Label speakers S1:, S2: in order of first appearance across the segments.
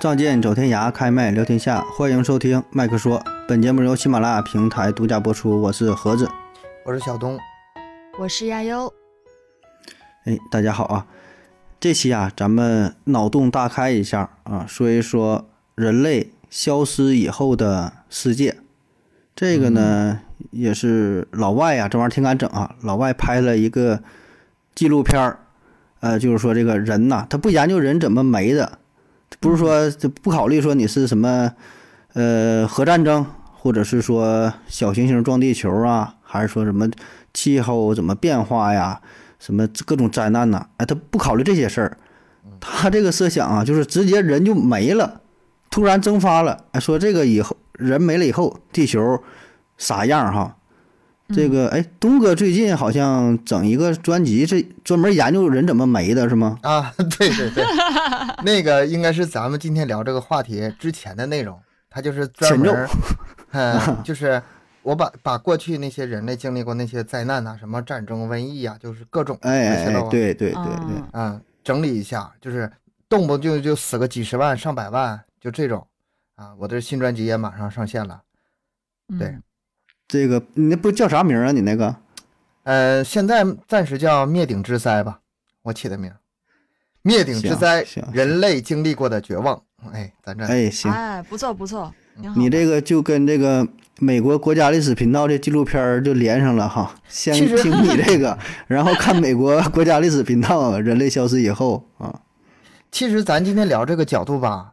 S1: 仗剑走天涯，开麦聊天下，欢迎收听麦克说。本节目由喜马拉雅平台独家播出，我是盒子。
S2: 我是小东，
S3: 我是亚优，
S1: 哎，大家好啊！这期啊，咱们脑洞大开一下啊，说一说人类消失以后的世界。这个呢，也是老外啊，这玩意儿挺敢整啊。老外拍了一个纪录片儿，呃，就是说这个人呐、他不研究人怎么没的，不是说就不考虑说你是什么，呃，核战争，或者是说小行星撞地球啊，还是说什么气候怎么变化呀，什么各种灾难呐、哎，他不考虑这些事儿，他这个设想啊，就是直接人就没了，突然蒸发了，哎，说这个以后人没了以后，地球啥样儿哈？这个哎，东哥最近好像整一个专辑，是专门研究人怎么没的，是吗？
S2: 啊， 对对对，那个应该是咱们今天聊这个话题之前的内容，它就是专门 儿，嗯，就是我把把过去那些人类经历过那些灾难呐、什么战争、瘟疫呀、就是各种
S1: 哎哎
S2: 这些
S1: 哎
S2: 了，
S1: 对对对对，
S3: 嗯
S2: 嗯，整理一下，就是动不就就死个几十万、上百万，就这种啊。我的新专辑也马上上线了，对
S3: 嗯
S1: 这个你那不叫啥名儿啊？你那个
S2: 呃，现在暂时叫灭顶之灾吧，我起的名儿，灭顶之
S1: 行
S2: 灾
S1: 行，
S2: 人类经历过的绝望，哎，咱这
S1: 哎行，嗯
S3: 哎，不错不错，挺好
S1: 你这个就跟这个美国国家历史频道这纪录片儿就连上了哈，先
S2: 其实
S1: 听你这个，然后看美国国家历史频道《人类消失以后》啊，
S2: 其实咱今天聊这个角度吧，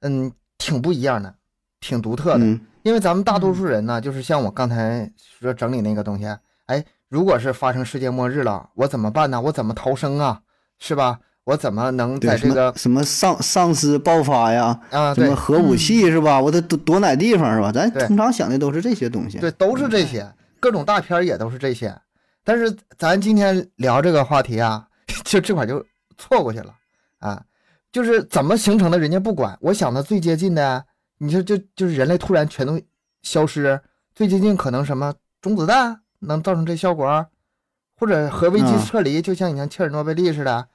S2: 嗯，挺不一样的，挺独特的。
S1: 嗯
S2: 因为咱们大多数人呢，就是像我刚才说整理那个东西，哎，如果是发生世界末日了，我怎么办呢？我怎么逃生啊？是吧？我怎么能
S1: 对
S2: 在
S1: 什
S2: 这
S1: 么
S2: 个
S1: 什么丧丧尸爆发呀，
S2: 啊？
S1: 什么
S2: 对嗯
S1: 核武器是吧？我得躲躲哪地方是吧？咱
S2: 对
S1: 通常想的都是这些东西。
S2: 对，都是这些，各种大片儿也都是这些。但是咱今天聊这个话题啊， 就这块儿就错过去了啊，就是怎么形成的，人家不管。我想的最接近的，你说就就是人类突然全都消失，最接近可能什么中子弹能造成这效果儿，或者核危机
S1: 嗯
S2: 撤离，就像以前切尔诺贝利似的，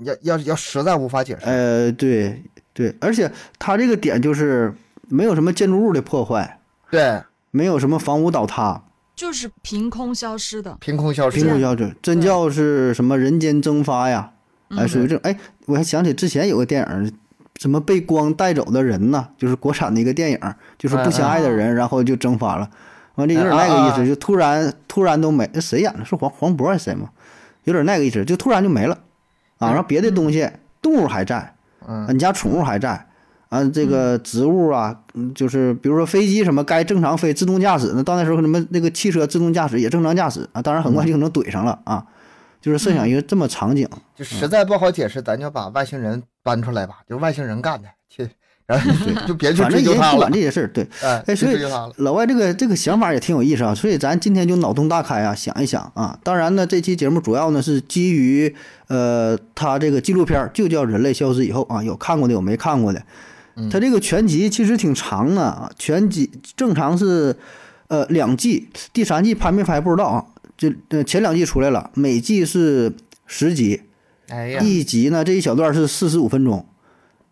S2: 要要要实在无法解释。
S1: 呃，对对，而且它这个点就是没有什么建筑物的破坏，
S2: 对，
S1: 没有什么房屋倒塌，
S3: 就是凭空消失的，
S2: 凭空消失
S1: 平
S3: 这
S1: 手标
S3: 样
S1: 准，真叫是什么人间蒸发呀？哎，
S3: 嗯
S1: 属于这种。哎，我还想起之前有个电影，什么被光带走的人呐，就是国产的一个电影，就是不相爱的人，然后就蒸发了。完了有点那个意
S2: 嗯啊啊
S1: 思，就突然突然都没，那哎谁演的？是黄黄渤还是谁吗？有点那个意思，就突然就没了啊。然后别的东西，动物还在，
S2: 嗯
S1: 啊你家宠物还在。啊，这个植物啊，嗯就是比如说飞机什么该正常飞，自动驾驶，那到那时候什么那个汽车自动驾驶也正常驾驶啊，当然很
S2: 嗯
S1: 快就可能怼上了啊，就是设想一个这么场景，
S2: 就实在不好解释，咱就把外星人搬出来吧，就外星人干的，去，然后 就别去
S1: 反正
S2: 追
S1: 也
S2: 究
S1: 不
S2: 他了
S1: 管，这些事儿，对，
S2: 哎，
S1: 哎，
S2: 去
S1: 所以
S2: 追究他了，
S1: 老外这个这个想法也挺有意思啊，所以咱今天就脑洞大开啊，想一想啊。当然呢，这期节目主要呢是基于呃他这个纪录片儿就叫《人类消失以后》啊，有看过的有没看过的。他这个全集其实挺长的啊，全集正常是呃两季，第三季拍没拍不知道啊，就呃前两季出来了，每季是十集，
S2: 哎呀，
S1: 一集呢这一小段是四十五分钟，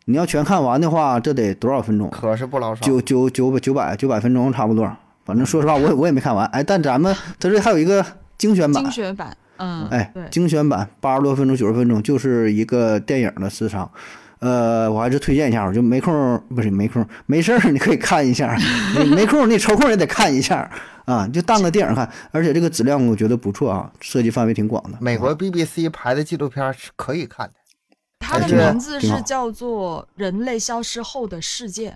S1: 你要全看完的话，这得多少分钟啊？
S2: 可是不老少，
S1: 九九九百九百九百分钟差不多，反正说实话我也我也没看完。哎，但咱们它这还有一个精选版
S3: 精，选版，嗯，
S1: 哎
S3: 对，，
S1: 精选版八十多分钟九十分钟就是一个电影的时长。呃，我还是推荐一下，我就没空，不是没空，没事儿你可以看一下，没没空你抽空也得看一下啊，就当个电影看。而且这个质量我觉得不错啊，涉及范围挺广的。
S2: 美国 BBC 拍的纪录片是可以看的，
S3: 它的
S1: 哎这个
S3: 名字
S1: 挺好
S3: 是叫做《人类消失后的世界》，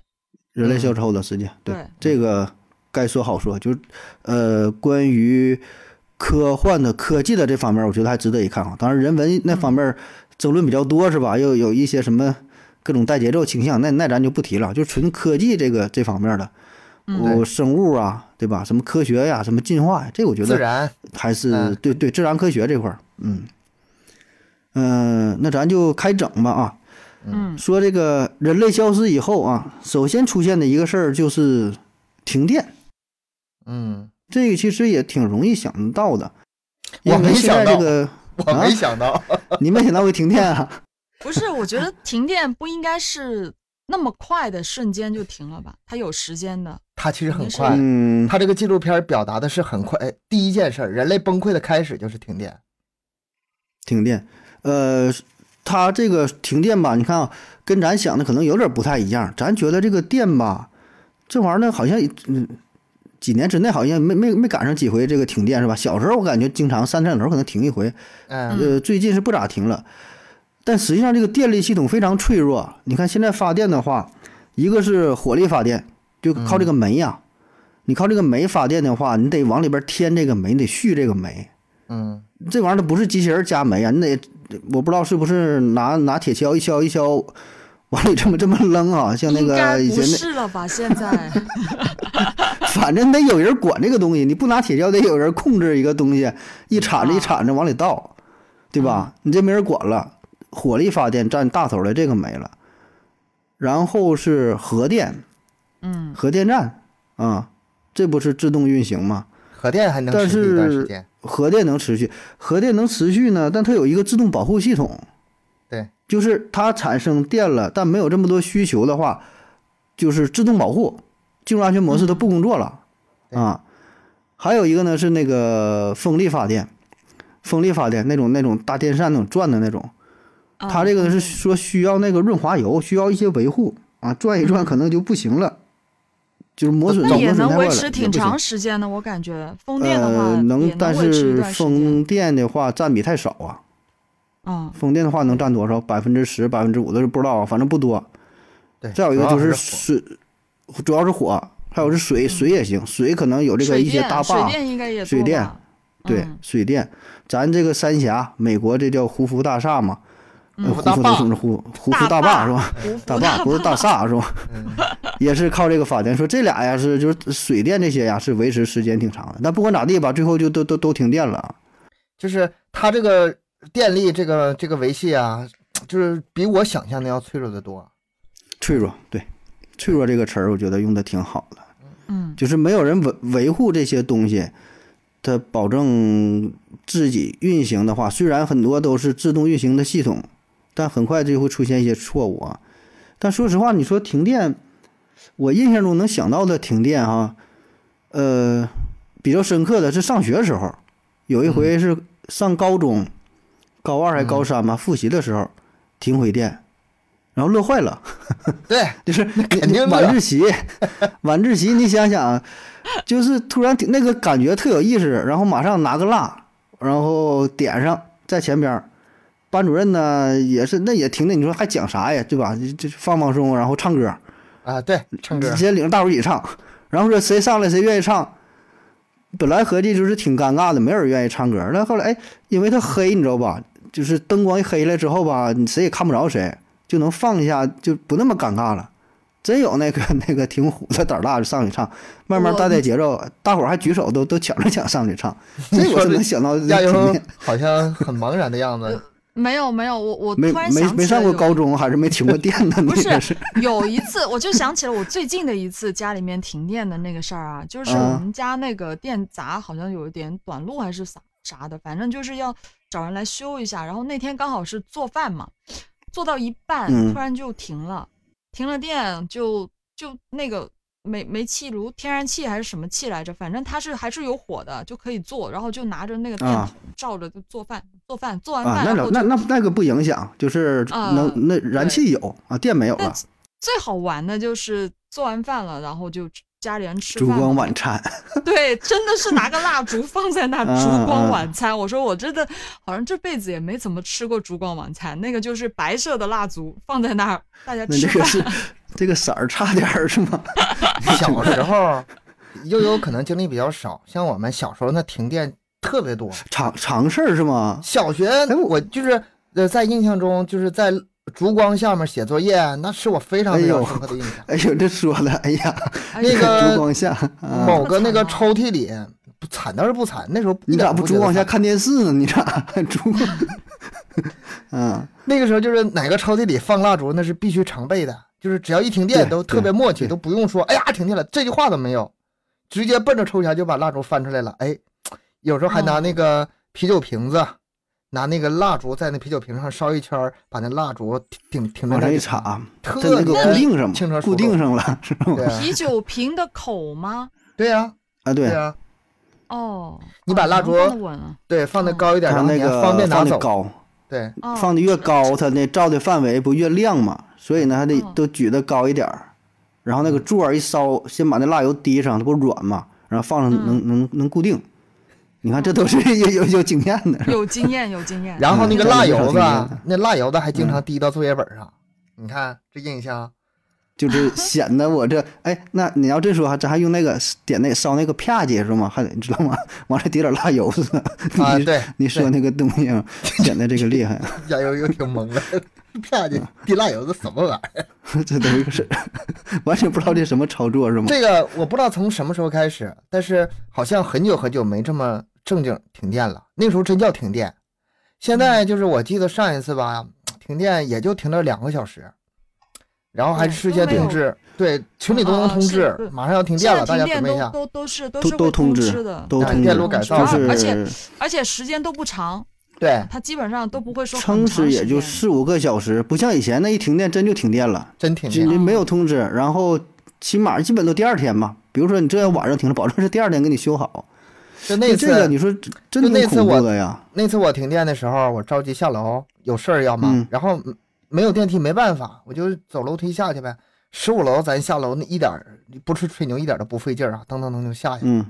S1: 人类消失后的世界，对
S3: 对
S1: 这个该说好说，就是呃，关于科幻的科技的这方面，我觉得还值得一看啊。当然，人文那方面争论比较多，是吧？又有一些什么各种带节奏倾向，那那咱就不提了，就纯科技这个这方面的，
S3: 嗯
S1: 我、生物啊，对吧？什么科学呀、什么进化呀、这个我觉
S2: 自
S1: 得
S2: 然，
S1: 还是、
S2: 嗯
S1: 对对自然科学这块儿，嗯嗯、呃那咱就开整吧啊。
S3: 嗯，
S1: 说这个人类消失以后啊，首先出现的一个事儿就是停电，
S2: 嗯，
S1: 这个其实也挺容易想得到的。
S2: 我
S1: 因为
S2: 没
S1: 现在
S2: 想到
S1: 这 个，
S2: 我
S1: 啊
S2: 没想到，
S1: 你没想到会停电啊？
S3: 不是，我觉得停电不应该是那么快的瞬间就停了吧？它有时间的，
S2: 它其实很
S3: 肯定是
S2: 快，
S1: 嗯，
S2: 它这个纪录片表达的是很快。哎第一件事儿，人类崩溃的开始就是停电。
S1: 停电，呃，它这个停电吧，你看啊，跟咱想的可能有点不太一样，咱觉得这个电吧，这玩意儿呢好像，嗯，几年之内好像没没没赶上几回这个停电是吧？小时候我感觉经常三天两头可能停一回，
S2: 嗯，
S1: 呃，最近是不咋停了，但实际上这个电力系统非常脆弱。你看现在发电的话，一个是火力发电，就靠这
S2: 嗯
S1: 个煤呀、你靠这个煤发电的话，你得往里边添这个煤，你得蓄这个煤。
S2: 嗯，
S1: 这玩意儿它不是机器人加煤啊，你得我不知道是不是拿拿铁锹一锹一锹往里这么这么扔啊，像那
S3: 应该
S1: 个以
S3: 不
S1: 前
S3: 是了吧？现在
S1: 那，反正得有人管这个东西，你不拿铁锹得有人控制一个东西，一铲子一铲子往里倒，对吧？你这没人管了，火力发电占大头的这个没了，然后是核电，
S3: 嗯，
S1: 核电站啊、这不是自动运行吗？
S2: 核电还能
S1: 但
S2: 持续一段
S1: 是
S2: 时间。
S1: 核电能持续，核电能持续呢，但它有一个自动保护系统。
S2: 对，
S1: 就是它产生电了，但没有这么多需求的话，就是自动保护，进入安全模式，它不工作了、
S2: 对
S1: 啊。还有一个呢是那个风力发电，风力发电那种那种大电扇那种转的那种，
S3: 啊
S1: 它这个呢是说需要那个润滑油，需要一些维护啊，转一转可能就不行了，就是磨损
S3: 嗯那
S1: 磨
S3: 也
S1: 损太
S3: 能
S1: 坏
S3: 维
S1: 了
S3: 持
S1: 也
S3: 挺
S1: 不行
S3: 长时间的，我感觉风电的话
S1: 呃，
S3: 也
S1: 能，但
S3: 维持一
S1: 是
S3: 段时间。
S1: 风电的话占比太少啊。
S3: 嗯
S1: 风电的话能占多少？百分之十、百分之五都是不知道啊，反正不多。
S2: 对，
S1: 再有一个
S2: 主要
S1: 就是
S2: 还火嗯
S1: 水，主要是火，还有是水，水也行，水可能有这个
S3: 水
S1: 一些
S3: 电
S1: 大
S3: 水
S1: 坝，
S3: 电应该也
S1: 水
S3: 多
S1: 电
S3: 吧
S1: 对
S3: 嗯，
S1: 水电。咱这个三峡，美国这叫胡佛大厦嘛，
S3: 嗯
S1: 呃
S2: 胡
S1: 胡
S2: 大
S1: 佛
S2: 坝
S1: 总是胡胡
S3: 大
S1: 佛大
S3: 坝
S1: 坝是吧？
S3: 胡
S1: 大
S3: 胡
S1: 坝不是大厦是吧？
S2: 嗯
S1: 也是靠这个发电。说这俩呀是就是水电这些呀是维持时间挺长的，但不管咋地吧，最后就都都都停电了啊。
S2: 就是它这个电力这个这个维系啊，就是比我想象的要脆弱的多。
S1: 脆弱，对，脆弱这个词儿，我觉得用的挺好的，
S3: 嗯
S1: 就是没有人维维护这些东西，它保证自己运行的话，虽然很多都是自动运行的系统，但很快就会出现一些错误啊。但说实话，你说停电，我印象中能想到的停电哈、呃，比较深刻的是上学时候，有一回是上高中，高二还高三吧，复习的时候停回电，然后乐坏了。
S2: 对，
S1: 就是
S2: 肯定的
S1: 晚自习， 晚自习，你想想，就是突然挺那个感觉特有意思，然后马上拿个蜡，然后点上在前边儿，班主任呢也是那也听着，你说还讲啥呀，对吧？就就放放松，然后唱歌，
S2: 啊，对，
S3: 嗯
S2: 唱歌
S1: 直，接领着大伙儿一起唱，然后说谁上来谁愿意唱。本来合计就是挺尴尬的，没有人愿意唱歌。那后来，哎，因为它黑，你知道吧？就是灯光一黑了之后吧，你谁也看不着谁，就能放下，就不那么尴尬了。真有那个 那个挺虎的胆儿大的上去唱，慢慢
S3: 我
S1: 带带节奏，大伙儿还举手都都抢着抢上去 唱。
S2: 你
S1: 这我
S2: 说
S1: 是
S2: 这
S1: 能想到
S2: 加
S1: 的
S2: 油
S1: 挺，
S2: 好像很茫然的 样子。
S3: 没有没有，我我
S1: 没
S3: 突然
S1: 没
S3: 想
S1: 没
S3: 起
S1: 上过
S3: 了有
S1: 高中，还是没停过电的那
S3: 不是
S1: 个是。
S3: 有一次，我就想起了我最近的一次家里面停电的那个事儿啊，就是
S1: 啊
S3: 我们家那个电闸好像有一点短路还是啥啥的，反正就是要找人来修一下。然后那天刚好是做饭嘛，做到一半
S1: 嗯
S3: 突然就停了，停了电就就那个煤煤气炉、天然气还是什么气来着，反正它是还是有火的，就可以做。然后就拿着那个电
S1: 啊
S3: 筒照着就做饭，做饭做完
S1: 啊，
S3: 饭
S1: 那
S3: 然
S1: 了
S3: 后
S1: 那
S3: 就
S1: 那那个不影响，就是
S3: 啊
S1: 能、那燃
S3: 对
S1: 气有啊，电没有
S3: 但
S1: 了，
S3: 最好玩的就是做完饭了，然后就家里人吃
S1: 烛
S3: 饭
S1: 光
S3: 嘛
S1: 晚餐。
S3: 对，真的是拿个蜡烛放在
S2: 嗯
S3: 那
S1: 啊
S3: 烛光晚餐。我说我真的好像这辈子也没怎么吃过烛光晚餐，那个就是白色的蜡烛放在那儿，大家
S1: 那
S3: 吃
S1: 这个
S3: 饭。
S1: 是 这个色儿差点儿是吗？
S2: 小时候，悠悠可能经历比较少，像我们小时候那停电特别多。
S1: 常常事儿是吗？
S2: 小学
S1: 哎
S2: 我就是呃，在印象中就是在烛光下面写作业，那是我非常非常深刻的印象。
S1: 哎呦，这说的， 哎呀，
S3: 哎
S2: 那
S3: 呀
S2: 个
S1: 烛光下，啊、
S2: 某个那个
S3: 这么惨
S2: 抽屉里，不惨倒是不惨，那时候
S1: 你咋不烛光下
S2: 看？
S1: 看电视呢？你咋 烛光？ 嗯，
S2: 那个时候就是哪个抽屉里放蜡烛，那是必须常备的，就是只要一停电
S1: 对
S2: 都特别默契，
S1: 对
S2: 都不用说“哎呀停电了”这句话都没有，直接奔着抽匣就把蜡烛翻出来了。哎，有时候还拿那个啤酒瓶子，拿那个蜡烛在那啤酒瓶上烧一圈儿，把那蜡烛顶顶
S1: 往上
S2: 在那
S1: 一
S2: 个
S1: 插，啊
S2: 特
S1: 在那个
S2: 别
S1: 固定上
S2: 轻车
S1: 嘛，
S2: 熟
S1: 固
S2: 路
S1: 定上了，是吧？
S2: 对啊
S3: 啤酒瓶的口吗？
S2: 对呀、
S1: 啊，
S2: 对
S1: 对，
S2: 呀、
S3: 哦，
S2: 你把
S3: 哦
S2: 蜡
S3: 能放
S2: 烛
S3: 得稳啊
S2: 对，放的
S3: 嗯
S2: 高一点，
S1: 它
S2: 然后
S1: 那
S2: 你还
S1: 个
S2: 方便拿
S1: 放的
S2: 走。
S1: 高，
S2: 对，
S3: 哦
S1: 放的越高，它那照的范围不越亮嘛，所以呢，还得
S2: 哦
S3: 嗯
S1: 都举得高一点儿。然后那个座儿一烧，先把那蜡油滴上，它不软嘛，然后放
S2: 嗯
S1: 上能能能固定。你看，这都
S2: 哦
S1: 是有有有经验的，
S3: 有经验，有经 验。
S2: 然后那个
S1: 嗯
S2: 蜡
S1: 这个
S2: 油
S1: 挺
S2: 子
S1: 有
S2: 啊
S1: 意思，
S2: 那蜡油子还经
S1: 嗯
S2: 常滴到作业本上，你看这印象。啊
S1: 就是显得我这哎，那你要这说，还咱还用那个点那个烧那个啪结是吗？还得你知道吗？往上滴点蜡油似的。
S2: 啊
S1: 你
S2: 对
S1: 你说那个东西啊显得这个厉害，啊
S2: 呀，又又挺萌的， 啪叽，滴蜡油子什么玩意 儿？
S1: 这都是 完全不知道这什么操作是吗？
S2: 这个我不知道从什么时候开始，但是好像很久很久没这么正经停电了。那时候真叫停电，现在就是我记得上一次吧，停电也就停了两个小时，然后还
S3: 对
S2: 事先
S3: 都没有
S2: 通知，对群里都
S3: 啊
S2: 能
S3: 啊
S2: 通
S3: 是
S2: 知
S3: 是，
S2: 马上要停电
S3: 现在
S2: 了，大
S3: 停
S2: 家准
S3: 电
S2: 备一
S3: 都
S2: 下。
S3: 都都是都
S1: 都
S3: 是
S1: 都
S3: 会
S1: 通知
S3: 的，
S1: 都
S3: 对
S2: 通
S3: 会
S2: 知
S3: 通知
S2: 就
S3: 而
S1: 是
S3: 而且而且时间都不长，
S2: 对，
S3: 它基本上都不会说很
S1: 撑
S3: 长
S1: 死也就
S3: 间
S1: 四五个小时，不像以前那一停电真就停电了，
S2: 真停
S1: 就
S2: 电。
S1: 没有通知，然后起码基本都第二天吧。比如说你这要晚上停了，保证是第二天给你修好。
S2: 就那
S1: 这个
S2: 次，
S1: 你说真
S2: 就
S1: 挺
S2: 那次
S1: 恐
S2: 我
S1: 怖的呀，
S2: 那次我停电的时候，我着急下楼，有事儿要忙
S1: 嗯，
S2: 然后嗯没有电梯，没办法，我就走楼梯下去呗。十五楼咱下楼那一点儿不是吹牛，一点儿都不费劲儿啊，噔噔噔就下去了。
S1: 嗯，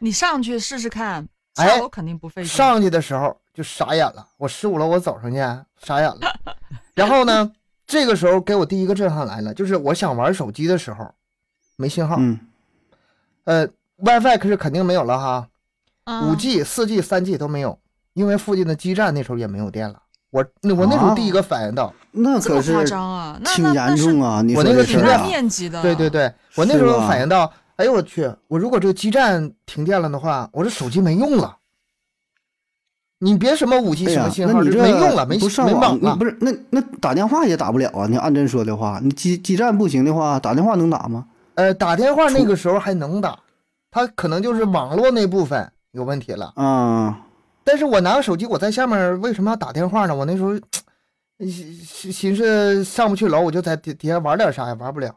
S3: 你上去试试看，
S2: 哎
S3: 下楼肯定不费劲。
S2: 上去的时候就傻眼了，我十五楼我走上去傻眼了。 然后呢，这个时候给我第一个震撼来了，就是我想玩手机的时候没信号，
S1: 嗯
S2: 呃，WiFi 可是肯定没有了哈，
S3: 嗯
S2: 五 G、四 G、三 G 都没有，因为附近的基站那时候也没有电了。我那我那时候
S1: 啊
S2: 第一个反应到，
S1: 那
S3: 这么
S1: 可
S3: 夸
S1: 是
S3: 张啊？那那
S1: 挺
S3: 那
S1: 严
S3: 是
S1: 重啊！你
S2: 我
S1: 说
S2: 那个
S1: 这
S2: 停
S1: 事儿
S3: 挺
S2: 电
S3: 大
S1: 啊，
S3: 面积的。
S2: 对对对，我那时
S1: 是
S2: 候
S1: 吧
S2: 反应到，哎呦我去，我如果这个基站停电了的话，我这手机没用了。你别什么五 G
S1: 哎
S2: 什么
S1: 呀，
S2: 信
S1: 那
S2: 号，
S1: 你
S2: 这
S1: 这
S2: 没用了，没
S1: 不上
S2: 没
S1: 网
S2: 网了
S1: 不。是？那那打电话也打不了啊！你按真说的话，你基基站不行的话，打电话能打吗？
S2: 呃，打电话那个时候还能打，它可能就是网络那部分有问题了。
S1: 啊，
S2: 但是我拿个手机，我在下面为什么要打电话呢？我那时候寻寻寻思上不去楼，我就在底底下玩点啥也玩不了。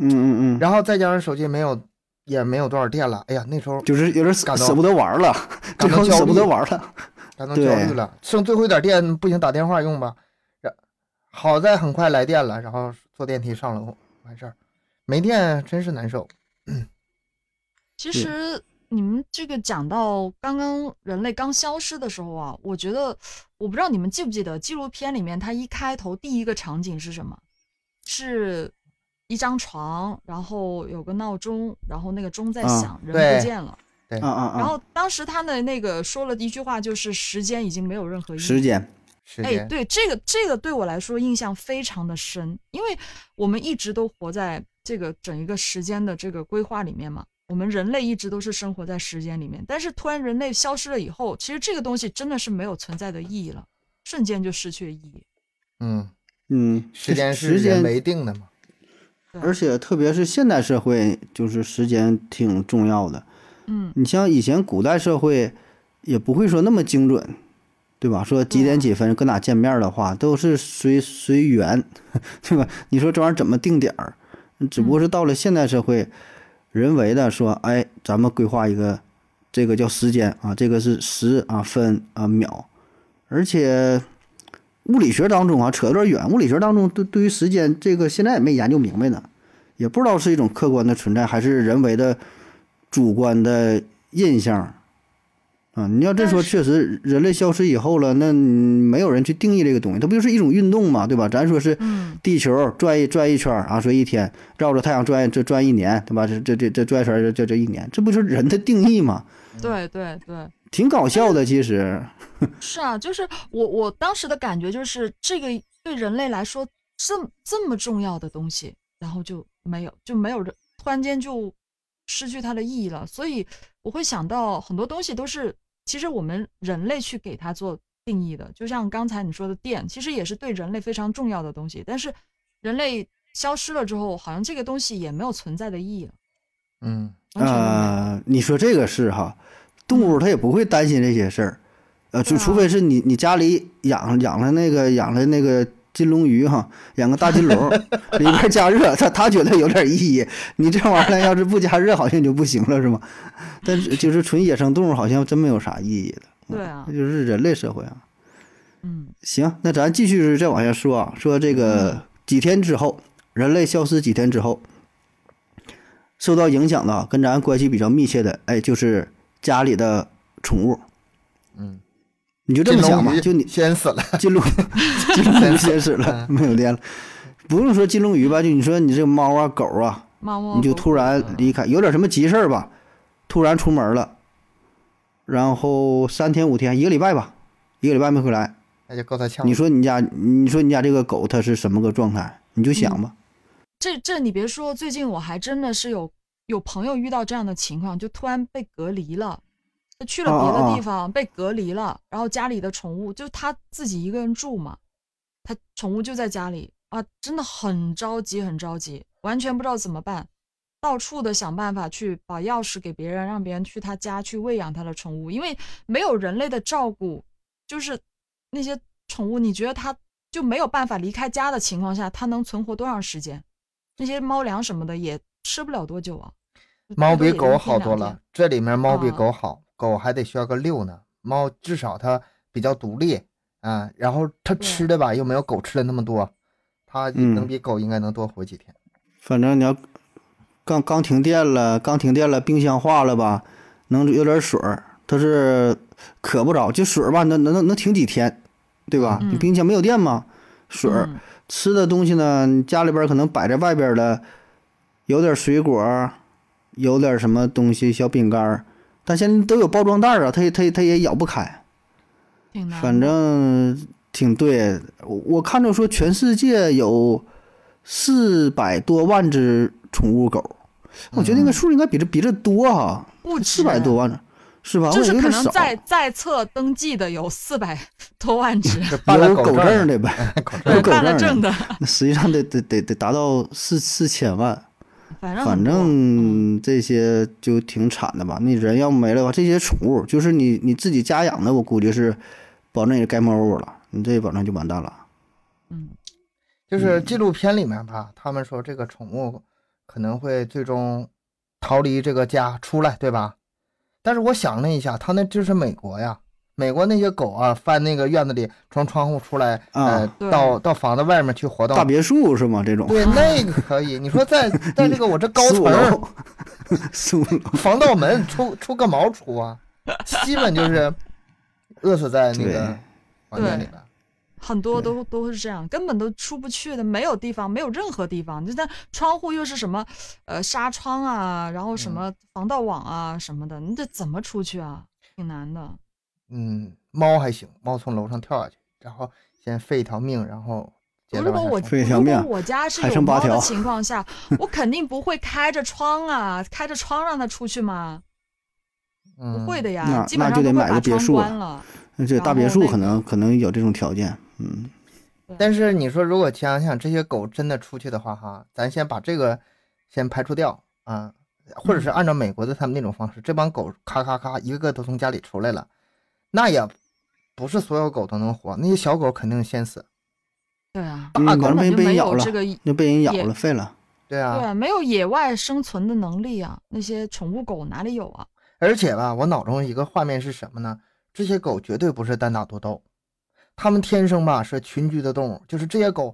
S1: 嗯嗯嗯，
S2: 然后再加上手机没有，也没有多少电了。哎呀，那时候
S1: 就是有点舍
S2: 感到
S1: 舍不得玩了，
S2: 感
S1: 最
S2: 到
S1: 后
S2: 焦
S1: 舍不
S2: 虑
S1: 得玩了。
S2: 感到焦虑
S1: 对
S2: 了，剩最后一点电，不行打电话用吧。然好在很快来电了，然后坐电梯上楼完事儿。没电真是难受。
S3: 其实你们这个讲到刚刚人类刚消失的时候啊，我觉得我不知道你们记不记得纪录片里面，它一开头第一个场景是什么？是一张床，然后有个闹钟，然后那个钟在
S1: 啊
S3: 响，人
S2: 对
S3: 不见了。
S1: 啊啊啊！
S3: 然后当时他的那个说了一句话，就是时间已经没有任何意义。
S1: 时间，
S2: 时
S3: 哎，
S2: 间，
S3: 对这个这个对我来说印象非常的深，因为我们一直都活在这个整一个时间的这个规划里面嘛。我们人类一直都是生活在时间里面，但是突然人类消失了以后，其实这个东西真的是没有存在的意义了，瞬间就失去了意义。
S2: 嗯，
S1: 嗯，
S2: 时间是
S1: 时间
S2: 人为定的嘛。
S1: 而且特别是现代社会，就是时间挺重要的。
S3: 嗯，
S1: 你像以前古代社会，也不会说那么精准，对吧？说几点几分跟哪见面的话，都是随随缘， 对吧？你说这玩意儿怎么定点儿？只不过是到了现代社会，人为的说，哎，咱们规划一个，这个叫时间啊，这个是时啊分啊秒，而且。物理学当中啊，扯有点远。物理学当中对对于时间这个现在也没研究明白呢，也不知道是一种客观的存在，还是人为的主观的印象啊。你要这说，
S3: 但是
S1: 确实人类消失以后了，那你没有人去定义这个东西，它不就是一种运动嘛，对吧？咱说是
S3: 嗯
S1: 地球转一转一圈儿啊，说一天绕着太阳转这转一年，对吧？这这这这转一圈儿这这这一年，这不就是人的定义吗？
S3: 对对对，
S1: 挺搞笑的，其实。
S3: 是啊，就是我我当时的感觉就是这个对人类来说这么这么重要的东西，然后就没有就没有人突然间就失去它的意义了。所以我会想到很多东西都是其实我们人类去给它做定义的，就像刚才你说的电，其实也是对人类非常重要的东西，但是人类消失了之后，好像这个东西也没有存在的意义了，
S2: 嗯，
S3: 完全没有。
S1: 啊呃，你说这个是哈，动物它也不会担心这些事儿。呃，就
S3: 对啊
S1: 除非是你你家里养养了那个养了那个金龙鱼哈，养个大金龙， 里边加热，他他觉得有点意义。你这玩意儿要是不加热，好像就不行了，是吗？但是就是纯野生动物，好像真没有啥意义了。
S3: 对啊
S1: 那，就是人类社会啊。
S3: 嗯
S1: 行，那咱继续再往下说啊，说这
S2: 嗯
S1: 个几天之后，人类消失几天之后，受到影响的啊跟咱关系比较密切的，哎，就是家里的宠物。
S2: 嗯，
S1: 你就这么
S2: 金龙
S1: 想吧，
S2: 鱼
S1: 就 你
S2: 先死了，
S1: 金龙金龙鱼先死了，
S2: 嗯
S1: 没有电了。不用说金龙鱼吧，就你说你这个猫啊狗啊，
S3: 猫猫
S1: 你就
S3: 狗
S1: 突然
S2: 嗯
S1: 离开，有点什么急事儿吧，突然出门了，然后三天五天一个礼拜吧，一个礼拜没回来，
S2: 那就够他
S3: 啊
S2: 呛了。
S1: 你说你家，你说你家这个狗它是什么个状态？你就想
S3: 嗯
S1: 吧。
S3: 这这你别说，最近我还真的是有有朋友遇到这样的情况，就突然被隔离了，他去了别
S1: 哦哦哦
S3: 的地方被隔离了，然后家里的宠物就他自己一个人住嘛，他宠物就在家里啊，真的很着急，很着急，完全不知道怎么办，到处的想办法去把钥匙给别人，让别人去他家去喂养他的宠物，因为没有人类的照顾，就是那些宠物，你觉得它就没有办法离开家的情况下，它能存活多长时间？那些猫粮什么的也吃不了多久啊。
S2: 猫比
S3: 最也就
S2: 狗
S3: 一
S2: 好
S3: 两
S2: 多
S3: 天
S2: 了，。这里面猫比
S3: 啊
S2: 狗好，狗还得需要个遛呢。猫至少它比较独立啊，然后它
S3: 对
S2: 吃的吧又没有狗吃的那么多，它能
S1: 嗯
S2: 比狗应该能多活几天。
S1: 反正你要刚刚停电了，刚停电了，冰箱化了吧，能有点水儿，它是渴不着，就水儿吧，能能能能停几天，对吧？
S3: 嗯
S1: 你冰箱没有电嘛，水儿、
S3: 嗯
S1: 吃的东西呢，你家里边儿可能摆在外边儿的，有点水果儿，有点什么东西小饼干儿，但现在都有包装袋儿啊，它也它也它也咬不开。
S3: 挺难的。
S1: 反正挺对，我我看着说全世界有四百多万只宠物狗，我觉得
S3: 嗯
S1: 那个数应该比这比这多哈、
S3: 不止啊
S1: 四百多万只是吧？我
S3: 就是
S1: 感觉有
S3: 可
S1: 点
S3: 能
S1: 少。
S3: 在在册登记的有四百 多万只，
S2: 这办了
S1: 有狗
S2: 证
S1: 证的
S2: 的，
S1: 呗，
S2: 狗证
S1: 有
S3: 对，
S1: 狗
S3: 办了
S1: 证
S3: 证的，
S1: 那实际上得得得得达到四四千万，
S3: 反正
S1: 反
S3: 很多嗯
S1: 正这些就挺惨的吧。那人要没了吧，这些宠物就是你你自己家养的，我估计是保证也该没落了，你这保证就完蛋了。
S3: 嗯
S2: 就是
S1: 嗯
S2: 纪录片里面吧，他们说这个宠物可能会最终逃离这个家出来，对吧？但是我想了一下，他那就是美国呀，美国那些狗啊，翻那个院子里从窗户出来，呃
S1: 啊，
S3: 对
S2: 到到房子外面去活动
S1: 大，别墅是吗？这种
S2: 对，那个可以。你说 在在这个我这高
S1: 四
S2: 层
S1: 五
S2: 儿
S1: 楼，四五楼，
S2: 防盗门出出个毛出啊，基 本就是饿死在那个
S1: 对
S2: 房间里边。
S3: 很多都都是这样，根本都出不去的，没有地方，没有任何地方，就在窗户又是什么，呃，纱窗啊，然后什么防盗网啊什么的，你这怎么出去啊？挺难的。
S2: 嗯，猫还行，猫从楼上跳下去，然后先废一条命，然后接着
S3: 如果
S2: 往
S3: 我
S2: 下
S1: 飞一条
S3: 如果
S1: 命
S3: 我家是
S1: 还
S3: 有
S1: 剩八
S3: 猫的
S1: 条
S3: 情况 下，我肯定不会开着窗啊，开着窗让它出去嘛，
S2: 冲。
S3: 不
S2: 嗯
S3: 会的呀，
S1: 那
S3: 基本
S1: 那就
S3: 上都
S1: 得
S3: 会
S1: 买
S3: 把
S1: 个别
S3: 窗
S1: 墅
S3: 关
S1: 啊
S3: 了。
S1: 那这
S3: 然
S1: 大别
S3: 后
S1: 墅
S3: 那
S1: 可
S3: 个
S1: 能可能有这种条件，嗯，
S2: 但是你说，如果想想这些狗真的出去的话，哈，咱先把这个先排除掉啊，或者是
S3: 嗯
S2: 按照美国的他们那种方式，这帮狗咔咔咔一个个都从家里出来了，那也不是所有狗都能活，那些小狗肯定先死。
S3: 对啊，
S1: 嗯
S2: 大
S1: 完
S2: 狗
S1: 了
S3: 根
S1: 被被
S3: 本就
S1: 人
S3: 没
S1: 咬
S3: 有
S1: 了
S3: 这，个
S1: 那被人咬
S3: 也
S1: 了，废了。
S2: 对啊，
S3: 对，没有野外生存的能力啊！那些宠物狗哪里有啊？
S2: 而且吧，我脑中一个画面是什么呢？这些狗绝对不是单打独斗，它们天生吧是群居的动物，就是这些狗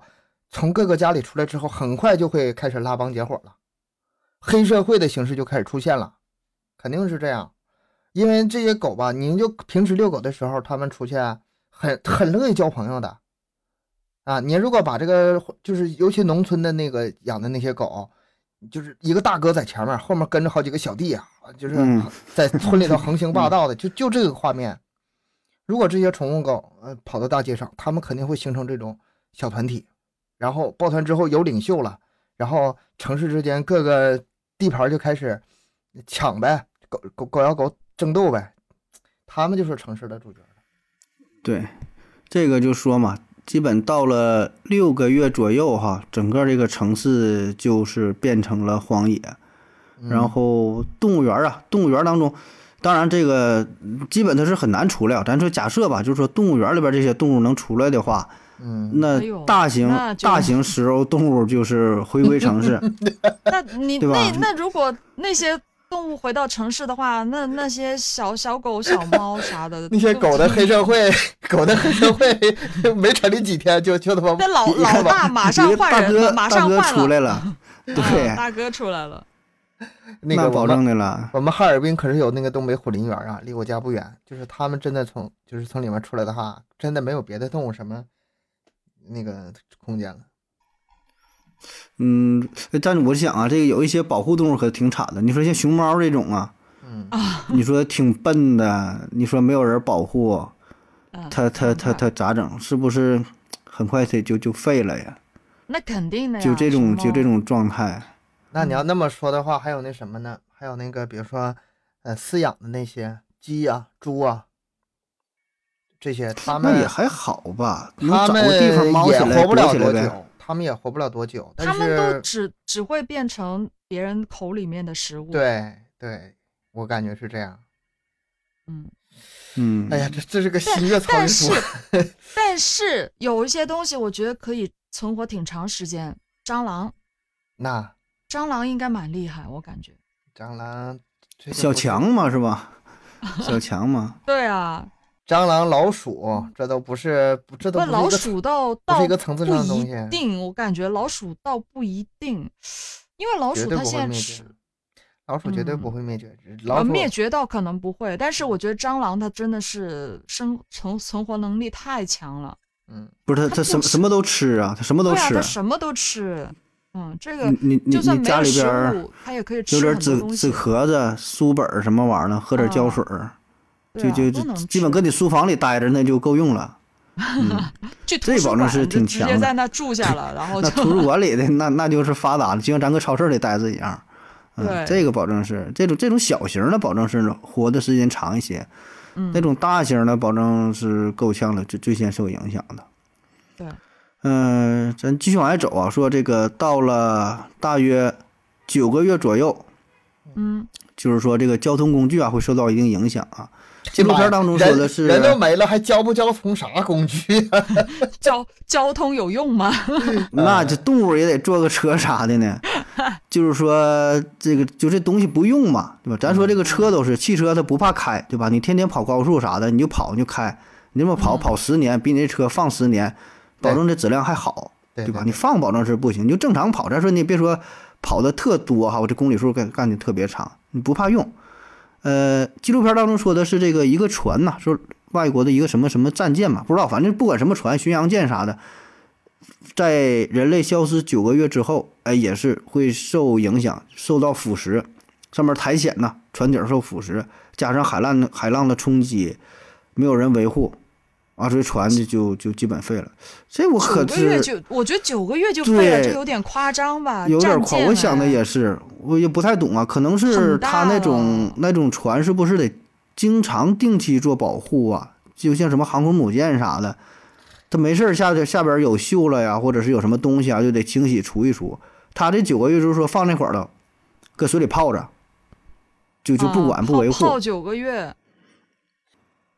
S2: 从各个家里出来之后，很快就会开始拉帮结伙了，黑社会的形式就开始出现了，肯定是这样。因为这些狗吧，您就平时遛狗的时候，它们出去啊很很乐意交朋友的，啊，你如果把这个就是尤其农村的那个养的那些狗，就是一个大哥在前面，后面跟着好几个小弟啊，就是
S1: 嗯
S2: 在村里头横行霸道的，就就这个画面。如果这些宠物狗呃跑到大街上，它们肯定会形成这种小团体，然后抱团之后有领袖了，然后城市之间各个地盘就开始抢呗，狗狗狗咬狗争斗呗，他们就是城市的主角。
S1: 对，这个就说嘛，基本到了六个月左右哈，整个这个城市就是变成了荒野，
S2: 嗯
S1: 然后动物园啊，动物园当中当然，这个嗯基本它是很难除了。咱说假设吧，就是说动物园里边这些动物能出来的话，
S2: 嗯，，
S1: 那
S3: 哎呦
S1: 大型
S3: 那就
S1: 大型食肉动物就是回归城市，
S3: 那你
S1: 对吧
S3: 那那如果那些动物回到城市的话，那那些小小狗、小猫啥的
S2: 那些
S3: 就
S2: 狗的黑社会， 狗的黑社会没成立几天就就他妈
S3: 那老
S1: 你
S3: 老
S1: 看吧
S3: 大马
S1: 一
S3: 上
S1: 个
S3: 换
S1: 大
S3: 人了，
S1: 哥
S3: 马
S1: 大
S3: 上
S1: 哥出
S3: 换了，
S1: 来了， 对
S3: 啊，大哥出来了，
S2: 那个
S1: 保
S2: 我们
S1: 证的了。
S2: 我们哈尔滨可是有那个东北虎林园啊，离我家不远。就是他们真的从就是从里面出来的话，真的没有别的动物什么那个空间了。
S1: 嗯，但是我想啊，这个有一些保护动物可挺惨的。你说像熊猫这种啊，
S2: 嗯，
S3: 哦
S1: 你说挺笨的，你说没有人保护，
S3: 嗯，
S1: 它它它它咋整？是不是很快它就就废了呀？
S3: 那肯定的呀，
S1: 就这种
S3: 熊猫
S1: 就这，种状态。
S2: 那
S3: 嗯
S2: 你要那么说的话，还有那什么呢？还有那个比如说，呃，饲养的那些鸡啊、猪啊这些，他
S1: 那
S2: 们
S1: 也还好吧，能
S2: 他
S1: 找
S2: 们
S1: 个地方猫起
S2: 也
S1: 来
S2: 活不
S1: 躲
S2: 了
S1: 起
S2: 多
S1: 来呗。
S2: 久，他们也活不了多久。但
S3: 他们都
S2: 是
S3: 只只会变成别人口里面的食物，，
S2: 对对，我感觉是这样。
S3: 嗯，
S1: 嗯，
S2: 哎呀，这这是个
S3: 但
S2: 新月草
S3: 但
S2: 原
S3: 是
S2: 说，
S3: 但是有一些东西，我觉得可以存活挺长时间，蟑螂，
S2: 那
S3: 蟑螂应该蛮厉害，我感觉，
S2: 蟑螂，这个
S1: 小
S2: 不是
S1: 强嘛是 吧？小强嘛，
S3: 对啊，
S2: 蟑螂、老鼠，这都不是，这都不
S3: 不
S2: 是一
S3: 老
S2: 个
S3: 鼠倒
S2: 不
S3: 倒
S2: 是一个层次上的东
S3: 不
S2: 西啊
S3: 一定，我感觉老鼠倒不一定，因为老
S2: 绝
S3: 鼠
S2: 对
S3: 它
S2: 不会
S3: 现在
S2: 灭
S3: 吃
S2: 绝。老鼠绝对不
S3: 嗯
S2: 会灭绝，只
S3: 呃
S2: 老鼠嗯
S3: 灭绝倒可能不会，但是我觉得蟑螂它真的是生存存活能力太强了，
S2: 嗯，
S1: 不是他他
S3: 它
S1: 什么
S3: 就是
S1: 什么都吃啊，他什么都
S3: 对啊，
S1: 吃
S3: 它。什么都吃，嗯，这个
S1: 你你你
S3: 就算
S1: 你
S3: 没
S1: 家
S3: 有
S1: 里
S3: 食
S1: 边儿
S3: 物，它也可以吃
S1: 有点
S3: 很多
S1: 纸
S3: 东
S1: 纸
S3: 西，嗯
S1: 壳子、书本儿什么玩意儿了，喝点胶水儿，
S3: 对
S1: 就
S3: 啊
S1: 就
S3: 都能
S1: 就基本
S3: 吃
S1: 跟你书房里待着那就够用了。嗯
S3: 去图
S1: 这
S3: 书
S1: 保证
S3: 馆
S1: 是
S3: 就
S1: 挺
S3: 直
S1: 强
S3: 接
S1: 的
S3: 在那住下了，然后
S1: 那
S3: 哦就
S1: 图书馆里的那那就是发达了，就像咱搁超市里待着一样。嗯
S3: 对，
S1: 这个保证是这种这种小型的，保证是活的时间长一些。
S3: 嗯
S1: 那种大型的，保证是够呛了，最最先受影响的。
S3: 对，
S1: 嗯、咱继续往外走啊，说这个到了大约九个月左右，
S3: 嗯，
S1: 就是说这个交通工具啊会受到一定影响啊。纪录
S2: 妈呀
S1: 片当中说
S2: 人
S1: 的是，
S2: 人都没了，还交不交从啥工具 啊？
S3: 交交通有用吗？
S2: 嗯
S1: 那这动物也得坐个车啥的 呢？就是说这个就这东西不用嘛，对吧？咱说这个车
S2: 嗯
S1: 都是汽车，它不怕开，对吧？你天天跑高速啥的，你就跑你就开，你这么
S2: 嗯
S1: 跑跑十年，比你这车放十年，保证这质量还好，
S2: 对
S1: 对吧？你放保证是不行，你就正常跑。再说你也别说跑的特多哈，我这公里数干干的特别长，你不怕用。呃，纪录片当中说的是这个一个船呐、说外国的一个什么什么战舰嘛，不知道，反正不管什么船，巡洋舰啥的，在人类消失九个月之后，哎，也是会受影响，受到腐蚀，上面苔藓呐、船底儿受腐蚀，加上海浪的海浪的冲击，没有人维护，啊，所以船就就就基本废了。这我可
S3: 九个月
S1: 是
S3: 就，我觉得九个月就废了，这
S1: 对
S3: 有点夸张吧？
S1: 有点
S3: 啊战
S1: 狂，
S3: 舰
S1: 我想的
S3: 哎
S1: 也是，我也不太懂啊，可能是
S3: 很
S1: 他
S3: 大哦
S1: 那种
S3: 了
S1: 那种船是不是得经常定期做保护啊？就像什么航空母舰啥的，他没事儿下去下边儿有锈了呀，或者是有什么东西啊，就得清洗除一除。他这九个月就是说放那块儿了，搁水里泡着，就就不
S3: 啊
S1: 管不
S3: 泡
S1: 维护
S3: 泡。九个月，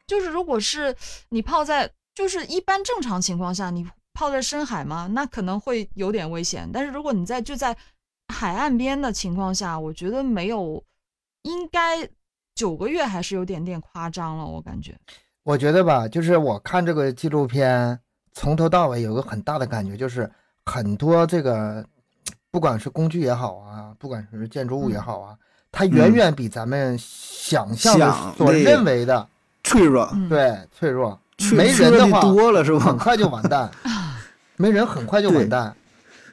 S3: 就是如果是你泡在，就是一般正常情况下，你泡在深海嘛，那可能会有点危险。但是如果你在就在海岸边的情况下，我觉得没有，应该九个月还是有点点夸张了，我感觉。
S2: 我觉得吧，就是我看这个纪录片，从头到尾有个很大的感觉，就是很多这个，不管是工具也好啊，不管是建筑物也好啊，它远
S1: 嗯
S2: 远比咱们想象的
S1: 想
S2: 所
S1: 的
S2: 认为的
S1: 脆弱，
S3: 嗯，
S2: 对 脆弱，
S1: 脆
S2: 没
S1: 脆弱
S2: 人的
S1: 地
S2: 话
S1: 多了是
S2: 很
S1: 吧？
S2: 快就完蛋，没人很快就
S1: 对
S2: 完蛋。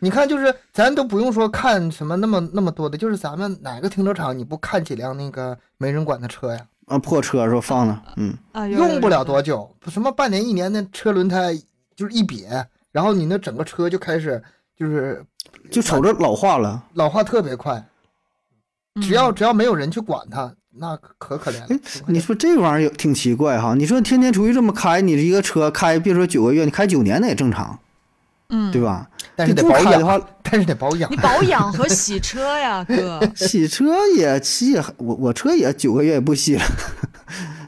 S2: 你看，就是咱都不用说看什么那么那么多的，就是咱们哪个停车场你不看几辆那个没人管的车呀？
S1: 啊，破车说放那儿，嗯，
S3: 啊，有
S2: 用不了。
S3: 有有
S2: 多久，什么半年一年的车轮胎就是一瘪，然后你那整个车就开始就是
S1: 就瞅着老化了。
S2: 老化特别快，
S3: 嗯
S2: 只要只要没有人去管它，那可可怜了。挺可
S1: 嗯你
S2: 怜
S1: 说这玩意儿有挺奇怪哈？你说天天出去这么开，你这一个车开，别说九个月，你开九年那也正常，
S3: 嗯，
S1: 对？吧？
S2: 但是
S1: 这
S2: 得
S1: 这
S2: 保
S1: 卡的
S2: 养
S1: 话，
S2: 但是得保养
S3: 你。保养和洗车 呀，哥，
S1: 洗车也洗，我我车也九个月也不洗了，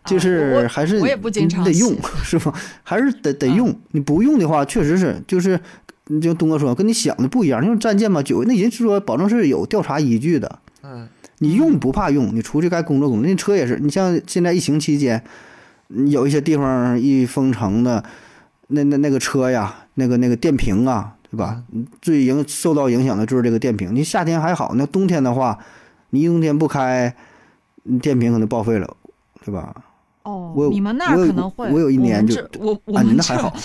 S1: 就
S3: 啊
S1: 是
S3: 我
S1: 还是
S3: 我也不经
S1: 你
S3: 常
S1: 得
S3: 洗嗯
S1: 用是吧？还是得得用，你不用的话，确实是就是，你就东哥说跟你想的不一样，那种战舰嘛，九那人是说保证是有调查依据的，
S2: 嗯，
S1: 你用不怕用，你出去该工作工作。那车也是，你像现在疫情期间，嗯有一些地方一封城的，那那那个车呀，那个那个电瓶啊，对吧？最影受到影响的就是这个电瓶。你夏天还好，那冬天的话，你一冬天不开，嗯电瓶可能报废了，对吧？
S3: 哦
S1: 我，有
S3: 你们那儿
S1: 我有
S3: 可能会，
S1: 我有一
S3: 们
S1: 年就
S3: 这我我
S1: 啊，你
S3: 们
S1: 那还
S3: 这
S1: 好，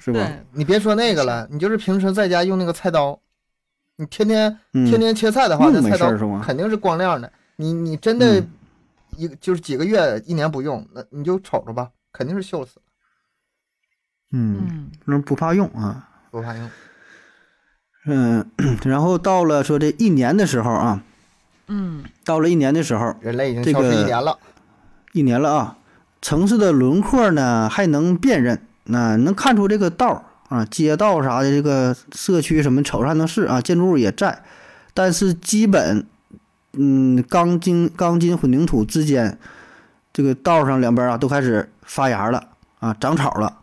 S1: 是吧？嗯
S3: 对，
S2: 你别说那个了，你就是平时在家用那个菜刀，你天天天天切菜的话，
S1: 用
S2: 那
S1: 嗯没
S2: 菜
S1: 事
S2: 刀
S1: 儿是吗
S2: 肯定是光亮的。你你真的
S1: 嗯
S2: 一个就是几个月一年不用，那你就瞅着吧，肯定是锈死了，
S1: 嗯，
S3: 嗯，
S1: 那不怕用啊。
S2: 不怕用。
S1: 嗯， 然后到了说这一年的时候啊，
S3: 嗯，
S1: 到了一年的时候，
S2: 人类已经
S1: 这
S2: 消失
S1: 个
S2: 一年了，
S1: 一年了啊，城市的轮廓呢还能辨认，那、能看出这个道儿啊、街道啥的，这个社区什么瞅着还能是啊，建筑物也在，但是基本，嗯，钢筋钢筋混凝土之间，这个道上两边啊都开始发芽了啊，长草了。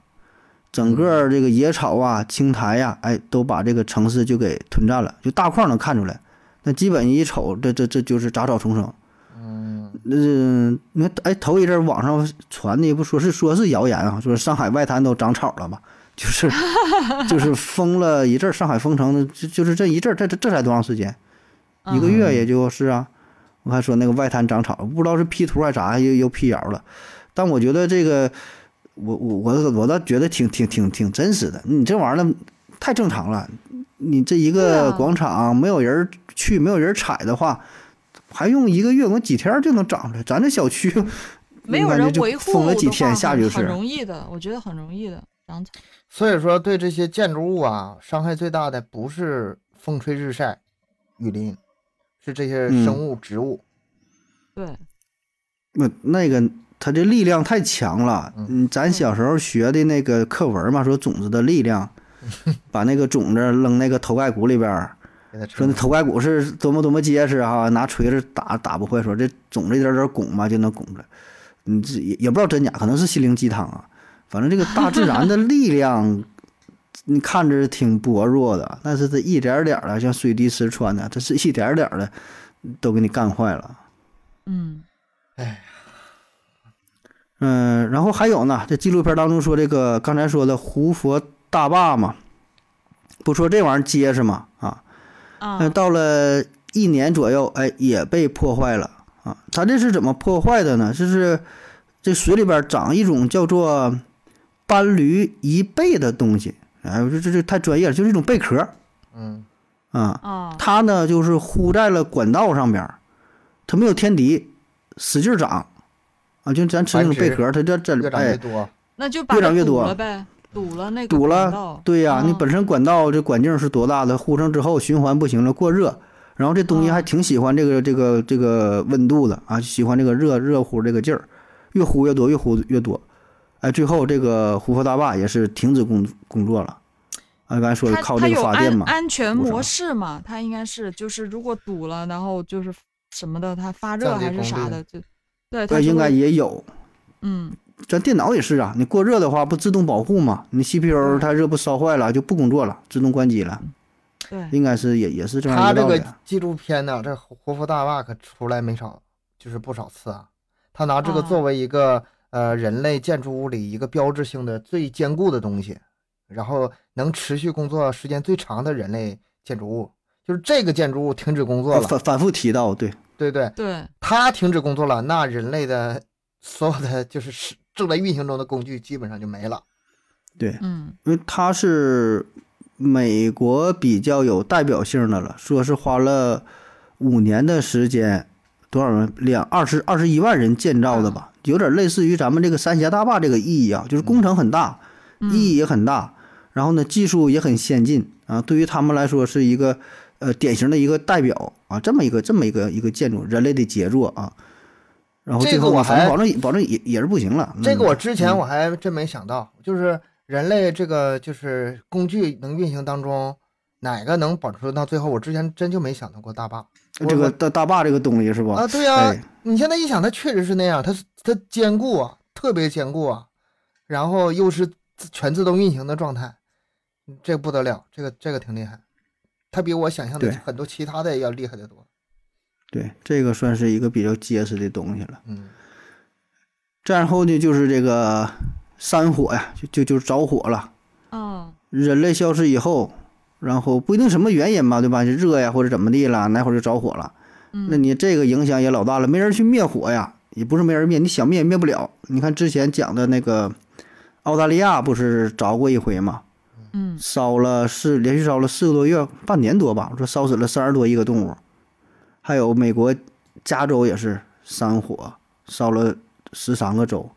S1: 整个这个野草啊、青苔呀、哎，都把这个城市就给吞占了，就大框能看出来。那基本一瞅，这这这就是杂草丛生。
S2: 嗯，
S1: 嗯，你看，哎，头一阵儿网上传的不说是说是谣言啊，说上海外滩都长草了嘛，就是就是封了一阵儿，上海封城的，就就是这一阵儿，这这这才多长时间，一个
S3: 嗯
S1: 月也就是啊。我看说那个外滩长草，不知道是 P 图还是啥，又又辟谣了。但我觉得这个，我我我我倒觉得挺挺挺挺真实的。你这玩意儿太正常了，你这一
S3: 对
S1: 个
S3: 啊
S1: 广场没有人去，没有人踩的话，还用一个月，我几天儿就能长出来。咱这小区，
S3: 嗯没
S1: 我
S3: 有
S1: 感
S3: 人
S1: 觉就
S3: 维护
S1: 封了
S3: 的
S1: 几天
S3: 话
S1: 下
S3: 很
S1: 去就是
S3: 很容易的，我觉得很容易的，长草，
S2: 所以说对这些建筑物啊，伤害最大的不是风吹日晒、雨淋，是这些
S1: 嗯
S2: 生物、植物。
S3: 对，
S1: 那那个它这力量太强了。嗯，咱小时候学的那个课文嘛，说种子的力量，把那个种子扔那个头盖骨里边儿，
S2: 给它
S1: 说
S2: 撑
S1: 那
S2: 死。
S1: 头盖骨是多么多么结实啊，拿锤子打打不坏，说这种子一点点拱嘛就能拱出来。你这也也不知道真假，可能是心灵鸡汤啊。反正这个大自然的力量，你看着挺薄弱的，但是这一点点的，像水滴石穿的，这是一点点的都给你干坏了。
S3: 嗯，
S1: 嗯，然后还有呢，这纪录片当中说这个刚才说的胡佛大坝嘛，不说这玩意儿结实嘛啊，
S3: 啊
S1: 那，到了一年左右，哎，也被破坏了啊。它这是怎么破坏的呢？就是这水里边长一种叫做斑驴贻贝的东西，哎，这这这太专业了，就是一种贝壳
S2: 嗯，
S1: 啊。
S3: 啊，
S1: 它呢就是糊在了管道上边儿，它没有天敌，使劲儿长啊，就咱吃那种
S2: 繁殖
S1: 贝壳，它这这
S2: 越长
S1: 哎
S2: 越多。
S3: 那就把
S1: 越
S3: 它
S1: 长越
S3: 堵
S1: 多
S3: 了呗，堵了那 个
S1: 堵
S3: 管
S1: 了
S3: 道，
S1: 对呀、你
S3: 嗯
S1: 本身管道这管径是多大的，呼上之后循环不行了，过热，然后这东西
S3: 嗯
S1: 还挺喜欢这个这个这个温度的啊，喜欢这个热热乎这个劲儿，越呼越多，越呼越多，哎，最后这个胡佛大坝也是停止工工作了，啊，刚才说的
S3: 它
S1: 靠
S3: 它
S1: 这个
S3: 有
S1: 发电
S3: 安
S1: 嘛，
S3: 安全
S1: 堵
S3: 模
S1: 上
S3: 式嘛，它应该是就是如果堵了，然后就是什么的，它发热
S2: 降低
S3: 还是
S2: 功
S3: 啥
S2: 率
S3: 的，就对，它
S1: 这
S3: 就
S1: 应该
S3: 会
S1: 也有，
S3: 嗯
S1: 咱电脑也是啊，你过热的话不自动保护嘛，你 CPU
S3: 嗯
S1: 它热不烧坏了就不工作了，自动关机了，
S3: 对，
S1: 应该是也也是这样
S2: 他
S1: 一
S2: 这
S1: 道
S2: 个
S1: 理。啊
S2: 纪录片呢，这胡胡佛大坝可出来没少，就是不少次啊。他拿这个
S3: 啊
S2: 作为一个、呃人类建筑物里一个标志性的最坚固的东西，然后能持续工作时间最长的人类建筑物，就是这个建筑物停止工 作了，
S1: 反反复提到，对，
S2: 对对，
S3: 对，
S2: 它停止工作了，那人类的 所有的就是是正在运行中的工具基本上就没了。
S1: 对，
S3: 嗯
S1: 因为它是美国比较有代表性的了，说是花了五年的时间，多少人两二十二十一万人建造的吧，
S2: 嗯
S1: 有点类似于咱们这个三峡大坝这个意义啊，就是工程很大，
S2: 嗯
S1: 意义也很大，然后呢技术也很先进啊，对于他们来说是一个呃典型的一个代表啊，这么一个这么一个一个建筑，人类的杰作啊。然后
S2: 这
S1: 最
S2: 个
S1: 后
S2: 我
S1: 呢，反
S2: 还
S1: 正保证保证也也是不行了。
S2: 这个
S1: 嗯
S2: 我之前我还真没想到，就是人类这个就是工具能运行当中，哪个能保持到最后？我之前真就没想到过大坝。我
S1: 这个大大坝这个东西是
S2: 我
S1: 不？
S2: 啊，对呀、
S1: 哎
S2: 你现在一想，它确实是那样，它是它坚固啊，特别坚固啊，然后又是自全自动运行的状态，这不得了，这个这个挺厉害，它比我想象的
S1: 对
S2: 很多其他的要厉害得多。
S1: 对，这个算是一个比较结实的东西了。
S2: 嗯
S1: 再然后呢，就是这个山火呀，就就就着火了。
S3: 嗯，
S1: 人类消失以后，然后不一定什么原因吧，对吧？就热呀或者怎么地了，那会儿就着火了。
S3: 嗯
S1: 那你这个影响也老大了，没人去灭火呀，也不是没人灭，你想灭也灭不了。你看之前讲的那个澳大利亚不是着过一回吗？
S3: 嗯
S1: 烧了四，连续烧了四个多月，半年多吧。我说烧死了三十多亿个动物，还有美国加州也是山火，烧了十三个州，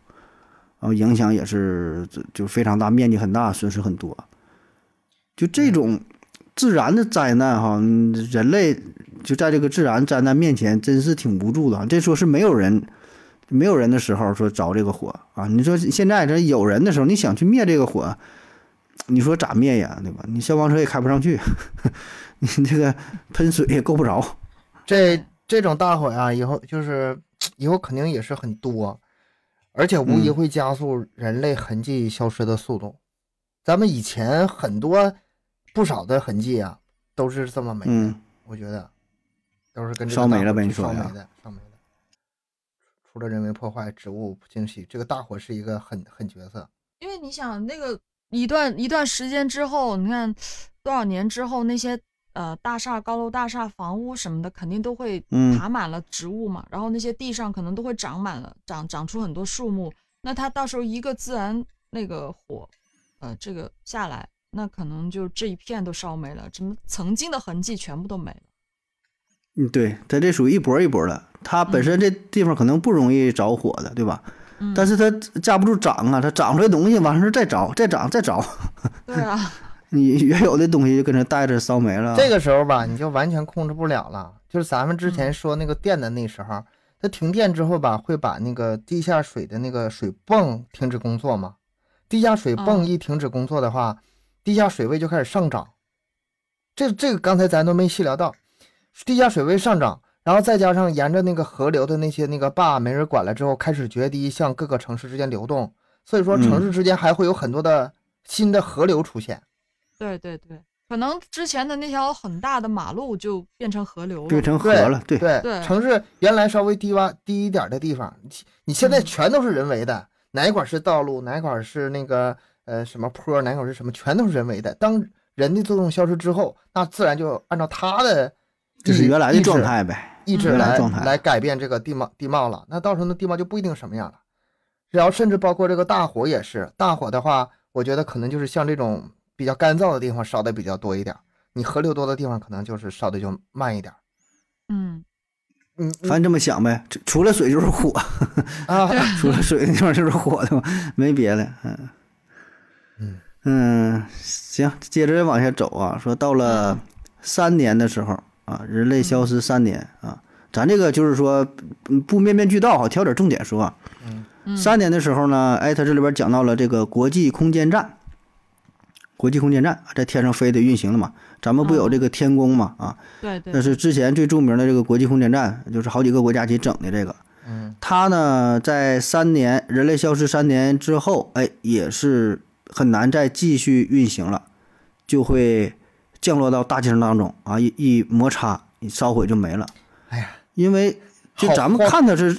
S1: 然后影响也是就就非常大，面积很大，损失很多。就这种自然的灾难哈，嗯人类就在这个自然灾难面前，真是挺无助的。这说是没有人。没有人的时候说着这个火啊，你说现在这有人的时候，你想去灭这个火，你说咋灭呀，对吧？你消防车也开不上去， 你这个喷水也够不着。
S2: 这这种大火呀、以后就是以后肯定也是很多，而且无疑
S1: 嗯
S2: 会加速人类痕迹消失的速度。咱们以前很多不少的痕迹啊，都是这么没的，
S1: 嗯，
S2: 我觉得都是跟这个
S1: 烧没
S2: 大
S1: 了
S2: 火
S1: 呗
S2: 去
S1: 你说
S2: 烧没
S1: 呀
S2: 的，烧没的。除了人为破坏、植物惊喜，这个大火是一个狠狠角色。
S3: 因为你想那个一段一段时间之后，你看多少年之后，那些呃大厦、高楼大厦、房屋什么的，肯定都会
S1: 嗯
S3: 爬满了植物嘛，然后那些地上可能都会长满了长长出很多树木。那它到时候一个自然那个火，呃，这个下来，那可能就这一片都烧没了，什么曾经的痕迹全部都没了。
S1: 嗯，对，它这属于一波一波的。它本身这地方可能不容易着火的，对吧？
S3: 嗯，
S1: 但是它架不住长啊，它长出来东西完事儿再着，再长，再着，
S3: 对啊，
S1: 你原有的东西就跟着带着烧没了。
S2: 这个时候吧，你就完全控制不了了。就是咱们之前说那个电的那时候，它停电之后吧，会把那个地下水的那个水泵停止工作嘛。地下水泵
S3: 嗯
S2: 一停止工作的话，地下水位就开始上涨。这这个刚才咱都没细聊到，地下水位上涨，然后再加上沿着那个河流的那些那个坝没人管了之后，开始决堤向各个城市之间流动。所以说，城市之间还会有很多的新的河流出现。
S3: 对对对，可能之前的那条很大的马路就变成河流了。
S1: 变成河了，对，
S2: 对
S3: 对
S2: 城市原来稍微低洼低一点的地方，你你现在
S3: 嗯
S2: 全都是人为的，哪一块是道路，哪一块是那个呃什么坡，哪一块是什么，全都是人为的。当人的作用消失之后，那自然就按照它的
S1: 就是
S2: 意
S1: 原来的
S2: 意志
S1: 状态呗。
S2: 意志
S3: 原
S1: 来
S2: 来
S1: 状态
S2: 来改变这个地貌地貌了。那到时候那地貌就不一定什么样了。然后甚至包括这个大火也是，大火的话，我觉得可能就是像这种比较干燥的地方烧的比较多一点儿，你河流多的地方可能就是烧的就慢一点儿。
S3: 嗯，
S2: 嗯
S1: 反正这么想呗，除除了水就是火，
S2: 啊，
S1: 除了水的地方就是火的嘛，没别的。嗯
S2: 嗯
S1: 嗯，行，接着往下走啊，说到了三年的时候啊，人类消失三年啊，咱这个就是说嗯不面面俱到哈，挑点重点说啊。
S2: 嗯
S3: 嗯
S1: 三年的时候呢，哎，它这里边讲到了这个国际空间站，国际空间站在天上飞的运行了嘛，咱们不有这个天宫嘛啊，
S3: 对对
S1: 那是之前最著名的这个国际空间站，就是好几个国家一起整的这个。
S2: 嗯
S1: 它呢，在三年人类消失三年之后，哎，也是很难再继续运行了，就会降落到大气层当中啊，一一摩擦，一烧毁就没了。
S2: 哎呀，
S1: 因为就
S2: 好
S1: 咱们
S2: 慌
S1: 看它是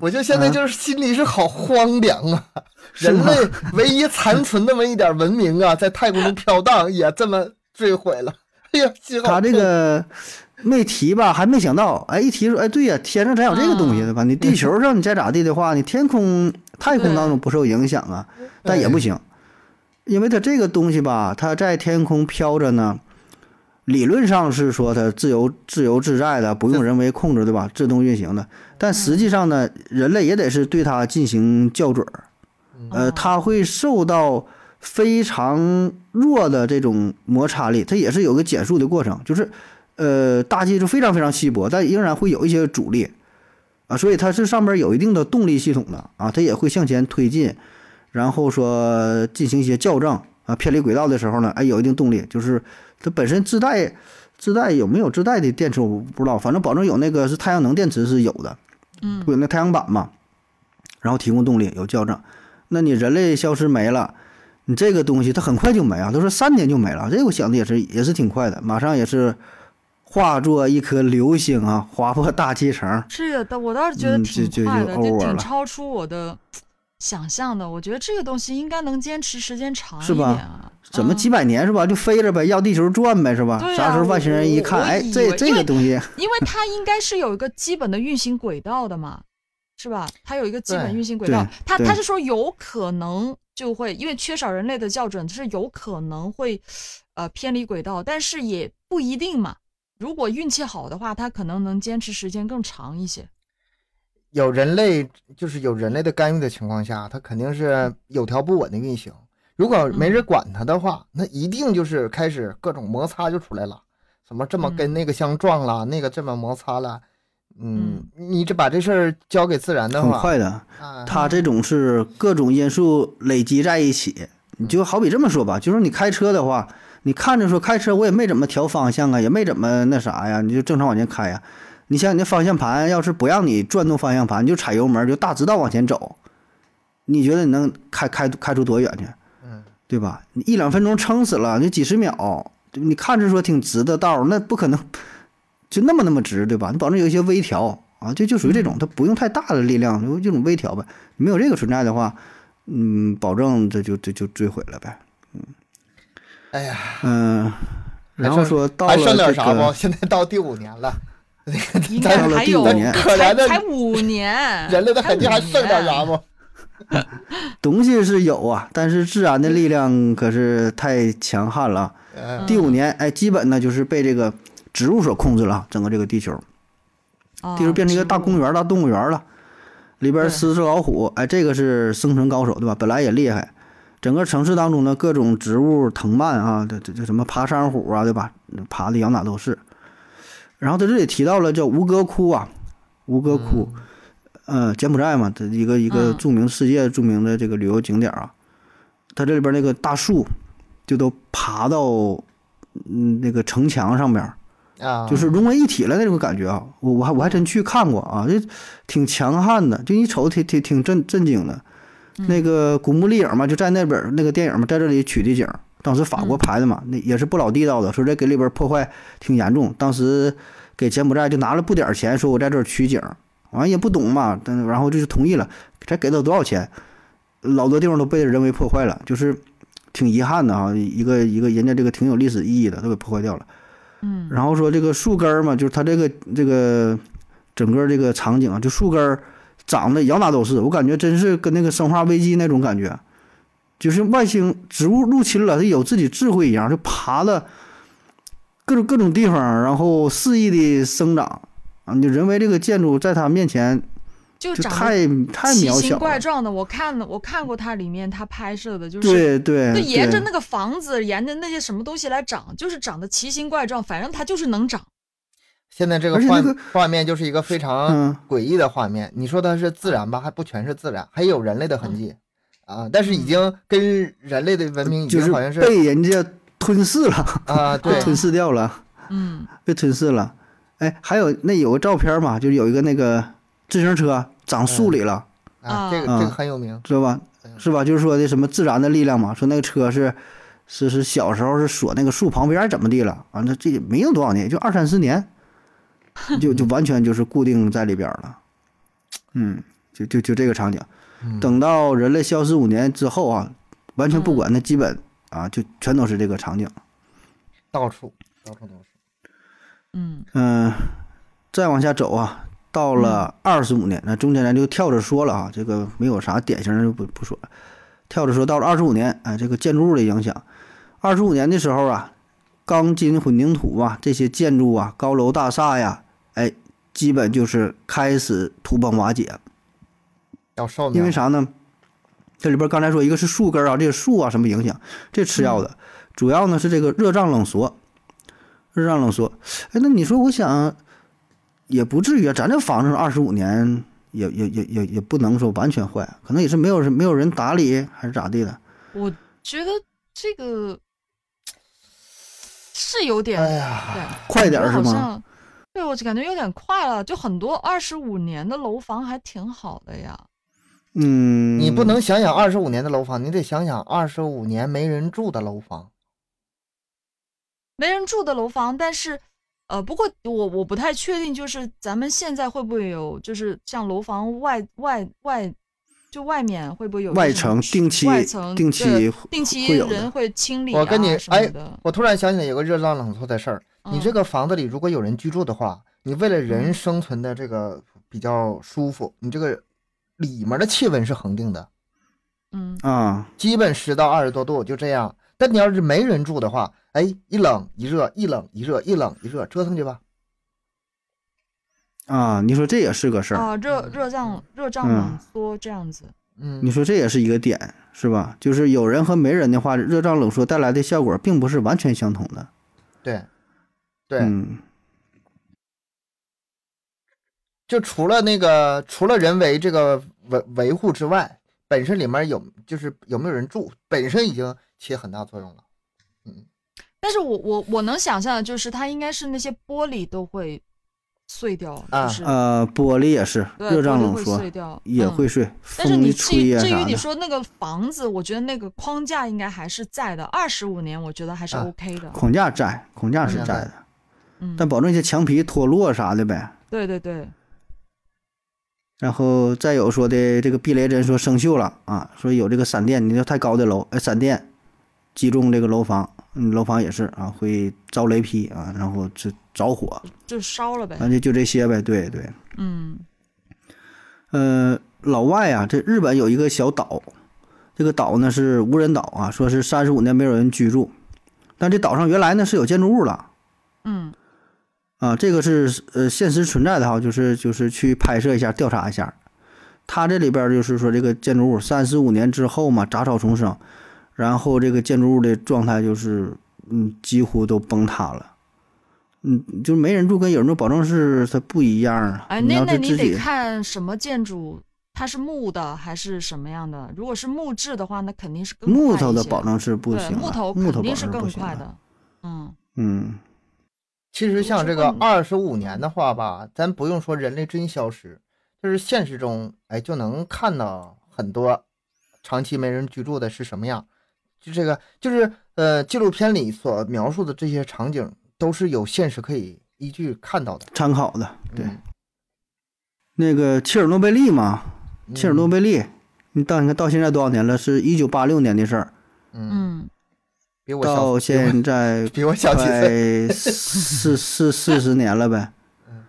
S2: 我就现在
S1: 嗯
S2: 就是心里是好荒凉啊！
S1: 是
S2: 人
S1: 吗
S2: 类唯一残存那么一点文明啊，在太空中飘荡也这么坠毁了。 哎呀，心好
S1: 他这
S2: 痛
S1: 个没提吧，还没想到。哎，一提说，哎，对呀、天上咱有这个东西，
S3: 嗯
S1: 对吧？你地球上你再咋地的话，你天空太空当中不受影响啊，但也不行，因为它这个东西吧，它在天空飘着呢。理论上是说它自由、自由自在的，不用人为控制，对吧？自动运行的。但实际上呢，人类也得是对它进行校准儿。呃，
S3: 哦
S1: 它会受到非常弱的这种摩擦力，它也是有个减速的过程，就是呃，大气就非常非常稀薄，但仍然会有一些阻力啊，所以它是上面有一定的动力系统的啊，它也会向前推进。然后说进行一些校正啊，偏离轨道的时候呢，哎，有一定动力。就是它本身自带自带有没有自带的电池我不知道，反正保证有那个是太阳能电池是有的，
S3: 嗯
S1: 不有那太阳板嘛，然后提供动力有校正。那你人类消失没了，你这个东西它很快就没啊，都说三年就没了，这个我想的也是也是挺快的，马上也是化作一颗流星啊，划破大气层。
S3: 是的，但我倒是觉得
S1: 嗯
S3: 挺
S1: 这这
S3: 快
S1: 就
S3: 的，
S1: over
S3: 挺
S1: 了
S3: 超出我的想象的。我觉得这个东西应该能坚持时间长一
S1: 是吧
S3: 点啊。
S1: 怎么
S3: 嗯
S1: 几百年是吧？就飞着呗，绕地球转呗是吧？
S3: 对啊
S1: 啥时候外星人一看，
S3: 我我
S1: 哎
S3: 以，
S1: 这
S3: 为
S1: 这
S3: 因
S1: 个
S3: 为
S1: 东西，
S3: 因为它应该是有一个基本的运行轨道的嘛，是吧？它有一个基本
S2: 对
S3: 运行轨道
S1: 对，
S3: 它
S1: 对
S3: 它是说有可能就会因为缺少人类的校准，是有可能会呃偏离轨道，但是也不一定嘛。如果运气好的话，它可能能坚持时间更长 一些。
S2: 有人类就是有人类的干预的情况下，它肯定是有条不紊的运行。如果没人管它的话，那一定就是开始各种摩擦就出来了，什么这么跟那个相撞了，那个这么摩擦了，嗯，你这把这事儿交给自然的
S1: 很
S2: 话，
S1: 快的。
S2: 啊，
S1: 它这种是各种因素累积在一起，你就好比这么说吧，就是你开车的话，你看着说开车我也没怎么调方向啊，也没怎么那啥呀，你就正常往前开呀。你像你那方向盘要是不让你转动方向盘，你就踩油门就大直道往前走，你觉得你能开开开出多远去？
S2: 嗯，
S1: 对吧？你一两分钟撑死了，你几十秒，对你看着说挺直的道儿，那不可能就那么那么直，对吧？你保证有一些微调啊，就就属于这
S2: 嗯
S1: 种，它不用太大的力量，就这种微调呗。没有这个存在的话，嗯，保证这就这就坠毁了呗。
S2: 哎呀，
S1: 嗯、然后说到了
S2: 还剩
S1: 这
S2: 点啥不？
S1: 个
S2: 现在到第五年了，
S3: 应该
S1: 到了
S3: 还
S1: 第
S3: 有
S1: 五年
S2: 可怜
S3: 才
S2: 的
S3: 才五年，
S2: 人类的痕迹还剩点啥
S3: 啥？
S2: 不？
S1: 东西是有啊，但是自然的力量可是太强悍了啊。
S2: 嗯，
S1: 第五年，哎，基本呢就是被这个植物所控制了，整个这个地球。
S3: 啊
S1: 地球变成一个大公园儿、大动物园儿了，里边儿
S3: 对
S1: 狮子、老虎，哎，这个是生存高手，对吧？本来也厉害。整个城市当中呢，各种植物、藤蔓啊，这这这什么爬山虎啊，对吧？爬的摇哪都是。然后在这里提到了叫吴哥窟啊，吴哥窟，呃，柬埔寨嘛，这一个一个
S3: 嗯
S1: 著名世界著名的这个旅游景点儿啊，它这里边那个大树就都爬到嗯那个城墙上面儿，
S2: 啊，
S1: 就是融为一体了那种感觉啊！我我还我还真去看过啊，这挺强悍的，就一瞅挺挺挺震震惊的。那个古墓丽影嘛，就在那边儿那个电影嘛，在这里取的景儿，当时法国拍的嘛，那也是不老地道的，说这给里边破坏挺严重。当时给柬埔寨就拿了不点儿钱，说我在这儿取景儿，完也不懂嘛，但然后就是同意了，才给了多少钱，老多地方都被人为破坏了，就是挺遗憾的啊，一个一个人家这个挺有历史意义的都给破坏掉了。
S3: 嗯，
S1: 然后说这个树根儿嘛，就是它这个这个整个这个场景啊，就树根儿长得摇哪都是，我感觉真是跟那个生化危机那种感觉，就是外星植物入侵了，它有自己智慧一样，就爬了各种各种地方，然后肆意的生长啊！你人为这个建筑在它面前
S3: 就
S1: 就
S3: 长得
S1: 太太
S3: 奇
S1: 渺
S3: 形
S1: 小
S3: 怪
S1: 了，
S3: 状的。我看了，我看过它里面它拍摄的，就是
S1: 对对
S3: 就
S1: 对，
S3: 沿着那个房子，沿着那些什么东西来长，就是长得奇形怪状，反正它就是能长。
S2: 现在这个
S1: 而且
S2: 画
S1: 那个
S2: 画面就是一个非
S1: 嗯
S2: 常诡异的画面。你说它是自然吧，还不全是自然，还有人类的痕迹啊。但是已经跟人类的文明已
S1: 嗯就
S2: 经
S1: 是
S2: 好像是
S1: 被人家吞噬了，
S2: 啊，对
S1: 被 吞噬掉了。
S3: 嗯，
S1: 被吞噬了。哎，还有那有个照片嘛，就是有一个那个自行车长树里了，
S2: 啊，这个
S1: 啊
S2: 这个很有名。
S1: 知道吧？是吧？就是说的什么自然的力量嘛，说那个车是是是小时候是锁那个树旁边怎么地了，完了这也没有多少年，也就二三十年，就就完全就是固定在里边了。嗯，就就就这个场景，等到人类消失五年之后啊，完全不管那基本啊，就全都是这个场景。
S2: 到处到处都是。
S3: 嗯，
S1: 嗯，再往下走啊，到了二十五年，那中间咱就跳着说了啊，这个没有啥典型的就不不说了，跳着说到了二十五年，哎，这个建筑物的影响，二十五年的时候啊，钢筋混凝土啊这些建筑啊，高楼大厦呀，哎，基本就是开始土崩瓦解，
S2: 要寿命，
S1: 因为啥呢？这里边刚才说一个是树根啊，这个树啊什么影响？这吃药的，主要呢是这个热胀冷缩，热胀冷缩。哎，那你说我想也不至于啊，咱这房子二十五年也也也也也不能说完全坏，可能也是没有人没有人打理还是咋地的。
S3: 我觉得这个是有点，
S2: 哎呀，
S3: 对，
S1: 快点儿是
S3: 好
S1: 吗
S3: 像，对我就感觉有点快了，就很多二十五年的楼房还挺好的呀。
S1: 嗯，
S2: 你不能想想二十五年的楼房，你得想想二十五年没人住的楼房。
S3: 没人住的楼房，但是，呃，不过我我不太确定，就是咱们现在会不会有，就是像楼房外外外，就外面会不会有
S1: 外
S3: 这种
S1: 层定期
S3: 外层
S1: 定期
S3: 对
S1: 会
S3: 定期
S1: 会有的
S3: 人会清理、啊、
S2: 我跟你
S3: 什么
S2: 哎
S3: 的，
S2: 我突然想起来有个热浪冷错的事儿，你这
S3: 嗯
S2: 个房子里如果有人居住的话，你为了人
S3: 嗯
S2: 生存的这个比较舒服，你这个里面的气温是恒定的，
S3: 嗯
S1: 啊，
S2: 基本十到二十多度就这样。但你要是没人住的话，哎，一冷一热，一冷一热，一冷一热，折腾去吧。
S1: 啊，你说这也是个嗯事儿，
S2: 哦
S3: 啊热热胀热胀冷缩这样子，
S1: 你
S2: 嗯，
S1: 说这也是一个点，是吧？就是有人和没人的话，热胀冷缩带来的效果并不是完全相同的。
S2: 对，对，
S1: 嗯
S2: 就除了那个除了人为这个维维护之外，本身里面有就是有没有人住，本身已经起很大作用了。
S3: 但是我我我能想象的就是它应该是那些玻璃都会碎掉，
S2: 啊
S3: 就是、
S1: 呃，玻璃也是
S3: 嗯对
S1: 热胀
S3: 玻璃
S1: 冷
S3: 会
S1: 缩
S3: 碎，掉
S1: 也
S3: 嗯
S1: 会碎，
S3: 但是
S1: 风
S3: 你
S1: 一
S3: 至于
S1: 吹呀啊
S3: 至于
S1: 啥
S3: 你
S1: 的。
S3: 说那个房子，我觉得那个框架应该还是在的，二十五年我觉得还是
S2: 啊
S3: OK 的。
S1: 框架在，框架是
S2: 框架
S1: 在
S2: 在
S1: 的，
S3: 嗯，
S1: 但保证一些墙皮脱落啥的呗。
S3: 对对对，
S1: 然后再有说的这个避雷针说生锈了啊，说有这个闪电，你这太高的楼，呃，闪电击中这个楼房，嗯，楼房也是啊，会遭雷劈啊，然后这着火，
S3: 就烧了呗。
S1: 反正就这些呗，对对。
S3: 嗯
S1: 呃，老外啊，这日本有一个小岛，这个岛呢是无人岛啊，说是三十五年没有人居住，但这岛上原来呢是有建筑物了
S3: 嗯
S1: 啊，这个是呃现实存在的哈，就是就是去拍摄一下，调查一下。它这里边就是说这个建筑物三十五年之后嘛，杂草丛生，然后这个建筑物的状态就是嗯几乎都崩塌了。嗯，就是没人住跟有人住，保证是它不一样啊。
S3: 哎，
S1: 你
S3: 那
S1: 要
S3: 那
S1: 是
S3: 你
S1: 自
S3: 得
S1: 己
S3: 看什么建筑，它是木的还是什么样的？如果是木质的话，那肯定是更
S1: 木
S3: 快
S1: 头
S3: 一
S1: 的
S3: 些
S1: 保证是不
S3: 对
S1: 行的，啊
S3: 木头
S1: 木
S3: 肯
S1: 头保
S3: 定
S1: 证
S3: 是
S1: 不
S3: 更
S1: 行
S3: 快。的。嗯
S1: 嗯，
S2: 其实像这
S3: 我
S2: 个
S3: 是问
S2: 二十五年的话吧，咱不用说人类真消失，就是现实中，哎，就能看到很多长期没人居住的是什么样。就这个，就是呃，纪录片里所描述的这些场景，都是有现实可以依据看到的。
S1: 参考的。对，
S2: 嗯，
S1: 那个切尔诺贝利嘛，切尔诺
S2: 嗯，
S1: 贝利，你到你看到现在多少年了？是一九八六年的事儿，
S2: 嗯，
S3: 嗯，
S2: 比我小，比
S1: 到
S2: 我
S1: 现在
S2: 比我小几岁。
S1: 快四四四十年了呗。
S2: 嗯，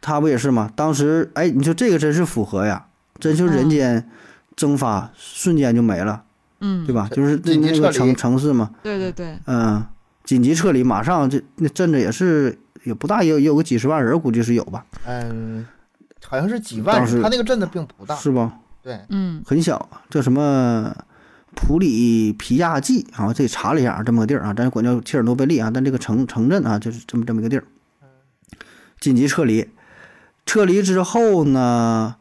S1: 他不也是嘛？当时哎，你说这个真是符合呀，真就人
S3: 嗯
S1: 间蒸发，瞬间就没了，
S3: 嗯，
S1: 对？吧？就是
S2: 紧急
S1: 那个
S2: 撤
S1: 城
S2: 离
S1: 城市嘛，
S3: 对对对，
S1: 嗯，紧急撤离，马上这那镇子也是也不大，也有也有个几十万人，估计是有吧，
S2: 嗯，好像是几万
S1: 当时
S2: 人，他那个镇子并不大。
S1: 是吧？
S2: 对，
S3: 嗯
S1: 很小，叫什么普里皮亚季啊？我这里查了一下啊，这么个地儿啊，咱管叫切尔诺贝利啊，但这个城城镇啊，就是这么这么一个地儿。紧急撤离，撤离之后呢，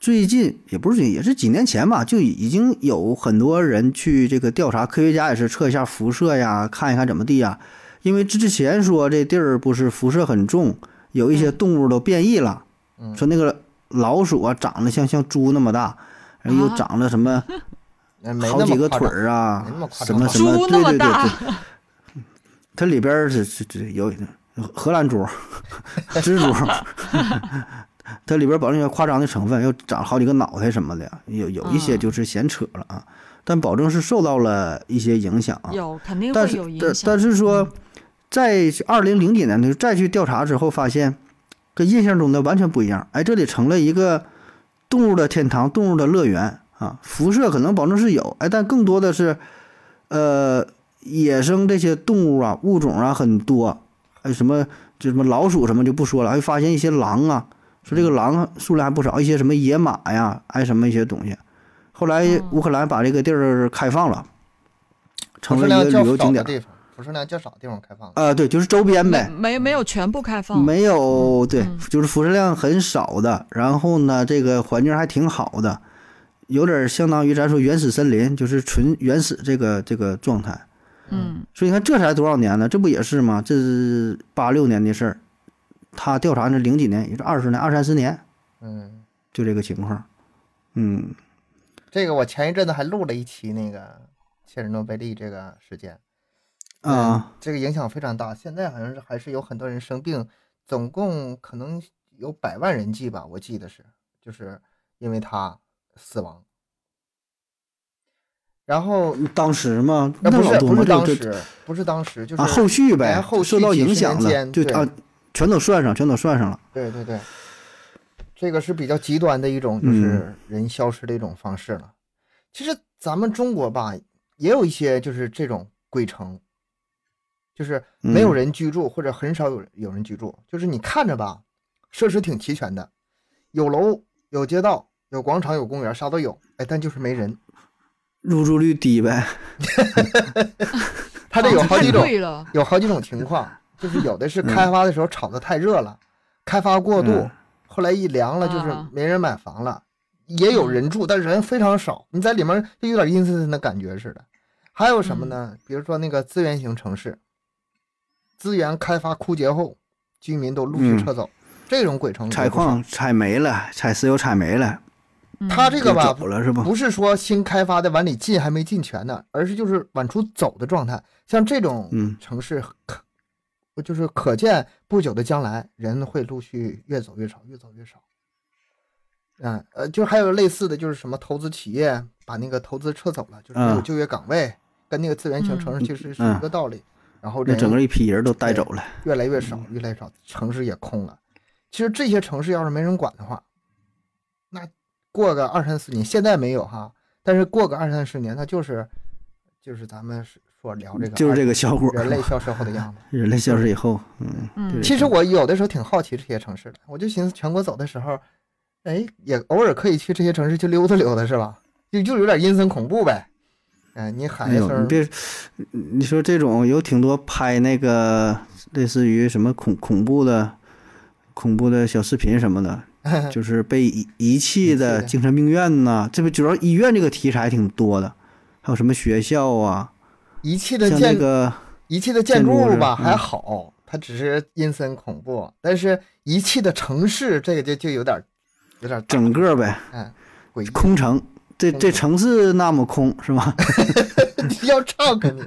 S1: 最近也不是最近，也是几年前吧，就已经有很多人去这个调查，科学家也是测一下辐射呀，看一看怎么地呀。因为之之前说这地儿不是辐射很重，有一些
S3: 嗯
S1: 动物都变异了，
S2: 嗯，
S1: 说那个老鼠啊长得像像猪那么大，然后又
S3: 啊
S1: 哎长了什么
S2: 嗯没
S1: 好
S2: 那
S1: 几
S2: 么
S1: 个
S2: 夸
S1: 腿
S2: 张
S1: 儿啊
S2: 没那么，夸
S1: 什
S2: 张
S1: 么
S2: 吧
S1: 什么，
S3: 猪
S1: 对
S3: 那么
S1: 对对
S3: 大
S1: 对，它里边儿是是是有荷兰猪、 蜘蛛， 它里边儿保证有夸张的成分，又长了好几个脑袋什么的，有有一些
S3: 啊
S1: 就是闲扯了啊，但保证是受到了一些影响啊。
S3: 有肯定
S1: 但
S3: 会
S1: 是
S3: 有影
S1: 但
S3: 响。嗯
S1: 但是说，在二零零几年的时候再去调查之后，发现跟印象中的完全不一样。哎，这里成了一个动物的天堂、动物的乐园啊！辐射可能保证是有，哎，但更多的是，呃，野生这些动物啊、物种啊很多，哎，什么就什么老鼠什么就不说了，还发现一些狼啊，说这个狼数量还不少，一些什么野马呀，哎，什么一些东西。后来
S3: 嗯
S1: 乌克兰把这个地儿开放了，成
S2: 分
S1: 了
S2: 量
S1: 一
S2: 较
S1: 个旅游
S2: 少
S1: 景点
S2: 的。地方。辐射量较少的地方开放的。
S1: 呃，对，就是周边
S3: 哦没
S1: 呗，
S3: 没没有全部开放，
S1: 没有对
S3: 嗯，
S1: 就是辐射量很少的，然后呢，这个环境还挺好的，有点相当于咱说原始森林，就是纯原始这个这个状态。
S3: 嗯
S1: 所以你看，这才多少年呢？这不也是吗？这是八六年的事儿，他调查那零几年，也就二十年、二三十年，
S2: 嗯，
S1: 就这个情况。嗯
S2: 这个我前一阵子还录了一期那个切尔诺贝利这个事件嗯
S1: 啊，
S2: 这个影响非常大。现在好像是还是有很多人生病，总共可能有百万人计吧，我记得是，就是因为它死亡。然后，
S1: 当时嘛，嗯那
S2: 那不
S1: 老
S2: 是
S1: 多
S2: 不
S1: 嘛，
S2: 是当
S1: 对对
S2: 时，不是当时，就是
S1: 啊，后续呗，
S2: 连后续
S1: 受到
S2: 几十
S1: 影响
S2: 年
S1: 了，
S2: 间
S1: 对
S2: 对
S1: 啊，全都算上，全都算上了。
S2: 对对对，这个是比较极端的一种，就是人消失的一种方式了。其实咱们中国吧，也有一些就是这种鬼城，就是没有
S1: 嗯
S2: 人居住、或者很少有有人居住，就是你看着吧，设施挺齐全的，有楼、有街道、有广场、有公园，啥都有，哎，但就是没人。
S1: 入住率低呗，
S2: 它这有好
S3: 房子
S2: 几
S3: 太
S2: 种，
S3: 贵了，
S2: 有好几种情况，就是有的是开发的时候炒得太热了，开发过度，
S1: 嗯
S2: 后来一凉了，就是
S3: 啊
S2: 没人买房了，也有
S3: 嗯
S2: 人住，但人非常少，你在里面就有点阴森森的感觉似的。还有什么呢？比如说那个资源型城市，资源开发枯竭后，居民都陆续
S1: 嗯
S2: 撤走，这种鬼城
S1: 采矿采没了，采石油采没了，
S3: 嗯
S2: 它这个
S1: 就
S2: 吧，
S1: 走了是吧？
S2: 不是说新开发的往里进还没进全呢，而是就是往出走的状态。像这种
S1: 嗯
S2: 城市可，就是可见不久的将来，人会陆续越走越少，越走越少。嗯，呃，就还有类似的就是什么投资企业把那个投资撤走了，就是没有
S1: 嗯
S2: 就业岗位，跟那个资源型城市其实是一个道理。然后
S1: 那
S2: 人
S1: 整个一批人都带
S2: 对
S1: 走了，
S2: 越来越少，
S1: 嗯
S2: 越来越少，城市也空了。其实这些城市要是没人管的话，那过个二三十年，现在没有哈，但是过个二三十年，它就是就是咱们说聊这个，
S1: 嗯就是这个效果。
S2: 人类消失后的样子。
S1: 人类消失以后，嗯，
S3: 嗯
S1: 对
S2: 其实我有的时候挺好奇这些城市的，我就寻思全国走的时候，哎，也偶尔可以去这些城市去溜达溜达，是吧？就就有点阴森恐怖呗。嗯、你喊
S1: 哎
S2: 一
S1: 呦，
S2: 声
S1: 你
S2: 儿，
S1: 别，你说这种有挺多拍那个类似于什么恐恐怖的、恐怖的小视频什 么的，就是被遗遗弃
S2: 遗
S1: 的
S2: 弃的
S1: 精神病院呐、这不主要医院这个题材挺多的，还有什么学校啊，
S2: 遗弃的
S1: 像
S2: 建
S1: 那个
S2: 遗弃的建筑物吧
S1: 建筑是嗯
S2: 还好，它只是阴森恐怖，但是遗弃的城市这个就就有点儿有点儿大
S1: 整个呗
S2: 哎诡异，
S1: 空城，这
S2: 空
S1: 这
S2: 城
S1: 城市那么空是吧？
S2: 你 要唱给你，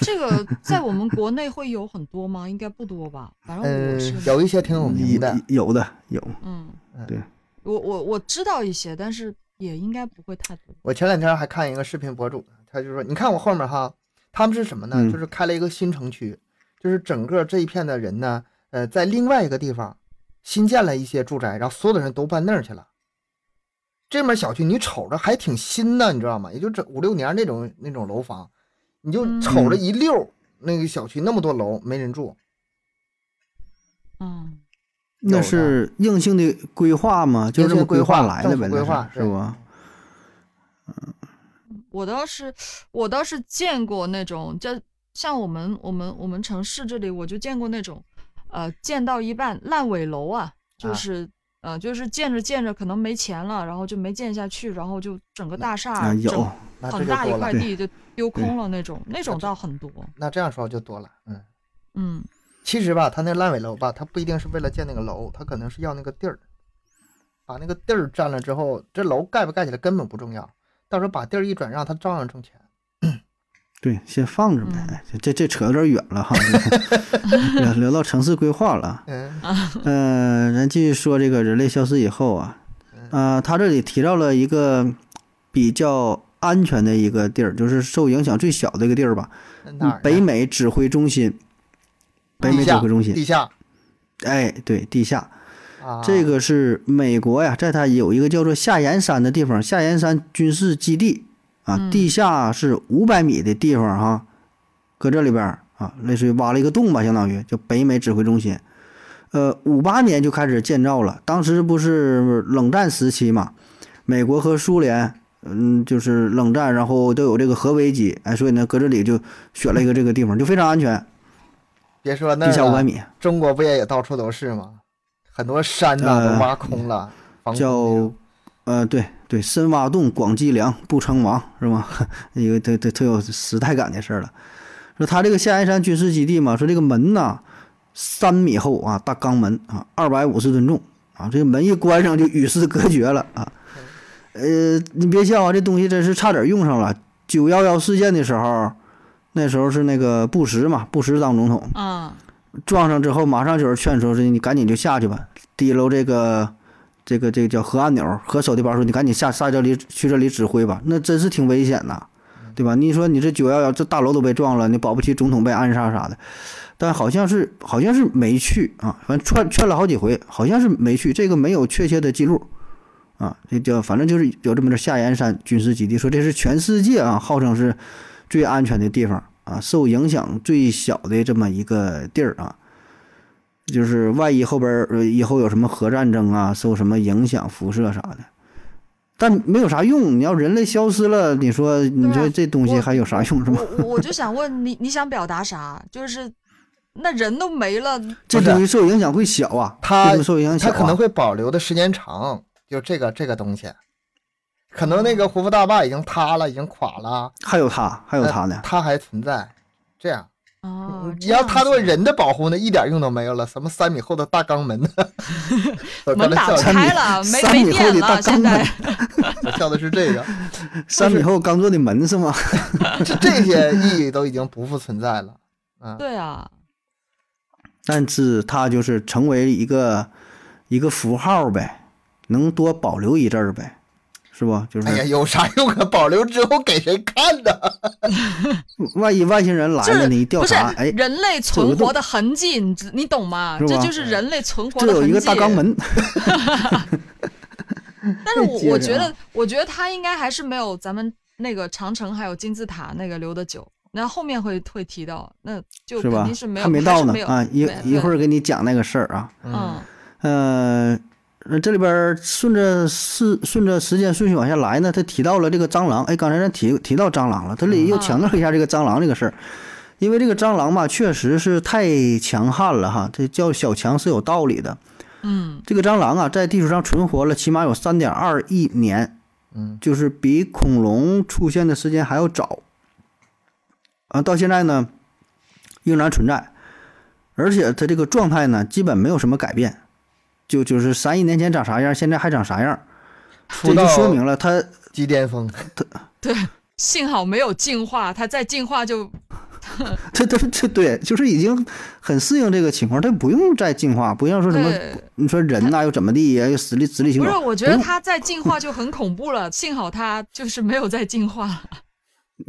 S3: 这个在我们国内会有很多吗？应该不多吧，反正我是
S2: 嗯，有一些挺 有名的，
S1: 有的有，
S3: 嗯
S2: 嗯
S1: 对，
S3: 我我我知道一些，但是也应该不会太多。
S2: 我前两天还看一个视频博主，他就说：“你看我后面哈，他们是什么呢？
S1: 嗯
S2: 就是开了一个新城区，就是整个这一片的人呢，呃，在另外一个地方新建了一些住宅，然后所有的人都搬那儿去了。这面小区你瞅着还挺新的，你知道吗？也就整五六年那种那种楼房，你就
S3: 嗯
S2: 瞅着一溜儿那个小区那么多楼没人住，
S3: 嗯，
S2: 有
S1: 那
S2: 的
S1: 是硬性的规划嘛，就
S2: 硬
S1: 是这
S2: 性
S1: 么
S2: 规
S1: 划
S2: 划
S1: 来
S2: 政
S1: 的
S2: 府
S1: 呗，
S2: 规划
S1: 那是是吧？？
S3: 我倒是我倒是见过那种，就像我们我们我们城市这里，我就见过那种，呃，建到一半烂尾楼啊，就
S2: 啊
S3: 是。呃，就是建着建着，可能没钱了，然后就没建下去，然后就整个大厦
S1: 啊，有
S3: 整
S2: 那这
S3: 很
S2: 就
S3: 大一
S2: 多
S3: 块
S2: 了，
S3: 地就丢空了那种，那种倒很多。
S2: 那这样说就多了，嗯。”
S3: 嗯，
S2: 其实吧，他那烂尾楼吧，他不一定是为了建那个楼，他可能是要那个地儿，把那个地儿占了之后，这楼盖不盖起来根本不重要，到时候把地儿一转让，他照样挣钱。
S1: 对，先放着呗。
S3: 嗯
S1: 哎这这这扯有点远了哈， 聊聊到城市规划了啊。
S2: 嗯
S1: 呃，咱继续说这个人类消失以后啊，
S2: 嗯
S1: 呃，他这里提到了一个比较安全的一个地儿，就是受影响最小的一个地儿吧，
S2: 那哪儿呢？
S1: 北美指挥中心。北美
S2: 地
S1: 指
S2: 下，
S1: 挥中心，
S2: 地下
S1: 哎，对，地下，
S2: 啊，
S1: 这个是美国呀，在它有一个叫做夏延山的地方，夏延山军事基地啊
S3: 嗯，
S1: 地下是五百米的地方哈、搁这里边儿啊，类似于挖了一个洞吧，相当于叫北美指挥中心。呃，五八年就开始建造了，当时不是冷战时期嘛，美国和苏联嗯，就是冷战，然后都有这个核危机，哎，所以呢，搁这里就选了一个这个地方，就非常安全，
S2: 别说那
S1: 地
S2: 儿
S1: 下五百
S2: 了，
S1: 米，
S2: 中国不也也到处都是吗？很多山呐、
S1: 呃
S2: 都挖空了，防空那
S1: 叫
S2: 种
S1: 呃，对对，深挖洞，广积粮，不称王，是吗？ 一个特特特有时代感的事儿了。说他这个象牙山军事基地嘛，说这个门呐，三米厚啊，大钢门啊，二百五十吨重啊，这个门一关上就与世隔绝了啊。
S2: 嗯
S1: 呃，你别笑啊，这东西真是差点用上了。九幺幺事件的时候，那时候是那个布什嘛，布什当总统，
S3: 啊，
S1: 撞上之后，马上就有人劝说说你赶紧就下去吧，提溜这个这个这个叫核按钮、核手提包，说你赶紧下下这里去这里指挥吧，那真是挺危险的，对吧？你说你这九幺幺这大楼都被撞了，你保不齐总统被暗杀啥的，但好像是好像是没去啊，反正劝劝了好几回，好像是没去，这个没有确切的记录。啊，这叫反正就是有这么点夏延山军事基地，说这是全世界啊，号称是最安全的地方啊，受影响最小的这么一个地儿啊。就是万一后边儿呃以后有什么核战争啊，受什么影响、辐射啥的，但没有啥用。你要人类消失了，你说你
S2: 啊
S1: 说这东西
S3: 我
S1: 还有啥用是吗？
S3: 我我我就想问你，你想表达啥？就是那人都没了，
S1: 这东西受影响会小啊，
S2: 它
S1: 这东西受影响小、
S2: 它
S1: 啊，
S2: 可能会保留的时间长，就这个这个东西，可能那个胡夫大坝已经塌了，已经垮了，
S1: 还有它，还有
S2: 但
S1: 它呢。
S2: 它还存在。这哦样，
S3: 啊，
S2: 你要
S3: 他
S2: 它对人的保护呢，一点用都没有了。什么三米厚的大钢 门呢？我刚
S3: 门
S2: 才笑
S3: 打不
S2: 的
S3: 开 了，没
S1: 三
S3: 没
S1: 米厚
S3: 电
S1: 的大
S3: 了，
S1: 钢
S3: 现在
S1: 门，
S2: 我笑的是这个，
S3: 呃
S1: 三米厚刚做的门是吗？
S2: 这这些意义都已经不复存在了。嗯，
S3: 对啊，
S1: 但是它就是成为一个一个符号呗，能多保留一阵儿呗，是不？就是、
S2: 哎呀，有啥用啊？保留之后给谁看呢？
S1: 万一外星人来
S3: 就
S1: 了，
S3: 是
S1: 你一调
S3: 不是
S1: 查，哎，
S3: 人类
S1: 有
S3: 存
S1: 个洞
S3: 活的痕迹，你知你懂吗？
S1: 是
S3: 这
S1: 吧
S3: 就是人类存活
S1: 这
S3: 的痕迹。
S1: 有一个大肛门。
S3: 但是
S1: 接
S3: 我我
S1: 着
S3: 觉
S1: 啊
S3: 得，我觉得他应该还是没有咱们那个长城还有金字塔那个留的久。那后面会会提到，那就是肯
S1: 吧
S3: 定是？没有，
S1: 还没
S3: 还
S1: 到
S3: 是
S1: 呢
S3: 没有
S1: 啊，一
S3: 对
S1: 一会
S3: 对
S1: 儿给你讲那个事儿啊。
S3: 嗯，
S1: 呃，呃这里边儿顺着是顺着时间顺序往下来呢，他提到了这个蟑螂，哎，刚才咱提提到蟑螂了，这里又
S3: 嗯
S1: 强调一下这个蟑螂这个事儿，因为这个蟑螂嘛，确实是太强悍了哈，这叫小强是有道理的。
S3: 嗯，
S1: 这个蟑螂啊，在地球上存活了起码有三点二亿年，
S2: 嗯，
S1: 就是比恐龙出现的时间还要早，啊，到现在呢，仍然存在，而且它这个状态呢，基本没有什么改变，就就是三亿年前长啥样，现在还长啥样，
S2: 出
S1: 这就
S2: 道
S1: 说明了它
S2: 极巅峰，
S3: 幸好没有进化，它再进化就
S1: 它它它对，就是已经很适应这个情况，它不用再进化，不像说什么
S3: 对，
S1: 你说人呐、又怎么地呀，又实力实力行
S3: 不
S1: 走
S3: 是，，我觉得
S1: 不用哎
S3: 它再进化就很恐 怖了。幸好它就是没有再进化。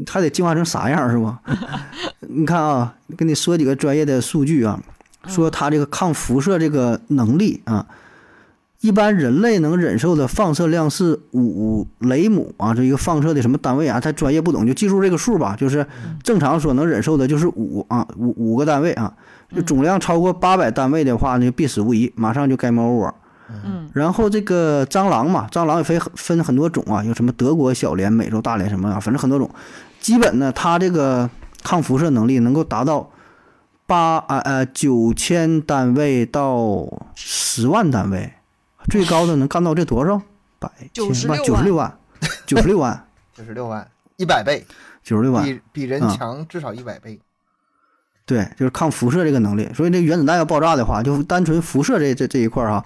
S1: 它得进化成啥样是吧？ 你看啊，跟你说几个专业的数据啊，说它这个抗辐射这个能力啊，一般人类能忍受的放射量是五雷姆啊，这一个放射的什么单位啊？它专业不懂，就记住这个数吧。就是正常所能忍受的就是五啊，五五个单位啊。就总量超过八百单位的话呢，就必死无疑，马上就 game over。
S3: 嗯
S1: 然后这个蟑螂嘛，蟑螂也分分很多种啊，有什么德国小蠊、美洲大蠊什么啊，反正很多种。基本呢，它这个抗辐射能力能够达到八啊呃九千单位到十万单位，最高的能干到这多少？百千万九十六
S3: 96
S1: 万，九十六 万，
S2: 九十六万，一百倍，
S1: 九十六万。
S2: 比比人
S1: 嗯
S2: 强至少一百倍。
S1: 对，就是抗辐射这个能力。所以这原子弹要爆炸的话，就单纯辐射这这这一块儿、哈，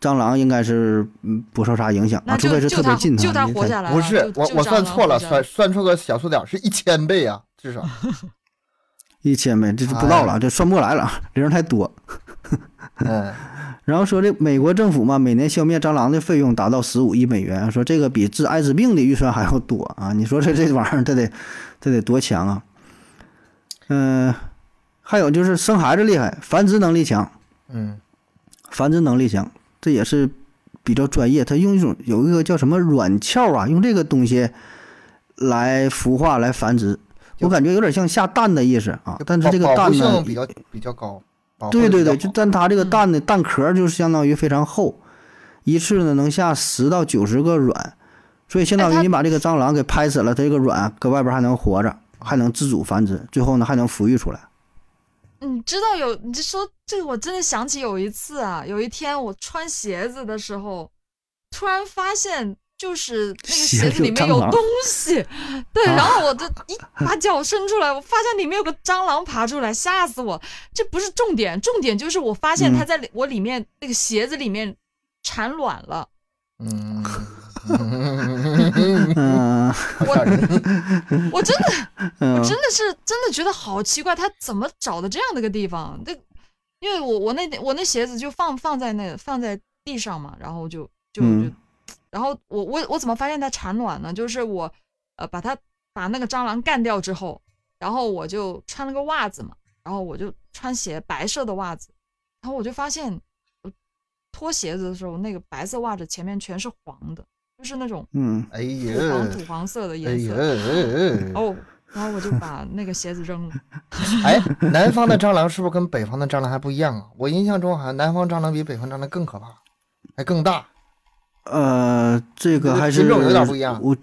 S1: 蟑螂应该是嗯不受啥影响啊，
S3: 那
S1: 除
S3: 就
S1: 非是
S3: 就
S1: 特别
S3: 它
S1: 近
S3: 就它
S1: 你
S3: 活
S1: 才
S3: 下来了。
S2: 不是
S3: 就，
S2: 我
S3: 就
S2: 我
S3: 蟑
S2: 算
S3: 螂
S2: 错
S3: 活
S2: 了，
S3: 下
S2: 算算错个小数点儿是一千倍啊，至少。
S1: 一千呗，这就不到
S2: 哎
S1: 了，这算不过来了，人太多。
S2: 嗯，
S1: 然后说这美国政府嘛，每年消灭蟑螂的费用达到十五亿美元，说这个比治艾滋病的预算还要多啊！你说这这玩意儿，这得这得多强啊！嗯、还有就是生孩子厉害，繁殖能力强，
S2: 嗯，
S1: 繁殖能力强，这也是比较专业。他用一种有一个叫什么软壳啊，用这个东西来孵化来繁殖，我感觉有点像下蛋的意思啊
S2: 就。
S1: 但是
S2: 保
S1: 这个
S2: 保护
S1: 蛋呢
S2: 性，比较比较高，
S3: 哦
S2: 保护
S1: 对
S2: 得
S1: 对
S2: 比较
S1: 对，就
S2: 好
S1: 但它这个
S3: 嗯
S1: 蛋的蛋壳就是相当于非常厚，一次呢能下十到九十个卵，所以相当于
S3: 哎它
S1: 你把这个蟑螂给拍死了，它这个卵搁外边还能活着，还能自主繁殖，最后呢还能孵育出 来。
S3: 你嗯知道有，你就说这个，我真的想起有一次啊，有一天我穿鞋子的时候，突然发现就是那个
S1: 鞋
S3: 鞋
S1: 子
S3: 子里
S1: 有
S3: 面
S1: 蟑
S3: 有
S1: 螂
S3: 东西，对，
S1: 啊
S3: 然后我这 一把脚伸出来，我发现里面有个蟑螂爬出来，吓死我！这不是重点，重点就是我发
S1: 嗯
S3: 现它在里我里面那个鞋子里面产卵了，
S2: 嗯，
S1: 嗯
S2: 好吓人
S3: 我真的。我
S1: 嗯
S3: 真的是真的觉得好奇怪，他怎么找的这样的一个地方？那因为我我那我那鞋子就放放在那放在地上嘛，然后就就就
S1: 嗯，
S3: 然后我我我怎么发现它产卵呢？就是我呃把它把那个蟑螂干掉之后，然后我就穿了个袜子嘛，然后我就穿鞋白色的袜子，然后我就发现我脱鞋子的时候，那个白色袜子前面全是黄的，就是那种
S1: 嗯，
S2: 哎
S3: 土
S2: 呀，
S3: 黄土黄色的
S2: 哎
S3: 颜色。
S2: 呀，
S3: 哦，然后我就把那个鞋子扔了。
S2: 哎，南方的蟑螂是不是跟北方的蟑螂还不一样啊？我印象中好像南方蟑螂比北方蟑螂更可怕，还更大。
S1: 呃，这个
S2: 这个
S1: 还
S2: 品
S1: 是
S2: 种有点不一样
S1: 我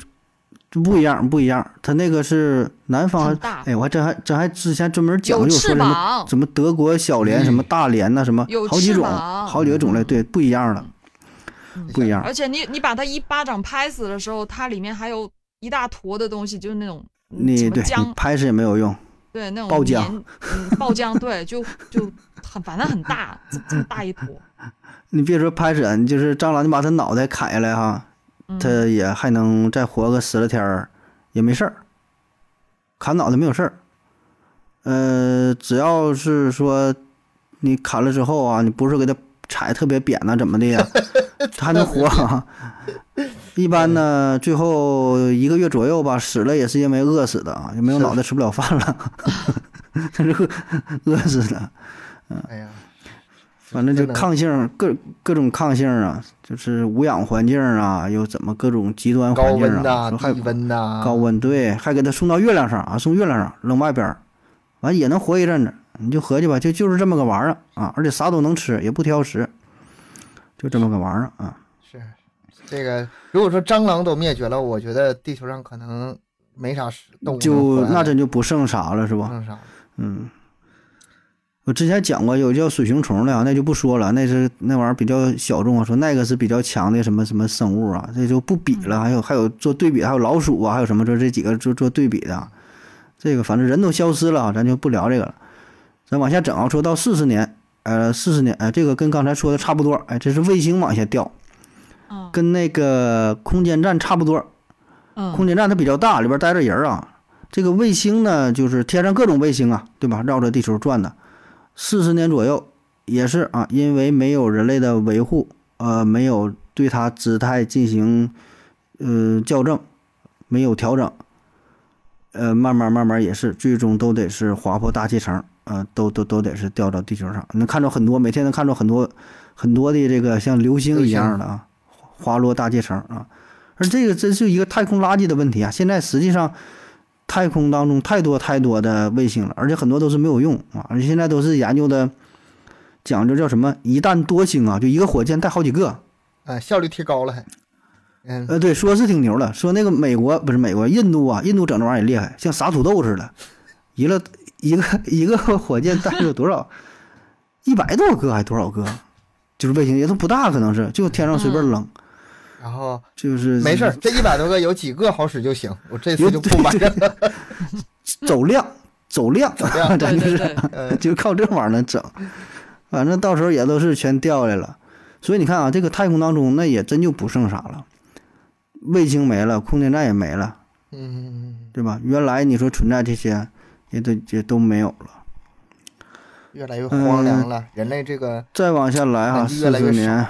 S1: 不一样，不一样。它那个是南方
S3: 很大，
S1: 哎，我还真还真还之前专门 讲
S3: 有
S1: 究说
S3: 翅
S1: 什么
S3: 膀嗯
S1: 什么德国小蠊、什么大蠊呐，什么
S3: 有
S1: 好几
S3: 翅
S1: 种，
S3: 膀嗯
S1: 好几个种类，对，不一样的，不一样。
S3: 而且你你把它一巴掌拍死的时候，它里面还有一大坨的东西，就是那种嗯
S1: 你
S3: 什么
S1: 对你
S3: 浆，
S1: 拍死也没有用，
S3: 对那种
S1: 爆浆
S3: 黏，嗯，爆浆，对，就就很反正很大，这这么大一坨，
S1: 你别说拍死，你就是蟑螂，你把它脑袋砍下来哈，
S3: 嗯，
S1: 它也还能再活个十来天儿，也没事儿，砍脑袋没有事儿。呃，只要是说你砍了之后啊，你不是给它踩特别扁呐、怎么的 呀，它还能活、啊。一般呢，最后一个月左右吧，死了也是因为饿死的啊，也没有
S2: 是
S1: 脑袋吃不了饭 了， 它是饿饿死的。
S2: 哎呀，
S1: 反正就
S2: 真的
S1: 抗性各各种抗性啊，就是无氧环境啊，又怎么各种极端
S2: 高
S1: 环境
S2: 温
S1: 啊，
S2: 呐、啊
S1: 说还
S2: 低温呐、
S1: 高温对，还给它送到月亮上啊，送月亮上扔外边儿，完也能活一阵子。你就合计吧，就就是这么个玩意儿啊，而且啥都能吃，也不挑食，就这么个玩意儿啊。
S2: 是这个。如果说蟑螂都灭绝了，我觉得地球上可能没啥动物
S1: 就那
S2: 真
S1: 真就不剩啥了，是吧？
S2: 弄啥。
S1: 嗯，我之前讲过有叫水熊虫的啊，那就不说了，那是那玩意儿比较小众啊，说那个是比较强的什么什么生物啊，这就不比了。还有还有做对比，还有老鼠啊，还有什么这这几个做做对比的啊，这个反正人都消失了啊，咱就不聊这个了，咱往下整啊，说到四十年。呃，四十年，哎、这个跟刚才说的差不多，哎，这是卫星往下掉，
S3: 嗯
S1: 跟那个空间站差不多，
S3: 嗯
S1: 空间站它比较大，里边待着人啊。这个卫星呢，就是天上各种卫星啊，对吧？绕着地球转的，四十年左右也是啊，因为没有人类的维护，呃，没有对它姿态进行呃校正，没有调整，呃，慢慢慢慢也是，最终都得是划破大气层，呃，都都都得是掉到地球上。能看到很多，每天能看到很多很多的这个像流星一样的啊，滑落大气层啊。而这个真是一个太空垃圾的问题啊！现在实际上，太空当中太多太多的卫星了，而且很多都是没有用啊，而且现在都是研究的讲究叫什么“一弹多星”啊，就一个火箭带好几个。
S2: 哎，效率提高了还。嗯，
S1: 呃，对，说是挺牛的，说那个美国不是美国，印度啊，印度整这玩意儿也厉害，像撒土豆似的，一个一个一个火箭带有多少？一百多个还多少个？就是卫星也都不大，可能是就天上随便扔，
S2: 然后
S1: 就是
S2: 嗯没事儿，这一百多个有几个好使就行，我这次
S1: 有
S2: 就不买了。
S1: 走量走量，
S2: 走量
S1: 咱就是
S3: 对对
S2: 嗯
S1: 就靠这玩意儿能整。反正到时候也都是全掉下来了。所以你看啊，这个太空当中那也真就不剩啥了，卫星没了，空间站也没了，
S2: 嗯，
S1: 对吧？原来你说存在这些，也都也都没有了。
S2: 越来越荒凉了，人类这个
S1: 再往下来哈，
S2: 痕迹越
S1: 四
S2: 来
S1: 十
S2: 越少
S1: 年
S2: 了，。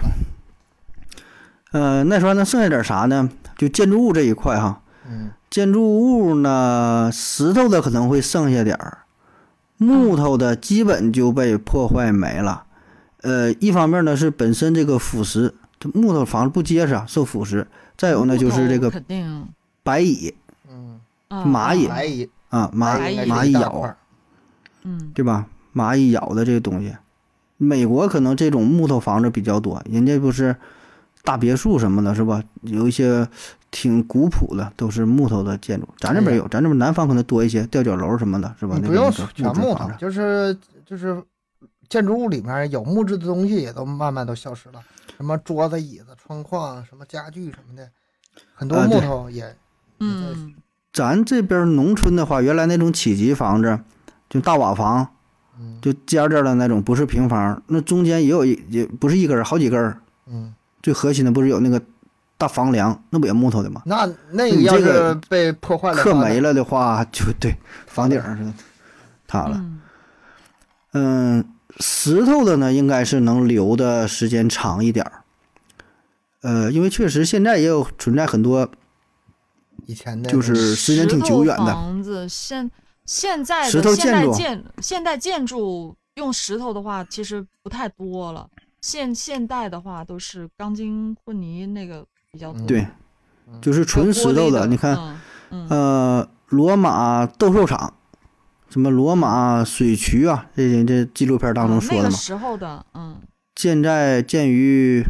S1: 呃，那时候还能剩下点啥呢？就建筑物这一块哈，
S2: 嗯，
S1: 建筑物呢，石头的可能会剩下点儿，
S2: 嗯
S1: 木头的基本就被破坏没了。呃，一方面呢是本身这个腐蚀，这木头房子不结实啊，受腐蚀。再有呢
S3: 木
S1: 就是这
S3: 头
S1: 个
S3: 肯定
S1: 白蚁
S2: 嗯，
S3: 啊
S1: 蚂蚁
S2: 蚂蚁，
S1: 啊，蚂
S3: 蚂蚁
S2: 蚁，
S1: 蚂蚁咬，，
S3: 嗯
S1: 对吧？蚂蚁咬的这个东西，美国可能这种木头房子比较多，人家不是大别墅什么的，是吧？有一些挺古朴的，都是木头的建筑。咱这边
S2: 哎呀
S1: 有，咱这边南方可能多一些吊脚楼什么的，是吧？
S2: 你
S1: 那
S2: 不
S1: 个
S2: 用
S1: 那个
S2: 全
S1: 质
S2: 木
S1: 房
S2: 头
S1: 子，
S2: 就是就是建筑物里面有木质的东西也都慢慢都消失了，什么桌子、椅子、窗框、啊什么家具什么的，很多
S1: 啊
S2: 木
S1: 对
S2: 头也、
S3: 嗯，
S1: 咱这边农村的话，原来那种起级房子，就大瓦房，
S2: 嗯
S1: 就尖尖的那种，不是平房，那中间也有一也不是一根儿，好几根儿。
S2: 嗯，
S1: 最核心的不是有那个大房梁，那不也木头的吗？
S2: 那那个
S1: 你嗯
S2: 要
S1: 这
S2: 是
S1: 个
S2: 被破坏了，
S1: 刻没，了的话，就对房顶上是塌了。
S3: 嗯
S1: 嗯，石头的呢，应该是能留的时间长一点儿。呃，因为确实现在也有存在很多，
S2: 以前的
S1: 就是时间挺久远
S3: 石头
S1: 的
S3: 房子现现在的
S1: 石头
S3: 现代
S1: 建筑啊
S3: 建现代建筑用石头的话，其实不太多了。现现代的话都是钢筋混凝那个比较多，
S2: 嗯
S1: 对，就是
S3: 还有
S1: 纯石头
S3: 玻璃的。
S1: 你看，
S3: 嗯，嗯
S1: 呃，罗马斗兽场，什么罗马水渠啊，这这纪录片当中
S3: 啊
S1: 说的
S3: 那个
S1: 嘛，
S3: 时候的，嗯
S1: 建在建于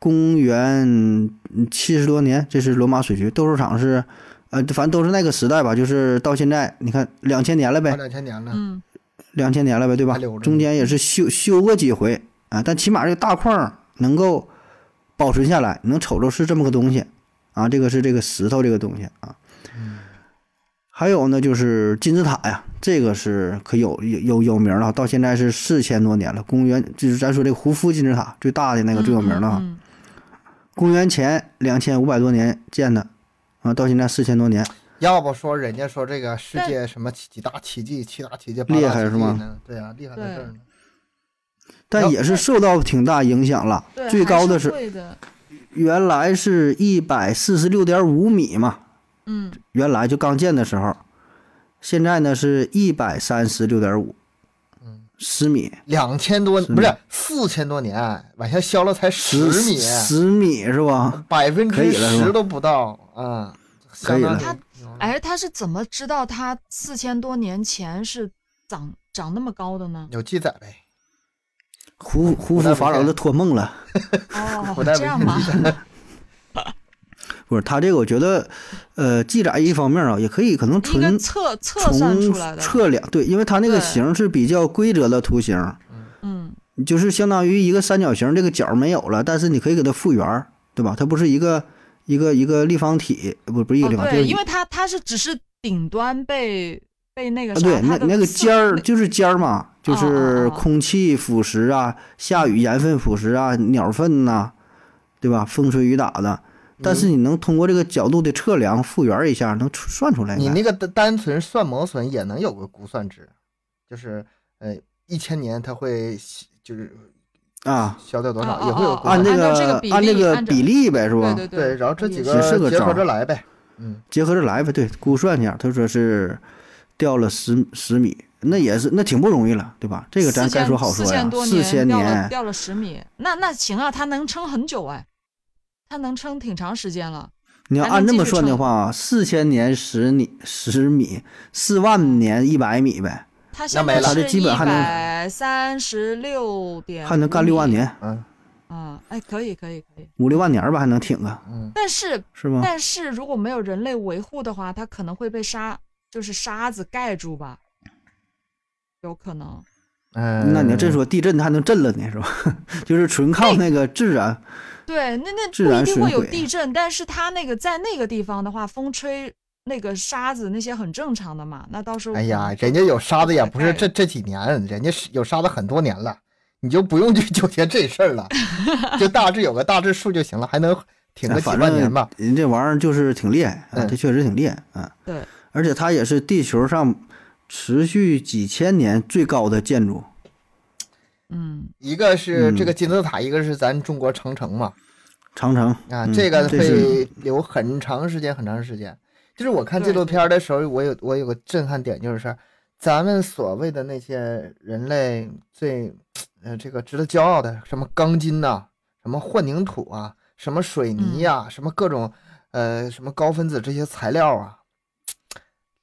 S1: 公元七十多年，这是罗马水渠斗兽场是，呃，反正都是那个时代吧，就是到现在你看两千年了呗，
S2: 两千年了，
S3: 嗯
S1: 两千年了呗，对吧
S2: 还留着呢？
S1: 中间也是修修过几回啊，但起码这个大块儿能够保存下来，能瞅着是这么个东西啊。这个是这个石头这个东西啊。
S2: 嗯
S1: 还有呢，就是金字塔呀，这个是可有有有有名了，到现在是四千多年了。公元就是咱说这个胡夫金字塔最大的那个最有名的啊哈，
S3: 嗯嗯
S1: 公元前两千五百多年建的啊，到现在四千多年。
S2: 要不说人家说这个世界什么几大奇迹、七大奇迹、八
S1: 厉
S2: 大
S1: 害
S2: 奇
S1: 是
S2: 迹
S1: 吗
S2: 呢？对啊，厉害在
S3: 对
S2: 这儿呢。
S1: 但也是受到挺大影响了
S3: 嗯对，，
S1: 最高的
S3: 还
S1: 是
S3: 是贵的，
S1: 原来是一百四十六点五米嘛，
S3: 嗯，
S1: 原来就刚建的时候，现在呢是一百三十六点五，
S2: 嗯，
S1: 十米，
S2: 两千多
S1: 是
S2: 不是
S1: 吗
S2: 四千多年，往下消了才
S1: 十
S2: 米，
S1: 十米是吧？
S2: 百分
S1: 可
S2: 之
S1: 以了是吧
S2: 十都不到啊，
S1: 可以了
S2: 相当于
S3: 哎，他是怎么知道他四千多年前是长长那么高的 呢？
S2: 有记载呗。
S1: 胡胡夫法老都托梦了，
S3: 哦
S2: 古，代
S3: 这样吧，
S1: 不是他这个，我觉得，呃，记载一方面啊，也可以可能
S3: 应该
S1: 纯
S3: 测测算出来
S1: 从
S3: 的，
S1: 测量，对，因为它那个
S3: 对
S1: 形是比较规则的图形，
S3: 嗯
S1: 就是相当于一个三角形，这个角没有了，但是你可以给它复原儿，对吧？它不是一个一个一个立方体，不不是一
S3: 哦
S1: 个立方，就
S3: 对，
S1: 是
S3: 因为它它是只是顶端被被那个
S1: 啊，
S3: 啥，
S1: 对，那
S3: 它的
S1: 那个
S3: 四
S1: 尖儿
S3: 那
S1: 就是尖儿嘛，就
S3: 哦哦
S1: 是
S3: 哦
S1: 空气腐蚀啊，下雨盐分腐蚀啊，鸟粪呐、对吧？风吹雨打的，但
S3: 嗯
S1: 是你能通过这个角度的测量复原一下，能出算出来的。
S2: 你那个单单纯算磨损也能有个估算值，就是呃一千年它会就是
S1: 啊
S2: 消掉多少，
S3: 哦
S2: 也会有
S3: 哦
S2: 估
S3: 哦
S1: 按
S2: 算值。
S1: 那
S3: 按照这个
S1: 个
S3: 比
S1: 按那
S3: 例
S1: 个
S3: 按照
S1: 比例呗，是吧？
S3: 对对
S2: 对，然后这几
S1: 也是
S2: 个
S1: 个
S2: 结
S1: 招
S2: 合
S1: 儿
S2: 着来呗。嗯，
S1: 结合着来呗，对，估算一下，他说是掉了十十米，那也是那挺不容易了，对吧？这个咱该说好说
S3: 四
S1: 呀
S3: 千，多
S1: 四千
S3: 掉了
S1: 年，
S3: 掉了十米，那那行啊，它能撑很久哎，它能撑挺长时间了，
S1: 你要
S3: 还能
S1: 按这
S3: 继
S1: 么
S3: 续
S1: 算的
S3: 撑
S1: 话，四千年十米十米，四万年一百米呗。
S3: 它现
S2: 没
S3: 在
S2: 了
S1: 它这
S3: 是
S1: 基
S3: 一
S1: 本还能
S3: 百三十六点，
S1: 还能干六万年、
S2: 嗯
S3: 啊，哎，可以可以可以，
S1: 五六万年吧，还能挺啊，
S2: 嗯，
S3: 但是
S1: 是吗？
S3: 但是如果没有人类维护的话，它可能会被沙，就是沙子盖住吧，有可能。
S2: 嗯
S1: 那你要真说地震，它还能震了呢，是吧？ 就是纯靠那个啊自然，
S3: 对，那那
S1: 自
S3: 不一
S1: 然
S3: 定
S1: 损
S3: 会有
S1: 毁
S2: 啊
S3: 地震，但是它那个在那个地方的话，风吹那个沙子那些很正常的嘛。那到时候
S2: 哎
S3: 可
S2: 呀
S3: 能，
S2: 人家有沙子也不是这
S3: 哎
S2: 这几年，人家是有沙子很多年了，你就不用去纠结这事儿 了，就大致有个大致数就行了，还能挺个几
S1: 哎反
S2: 万年吧
S1: 正。人这玩意儿就是挺厉害啊，
S2: 嗯
S1: 这确实挺厉害啊。
S3: 对，
S1: 而且它也是地球上持续几千年最高的建筑，
S3: 嗯，
S2: 一个是这
S1: 嗯
S2: 个金字塔，一个是咱中国长城嘛，
S1: 长城
S2: 啊，
S1: 嗯
S2: 这
S1: 这
S2: 个
S1: 是
S2: 会留很长时间，很长时间。就是我看纪
S3: 对
S2: 录
S3: 对
S2: 片的时候，我有我有个震撼点，就是咱们所谓的那些人类最呃这个值得骄傲的，什么钢筋呐、什么混凝土啊，什么水泥呀、什么各种呃什么高分子这些材料啊，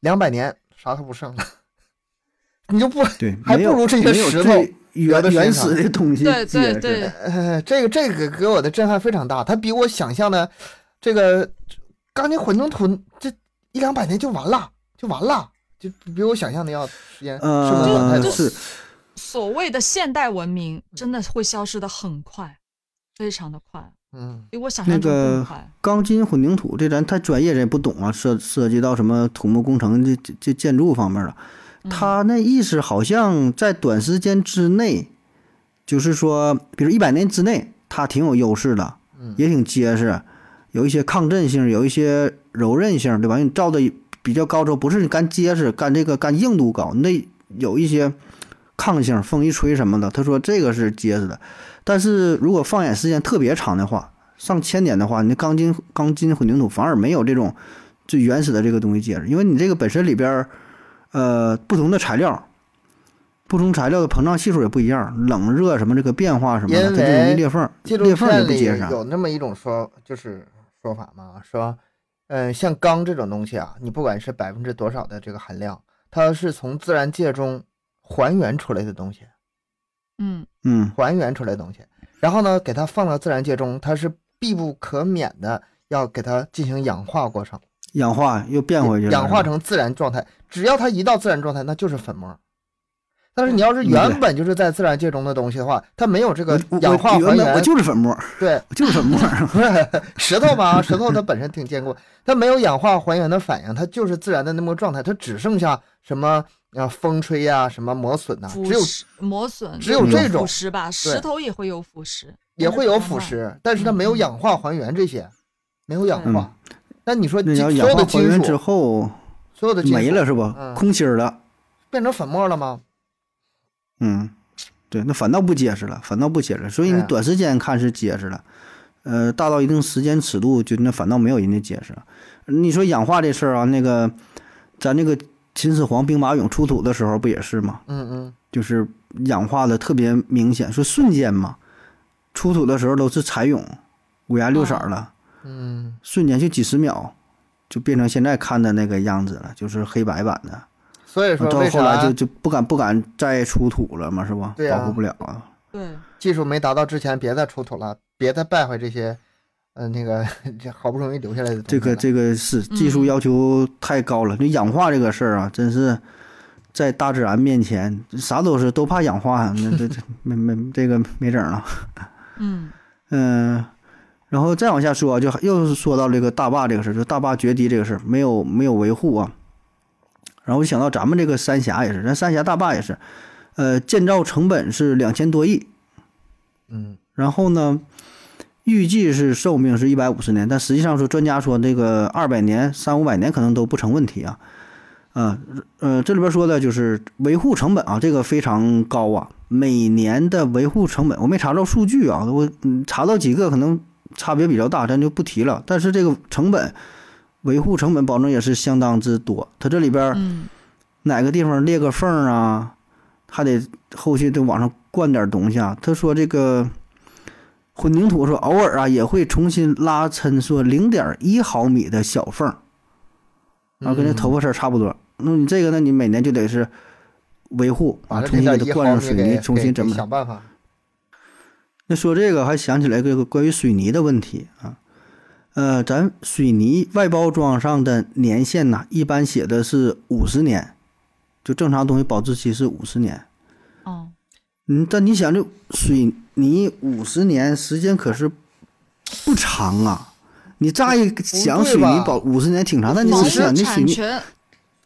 S2: 两百年啥都不剩了，你就不
S1: 对，
S2: 还
S1: 没有
S2: 不如这些
S1: 没有
S2: 石
S1: 最原
S2: 的时间
S1: 原
S2: 长
S1: 始的东西
S3: 对
S1: 接
S3: 对
S1: 着
S3: 对，
S2: 呃，这个这个给我的震撼非常大，它比我想象的这个钢筋混凝土这一两百年就完了，就完了，就比我想象的要时间是不是短太
S1: 呃，
S2: 多？
S1: 是
S3: 所谓的现代文明真的会消失的很快，非常的快，
S2: 嗯，
S3: 比我想
S1: 那
S3: 象中更
S1: 个
S3: 快。
S1: 钢筋混凝土，这咱太专业，人也不懂啊，涉涉及到什么土木工程这这这建筑方面了。
S3: 嗯
S1: 他那意思好像在短时间之内，就是说，比如一百年之内，它挺有优势的，也挺结实，有一些抗震性，有一些柔韧性，对吧？你造的比较高之后，不是你干结实，干这个干硬度高，那有一些抗性，风一吹什么的，他说这个是结实的。但是如果放眼时间特别长的话，上千年的话，你那钢筋钢筋混凝土反而没有这种最原始的这个东西结实，因为你这个本身里边儿，呃，不同的材料，不同材料的膨胀系数也不一样，冷热什么这个变化什么的，
S2: 因
S1: 它就容
S2: 为
S1: 易裂缝，
S2: 纪录
S1: 裂缝就
S2: 片
S1: 不
S2: 里
S1: 结实啊。
S2: 有那么一种说，就是说法嘛，说，嗯、像钢这种东西啊，你不管是百分之多少的这个含量，它是从自然界中还原出来的东西，
S3: 嗯
S1: 嗯
S2: 还原出来的东西，然后呢，给它放到自然界中，它是必不可免的要给它进行氧化过程，，
S1: 氧化又变回去了，
S2: 氧化
S1: 是吧
S2: 成自然状态。只要它一到自然状态，那就是粉末。但是你要是原本就是在自然界中的东西的话，它没有这个
S1: 我
S2: 氧化
S1: 我
S2: 还
S1: 原本我
S2: 原，
S1: 就是粉末，
S2: 对，
S1: 我就是粉末。
S2: 不是石头嘛，石头它本身挺坚固，它没有氧化还原的反应，它就是自然的那么个状态，它只剩下什么啊风吹呀、什么磨损呐、
S3: 腐
S2: 啊只有
S3: 蚀磨损，
S2: 只有
S1: 这
S2: 种
S3: 腐蚀吧，石头也会有腐蚀，
S2: 也会有
S3: 但是
S2: 腐
S3: 不太慢。
S2: 蚀，但是它没
S3: 嗯
S2: 有氧化还原这些，没有氧化。那你说
S1: 嗯那
S2: 金
S1: 你要氧
S2: 所有
S1: 化还
S2: 的金
S1: 原之
S2: 属，
S1: 后
S2: 所有的金属
S1: 没了是不
S2: 嗯？
S1: 空心儿了，
S2: 变成粉末了吗？
S1: 嗯，对，那反倒不结实了，反倒不结实。所以你
S2: 对啊
S1: 短时间看是结实了，呃，大到一定时间尺度，就那反倒没有人家结实。你说氧化这事儿啊，那个咱那个秦始皇兵马俑出土的时候不也是吗？
S2: 嗯嗯，
S1: 就是氧化的特别明显，说瞬间嘛，出土的时候都是彩俑，五颜六色儿了。
S2: 嗯，
S1: 瞬间就几十秒，就变成现在看的那个样子了，就是黑白版的。
S2: 所以说
S1: 到
S2: 为
S1: 后来
S2: 啥
S1: 就就不敢不敢再出土了嘛，是吧？
S2: 对啊
S1: 保护不了啊。
S3: 对，
S2: 技术没达到之前，别再出土了，别再败坏这些，呃，那个这好不容易留下来的东西
S1: 这个
S2: 了
S1: 这个是技术
S3: 嗯
S1: 要求太高了，这氧化这个事儿啊，真是在大自然面前啥都是都怕氧化，那这这没没这个没整了。
S3: 嗯
S1: 嗯，然后再往下说啊，就又是说到这个大坝这个事儿，就大坝决堤这个事儿，没有没有维护啊。然后我就想到咱们这个三峡也是，咱三峡大坝也是，呃，建造成本是两千多亿，
S2: 嗯
S1: 然后呢，预计是寿命是一百五十年，但实际上说专家说这个二百年、三五百年可能都不成问题啊。呃呃，这里边说的就是维护成本啊，这个非常高啊，每年的维护成本我没查到数据啊，我嗯查到几个可能差别比较大，咱就不提了。但是这个成本，维护成本保证也是相当之多，它这里边。
S3: 嗯
S1: 哪个地方裂个缝儿啊，还得后续得往上灌点东西啊。他说这个混凝土说偶尔啊也会重新拉抻，说零点一毫米的小缝儿，啊，跟这头发丝儿差不多。那你这个呢，你每年就得是维护
S2: 嗯把
S1: 啊，
S2: 这
S1: 重新
S2: 点
S1: 给
S2: 一
S1: 它
S2: 毫
S1: 灌上
S2: 米
S1: 水泥，
S2: 给
S1: 重
S2: 给
S1: 新怎
S2: 给
S1: 么
S2: 想办法？
S1: 那说这个还想起来这个关于水泥的问题啊，呃，咱水泥外包装上的年限呐，一般写的是五十年，就正常东西保质期是五十年。
S3: 哦，
S1: 嗯，但你想这水泥五十年时间可是不长啊！你乍一想
S2: 对
S1: 水泥
S2: 吧
S1: 保五十年挺长，但你
S3: 房
S1: 仔细想，
S3: 子
S1: 那水
S3: 产
S1: 泥
S3: 权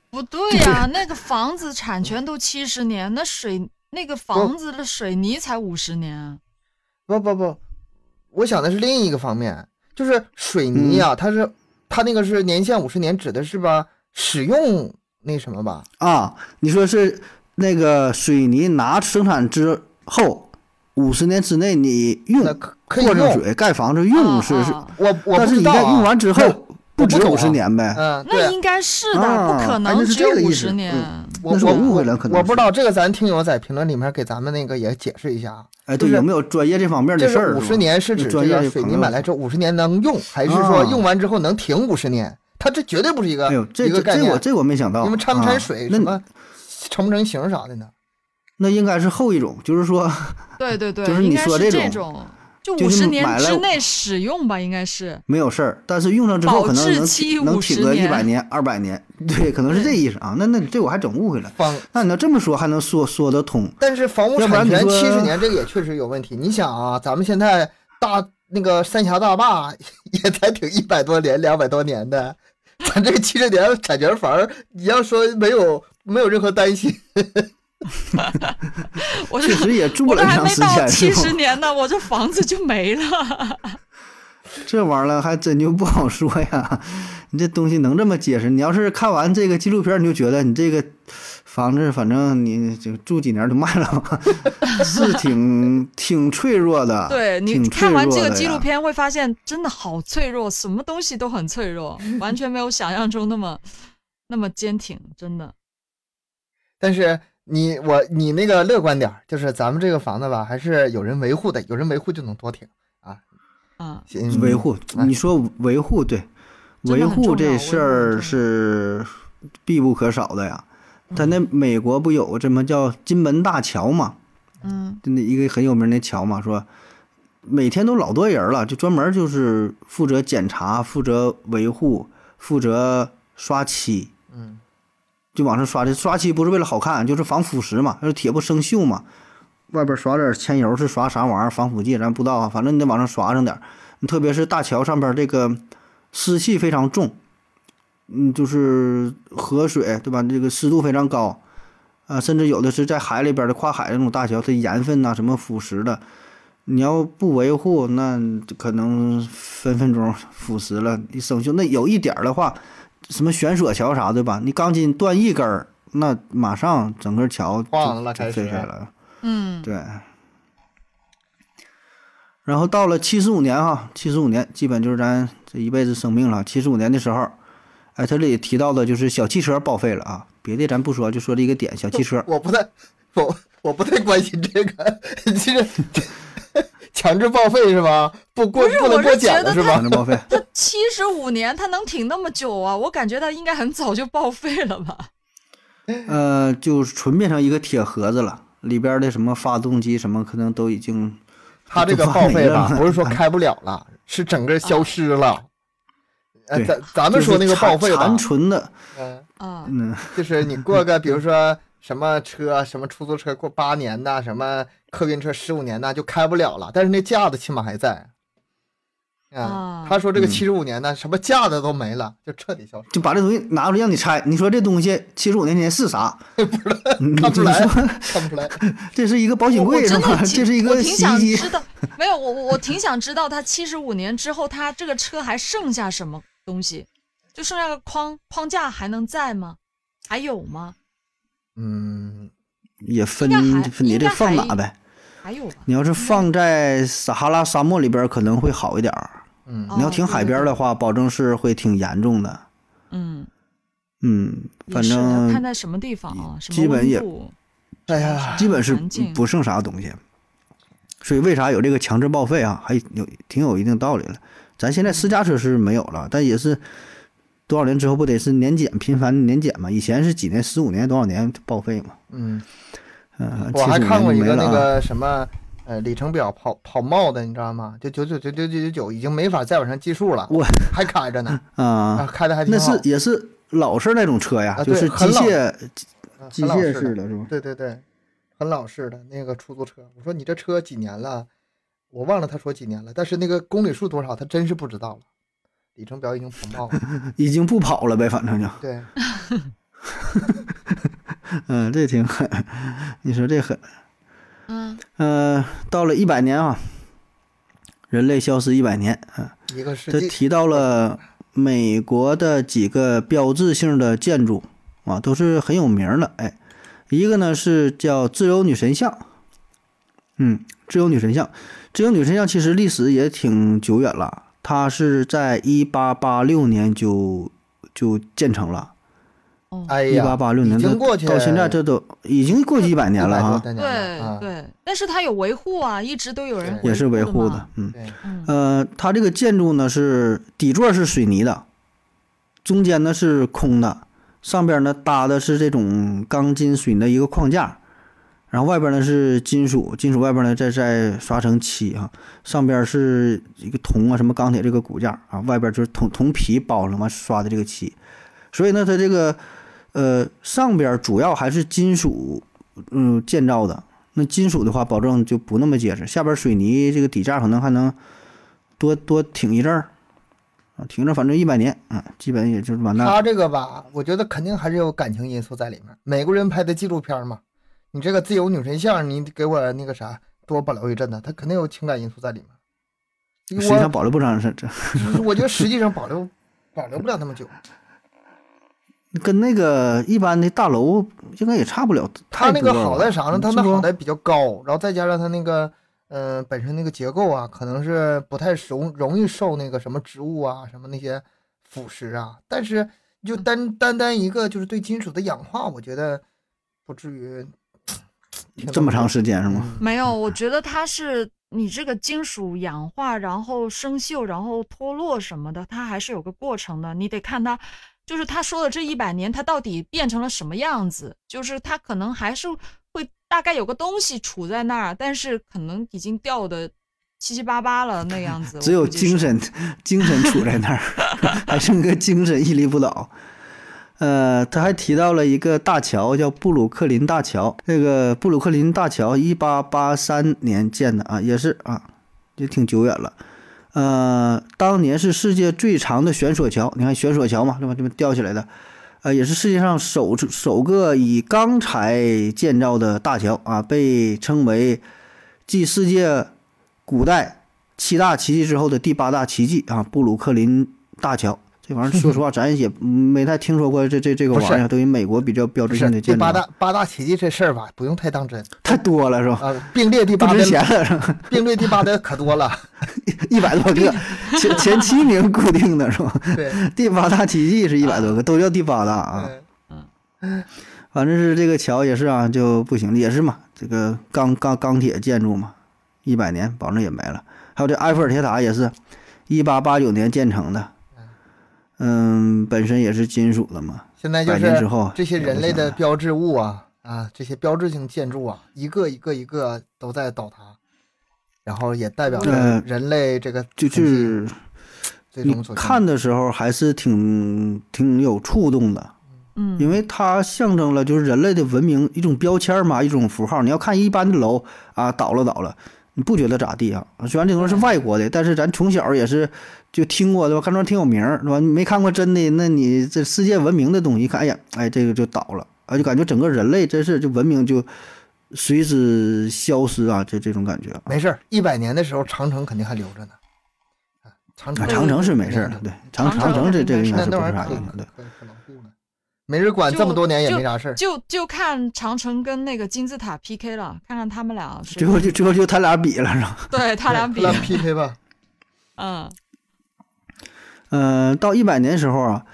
S3: 不对呀、那个房子产权都七十年，那水那个房子的水泥才五十年啊。
S2: 不不不，我想的是另一个方面，就是水
S1: 嗯
S2: 泥啊，它是它那个是年限五十年，指的是吧使用那什么吧？
S1: 啊，你说是那个水泥拿生产之后五十年之内你用
S2: 那可可
S1: 嗯
S2: 以
S1: 过上
S2: 用。
S1: 水盖房子用是是，
S3: 啊啊
S2: 我我
S1: 但是
S2: 不知
S1: 你
S2: 道
S1: 在
S2: 啊
S1: 用完之
S2: 那
S1: 后不止
S2: 我不懂
S1: 五
S2: 啊
S1: 十年呗？
S2: 嗯，
S3: 那
S2: 对，
S3: 应该是的，
S1: 啊
S3: 不可
S1: 哎那
S3: 能
S1: 是
S3: 只有
S1: 这个意
S3: 五
S1: 思
S3: 十年。
S1: 嗯
S2: 我
S1: 那是
S2: 我
S1: 误会
S2: 我
S1: 了可能
S2: 我不
S1: 是
S2: 知道这个，咱听友在评论里面给咱们那个也解释一下啊。
S1: 哎，对，
S2: 就是
S1: 有没有专业这方面
S2: 这
S1: 的事儿？
S2: 五十年是
S1: 有
S2: 指这
S1: 专业
S2: 个
S1: 的
S2: 水
S1: 朋
S2: 泥
S1: 友
S2: 买来之后五十年能用，还是
S1: 啊
S2: 说用完之后能停五十年？它这绝对不是一个
S1: 哎呦，这
S2: 一
S1: 这
S2: 个
S1: 啊
S2: 概
S1: 这我
S2: 念。
S1: 这我没想到，
S2: 你们掺不掺
S1: 啊
S2: 水？
S1: 那
S2: 什么成不成型啥的呢？
S1: 那应该是后一种，就是 说，
S3: 对对对，
S1: 就是
S3: 应
S1: 你
S3: 该
S1: 说这
S3: 是这
S1: 种
S3: 种，就
S1: 就
S3: 五
S1: 是
S3: 十年
S1: 买了
S3: 之内使用吧，应该是。
S1: 没有事儿，但是用上之后
S3: 保
S1: 可能
S3: 质
S1: 能
S3: 期
S1: 挺能
S3: 50
S1: 挺个一
S3: 年
S1: 百年、二百 年，对，可能是这意思啊。那那你这我还整误会了。
S2: 房，
S1: 那你要这么说还能说说得通，
S2: 但是房屋
S1: 要不然
S2: 产
S1: 你
S2: 权
S1: 说
S2: 七十年这个也确实有问题。你想啊，咱们现在大那个三峡大坝 也才挺一百多年、两百多年的，咱这七十年产权房儿，你要说没有没有任何担心，
S3: 我
S1: 确
S3: 这
S1: 实也住
S3: 我
S1: 了
S3: 这还
S1: 长
S3: 没
S1: 时
S3: 到
S1: 间，是
S3: 七
S1: 吧
S3: 十？年呢，我这房子就没了。
S1: 这玩意儿还真就不好说
S3: 嗯
S1: 呀。你这东西能这么解释？你要是看完这个纪录片儿，你就觉得你这个房子，反正你就住几年就卖了 吧，是挺挺脆弱的。
S3: 对你
S1: 挺脆
S3: 看完这
S1: 弱
S3: 个
S1: 的
S3: 纪录
S1: 呀，
S3: 片，会发现真的好脆弱，什么东西都很脆弱，完全没有想象中那么那么坚挺，真的。
S2: 但是你我你那个乐观点儿，就是咱们这个房子吧，还是有人维护的，有人维护就能多挺啊。
S3: 啊，
S2: 嗯
S1: 维护，
S2: 哎
S1: 你说维护对，
S3: 真的
S1: 维
S3: 很重
S1: 护
S3: 要维
S1: 这
S3: 护
S1: 事
S3: 很重
S1: 儿
S3: 要
S1: 是必不可少的呀。他那美国不有这么叫金门大桥吗？
S3: 嗯，
S1: 就那一个很有名的桥嘛，说每天都老多人了，就专门就是负责检查、负责维护、负责刷漆，
S2: 嗯，
S1: 就往上刷的。刷漆不是为了好看，就是防腐蚀嘛，就是铁不生锈嘛。外边刷点铅油是刷啥玩意儿？防腐剂咱不知道啊，反正你得往上刷上点儿。特别是大桥上边这个湿气非常重，嗯，就是河水对吧？这个湿度非常嗯高，啊，甚至有的是在海里边的跨海那种大桥，它盐分呐、什么腐蚀的，你要不维护，那可能分分钟腐蚀了，一生锈。那有一点儿的话，什么悬索桥啥对吧？你钢筋断一根儿，那马上整个桥就
S2: 晃了
S1: 就
S2: 开始
S1: 废废了。
S3: 嗯，
S1: 对。然后到了七十五年哈，七十五年基本就是咱这一辈子生命了。七十五年的时候，哎，这里提到的就是小汽车报废了啊，别的咱不说，就说这一个点，小汽 车。
S2: 我不太我我不太关心这个，其实 强制报废是吧？不过
S3: 不是
S2: 不能
S3: 我是
S2: 过奖
S3: 觉得
S2: 了是
S1: 反
S2: 吧？
S1: 正报废，
S3: 他七十五年，他能挺那么久啊？我感觉他应该很早就报废了吧？
S1: 呃，就纯变成一个铁盒子了，里边的什么发动机什么可能都已经
S2: 他这个
S1: 就
S2: 报
S1: 发霉
S2: 废吧
S1: 了，
S2: 不是说开不了了，是整个消失
S3: 啊
S2: 了。呃，
S1: 对
S2: 咱咱们说那个报
S1: 就
S2: 废
S1: 是
S2: 吧
S1: 残残，存的，
S2: 嗯，
S3: 啊，
S1: 嗯，
S2: 就是你过个，比如说什么车，什么出租车过八年呐，什么客运车十五年呐，就开不了了。但是那架子起码还在。啊
S3: 啊，
S2: 他说这个
S1: 嗯
S2: 七十五年呢，什么架子都没了，就彻底消失。
S1: 就把这东西拿出来让你猜，你说这东西七十五年前是啥？ 你
S2: 看不出
S1: 你
S2: 来
S1: 说，
S2: 看不出来。
S1: 这是一个保险
S3: 我我
S1: 柜是
S3: 真的
S1: 吗？
S3: 挺
S1: 这是一
S3: 我
S1: 个
S3: 挺
S1: 洗
S3: 想
S1: 衣机。
S3: 知道，没有我我我挺想知道他七十五年之后，他这个车还剩下什么东西？就剩下个框框架还能在吗？还有吗？
S2: 嗯，
S1: 也分
S3: 应该还
S1: 分你
S3: 应
S1: 这
S3: 该
S1: 放
S3: 还
S1: 哪呗？
S3: 还有吧？
S1: 你要是放在撒哈拉沙漠里边儿可能会好一点儿，
S2: 嗯
S1: 你要
S3: 哦
S1: 停
S3: 对
S1: 海
S3: 对
S1: 边儿
S3: 对
S1: 的话，保证是会挺严重的。
S3: 嗯，
S1: 嗯，
S3: 也
S1: 反
S3: 是要看
S1: 正
S3: 在什么地方啊，什
S1: 基
S3: 么
S1: 本也
S3: 温度。
S2: 哎呀，
S1: 基本是
S3: 环境
S1: 不剩啥东西。所以为啥有这个强制报废啊？还有挺有一定道理的。咱现在私家车是没有了，但也是多少年之后不得是年检频繁的年检嘛？以前是几年，十五年多少年报废嘛？
S2: 嗯，
S1: 嗯，
S2: 我还
S1: 75
S2: 看过一
S1: 年就没
S2: 个那
S1: 了啊
S2: 个什么，呃，里程表跑跑冒的，你知道吗？就九九九九九九九，已经没法再往上计数了，
S1: 我
S2: 还开着呢，
S1: 啊
S2: 啊，开的还挺
S1: 那
S2: 好，
S1: 是也是老式那种车呀，
S2: 啊
S1: 就
S2: 对
S1: 是机
S2: 很老
S1: 械
S2: 嗯
S1: 机
S2: 很老
S1: 械
S2: 式
S1: 式的是吧？
S2: 对对对，很老式的那个出租车。我说你这车几年了？我忘了他说几年了，但是那个公里数多少，他真是不知道了。里程表已经跑冒了，
S1: 已经不跑了呗，反正就，
S2: 对，
S1: 嗯，这挺狠，你说这狠，
S3: 嗯，
S1: 呃，到了一百年啊，人类消失一百年啊，
S2: 一个世
S1: 这
S2: 纪。
S1: 提到了美国的几个标志性的建筑啊，都是很有名的，哎，一个呢是叫自由女神像，嗯，自由女神像，自由女神像其实历史也挺久远了，它是在一八八六年就就建成了，
S3: 哦，
S2: 哎
S1: 一八
S2: 呀，
S1: 八六年
S2: 已
S1: 到
S2: 经过去
S1: 到现在这都已经过去一百年了
S2: 100多
S1: 啊，
S2: 多年了啊
S3: 对，对，但是他有维护啊，一直都有人
S1: 也是维护
S3: 护
S1: 的，嗯，
S2: 对，
S3: 嗯，
S1: 呃，它这个建筑呢是底座是水泥的，中间呢是空的，上边呢搭的是这种钢筋水泥的一个框架，然后外边呢是金属，金属外边呢再再刷成漆啊，上边是一个铜啊，什么钢铁这个骨架啊，外边就是铜铜皮包了嘛刷的这个漆，所以呢它这个呃上边主要还是金属嗯建造的，那金属的话保证就不那么结实，下边水泥这个底架可能还能多多挺一阵儿啊，挺着反正一百年啊，基本也就是完蛋了。
S2: 他这个吧，我觉得肯定还是有感情因素在里面。美国人拍的纪录片嘛，你这个自由女神像，你给我那个啥多保留一阵子，他肯定有情感因素在里面。
S1: 实际上保留不长时间，
S2: 我我觉得实际上保留保留不了那么久。
S1: 这跟那个一般的大楼应该也差不了
S2: 他
S1: 太
S2: 那
S1: 多
S2: 个
S1: 了吧。
S2: 好在啥呢？他那
S1: 是不
S2: 好在比较高，然后再加上他那个，呃，本身那个结构啊，可能是不太容容易受那个什么植物啊、什么那些腐蚀啊。但是就单单单一个就是对金属的氧化，我觉得不至于
S1: 这么长时间是吗？
S2: 嗯
S3: 没有，我觉得它是你这个金属氧化，然后生锈，然后脱落什么的，它还是有个过程的。你得看它，就是他说的这一百年，它到底变成了什么样子？就是它可能还是会大概有个东西处在那儿，但是可能已经掉的七七八八了那样 子。
S1: 只
S3: 我
S1: 有
S3: 估计是
S1: 精，神，精神处在那儿， 还剩个精神屹立不倒。呃，他还提到了一个大桥，叫布鲁克林大桥。这个布鲁克林大桥一八八三年建的啊，也是啊，也挺久远了。呃，当年是世界最长的悬索桥，你看悬索桥嘛，对吧？这么吊起来的，呃，也是世界上首首个以钢材建造的大桥啊，被称为继世界古代七大奇迹之后的第八大奇迹啊，布鲁克林大桥。这玩意儿，说 实话，咱也没太听说过这这这个
S2: 不是
S1: 玩意儿，对于美国比较标
S2: 不
S1: 志
S2: 是
S1: 性的
S2: 第
S1: 建筑
S2: 八
S1: 啊，
S2: 大八大奇迹这事儿吧，不用太当真
S1: 太多了是吧？
S2: 啊。并列第
S1: 不
S2: 八
S1: 值钱
S2: 的，
S1: 了是吧？
S2: 并列第八的可 多了。
S1: 一百多个，前前七名固定的是吧？
S2: 对，
S1: 第八大奇迹是一百多个，都叫第八大啊。
S2: 嗯
S1: 反正是这个桥也是啊，就不行了，也是嘛，这个钢钢钢铁建筑嘛，一百年保证也没了。还有这埃菲尔铁塔也是，一八八九年建成的，嗯，本身也是金属的嘛，
S2: 现在就
S1: 百年之
S2: 是
S1: 后
S2: 这些
S1: 也不
S2: 人类
S1: 行
S2: 的
S1: 了
S2: 标志物啊啊，这些标志性建筑啊，一个一个一个都在倒塌，然后也代表着
S1: 呃
S2: 人类这个
S1: 就
S2: 痕迹
S1: 是
S2: 最
S1: 你
S2: 终所见
S1: 看的时候还是挺挺有触动的，
S3: 嗯，
S1: 因为它象征了就是人类的文明一种标签嘛，一种符号。你要看一般的楼啊，倒了倒了，你不觉得咋地啊？虽然这东西是外国的，但是咱从小也是就听过对吧？看着挺有名儿是吧？你没看过真的，那你这世界文明的东西，看哎呀，哎这个就倒了啊，就感觉整个人类真是就文明就随之消失啊，这这种感 觉啊。
S2: 没事儿，一百年的时候长城肯定还留着呢，啊，长
S1: 啊
S2: 城
S1: 长城是没事儿的，对长
S3: 长
S1: 长
S3: 城
S1: 城这这个应该
S2: 那
S1: 是不
S2: 那
S1: 是
S2: 玩意
S1: 啥
S2: 儿可
S1: 影响？对
S2: 可。可可牢固了，没人管，这么多年也
S3: 就
S2: 没啥事儿。
S3: 就就看长城跟那个金字塔 PK 了，看看他们俩谁
S1: 最后就最后就他俩比了是吧？
S3: 对他 俩比
S2: 来，PK 吧，
S3: 嗯
S1: 呃，到一百年时候啊，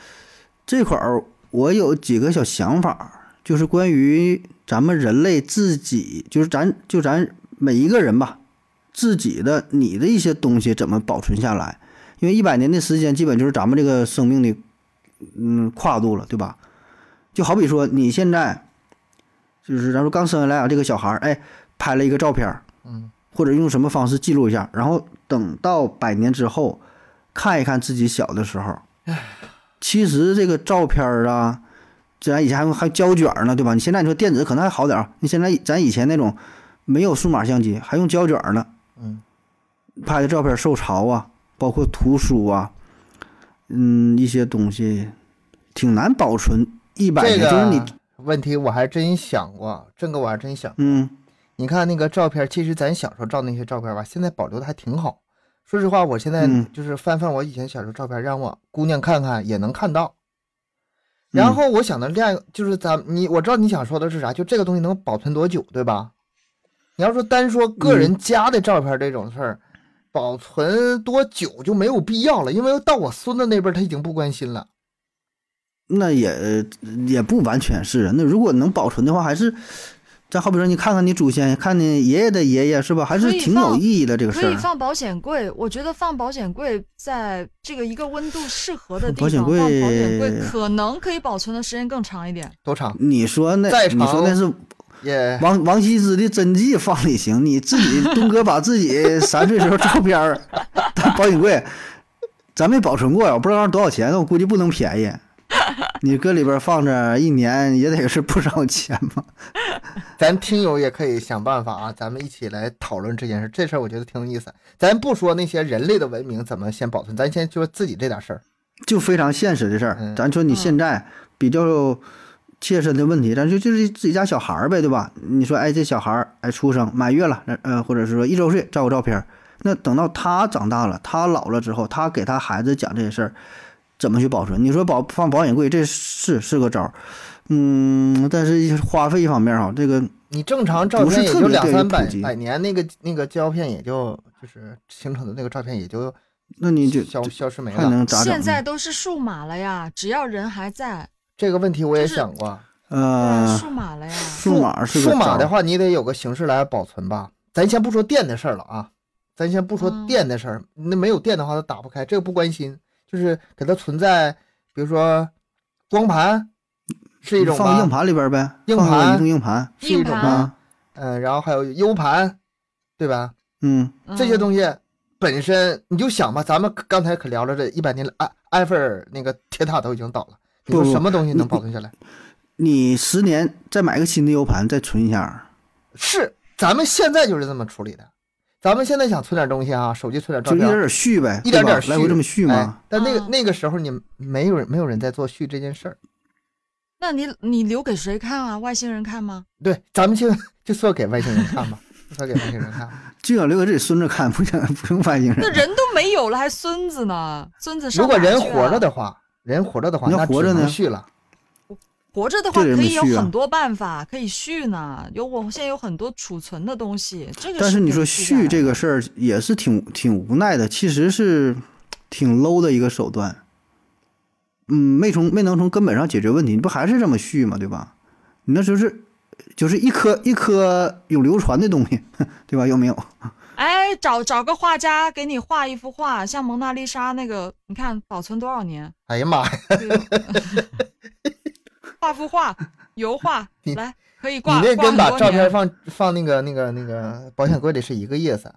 S1: 这块儿我有几个小想法，就是关于咱们人类自己，就是咱就咱每一个人吧，自己的你的一些东西怎么保存下来？因为一百年的时间，基本就是咱们这个生命的嗯跨度了，对吧？就好比说你现在就是咱说刚生下来啊，这个小孩儿，哎，拍了一个照片儿，
S2: 嗯，
S1: 或者用什么方式记录一下，然后等到百年之后看一看自己小的时候。其实这个照片儿啊，咱以前还还胶卷儿呢，对吧？你现在你说电子可能还好点儿，啊你现在咱以前那种没有数码相机，还用胶卷儿呢，
S2: 嗯，
S1: 拍的照片儿受潮啊，包括图书啊，嗯，一些东西挺难保存一百
S2: 这
S1: 年，就是你
S2: 个问题我还真想过，这个我还真想。
S1: 嗯，
S2: 你看那个照片，其实咱小时候照那些照片吧，现在保留的还挺好。说实话，我现在
S1: 嗯
S2: 就是翻翻我以前小时候照片，让我姑娘看看也能看到。
S1: 嗯
S2: 然后我想的另外就是咱你，我知道你想说的是啥，就这个东西能保存多久，对吧？你要说单说个
S1: 嗯
S2: 人家的照片这种事儿，保存多久就没有必要了，因为到我孙子那边儿他已经不关心了。
S1: 那也也不完全是。那如果能保存的话，还是，咱好比说，你看看你祖先，看你爷爷的爷爷，是吧？还是
S3: 可以
S1: 挺有
S3: 放
S1: 意义的这个事
S3: 可以
S1: 儿。啊
S3: 放保险柜，我觉得放保险柜在这个一个温度适合的
S1: 保
S3: 地方
S1: 险
S3: 放保
S1: 柜
S3: 险柜，可能可以保存的时间更长一点。
S2: 多长？
S1: 你说那
S2: 在，
S1: 你说
S2: 场
S1: 那是
S2: 也
S1: 王王羲之的真迹放里行，你自 己东哥把自己三岁时候照片儿，他保险柜，咱没保存过，我不知道多少钱，我估计不能便宜。你搁里边放着一年也得是不少钱吧？
S2: 咱听友也可以想办法啊，咱们一起来讨论这件事。这事儿我觉得挺有意思。咱不说那些人类的文明怎么先保存，咱先就说自己这点事儿。
S1: 就非常现实的事儿
S2: 嗯。
S1: 咱说你
S3: 嗯
S1: 现在比较切身的问题，咱就就是自己家小孩儿呗，对吧？你说，哎，这小孩儿哎出生满月了，那呃，或者是说一周岁，照个照片儿。那等到他长大了，他老了之后，他给他孩子讲这些事儿，怎么去保存？你说保放保险柜，这是是个招儿，嗯，但是花费一方面儿哈，这个
S2: 你正常照
S1: 不是
S2: 片也
S1: 特
S2: 就
S1: 别
S2: 两
S1: 对于
S2: 三
S1: 普
S2: 百
S1: 及
S2: 百年，那个那个胶片也就就是形成的那个照片也就
S1: 那你就
S2: 消消失没
S1: 还
S2: 了。
S1: 能咋整呢？
S3: 现在都是数码了呀，只要人还在，
S2: 这个问题我也
S3: 就是
S2: 想过，啊
S3: 对
S1: 呃，
S3: 数 码了呀。
S1: 数码是个
S2: 数码
S1: 招
S2: 的
S1: 儿
S2: 话，你得有个形式来保存吧。咱先不说电的事儿了啊，咱先不说
S3: 嗯
S2: 电的事儿，那没有电的话它打不开，这个不关心，就是给它存在，比如说光盘是一种
S1: 嗯放硬
S2: 吧，
S1: 盘里边儿呗，
S2: 硬
S1: 放个
S2: 盘
S1: 移动硬盘
S2: 是一种
S3: 硬
S2: 吧，
S3: 盘
S1: 啊，
S2: 嗯，然后还有 U 盘，对吧？
S1: 嗯，
S2: 这些
S3: 西
S2: 东西本身你就想吧，咱们刚才可聊了这一百年了，埃埃菲尔那个铁塔都已经倒了，你说
S1: 不不
S2: 什么东西能
S1: 你
S2: 保存下来？
S1: 你十年再买个新的 U 盘再存一下，
S2: 是，咱们现在就是这么处理的。咱们现在想存点东西啊，手机存点照
S1: 就一
S2: 片
S1: 点
S2: 儿，
S1: 点续呗，
S2: 一点点
S1: 对吧来回这么续
S2: 哎
S1: 嘛。
S2: 但那个、
S3: 嗯
S2: 那个时候你没有人没有人在做续这件事儿，
S3: 那你你留给谁看啊？外星人 看吗？
S2: 对，咱们就就算给外星人看吧，就算给外星人 看。
S1: 就想留给自己孙子看，不想 不用外星
S3: 那
S1: 人。
S3: 人都没有了，还孙子呢？孙子上
S2: 如果
S3: 哪儿
S2: 人
S3: 去啊
S2: 活着，的话，人活着的话，
S1: 你要
S2: 那
S1: 活着
S2: 只能
S1: 呢
S2: 续了。
S3: 活着的话
S1: 这人
S3: 可
S1: 没
S3: 以有
S1: 续啊
S3: 很多办法可以续呢。有我现在有很多储存的东西，这个
S1: 但是
S3: 是
S1: 你说续
S3: 续
S1: 这个事儿也是挺挺无奈的，其实是挺 low 的一个手段。嗯，没从没能从根本上解决问题，你不还是这么续吗？对吧？你那就是就是一颗一颗永流传的东西， 对吧？有没有？
S3: 哎，找找个画家给你画一幅画，像蒙娜丽莎那个，你看保存多少年？
S2: 哎呀妈呀，
S3: 画幅画、油画
S2: 你
S3: 来可以
S2: 你
S3: 挂
S2: 那
S3: 挂
S2: 跟
S3: 很
S2: 把
S3: 多
S2: 照片
S3: 年
S2: 放放那个那个那个保险柜里是一个意思。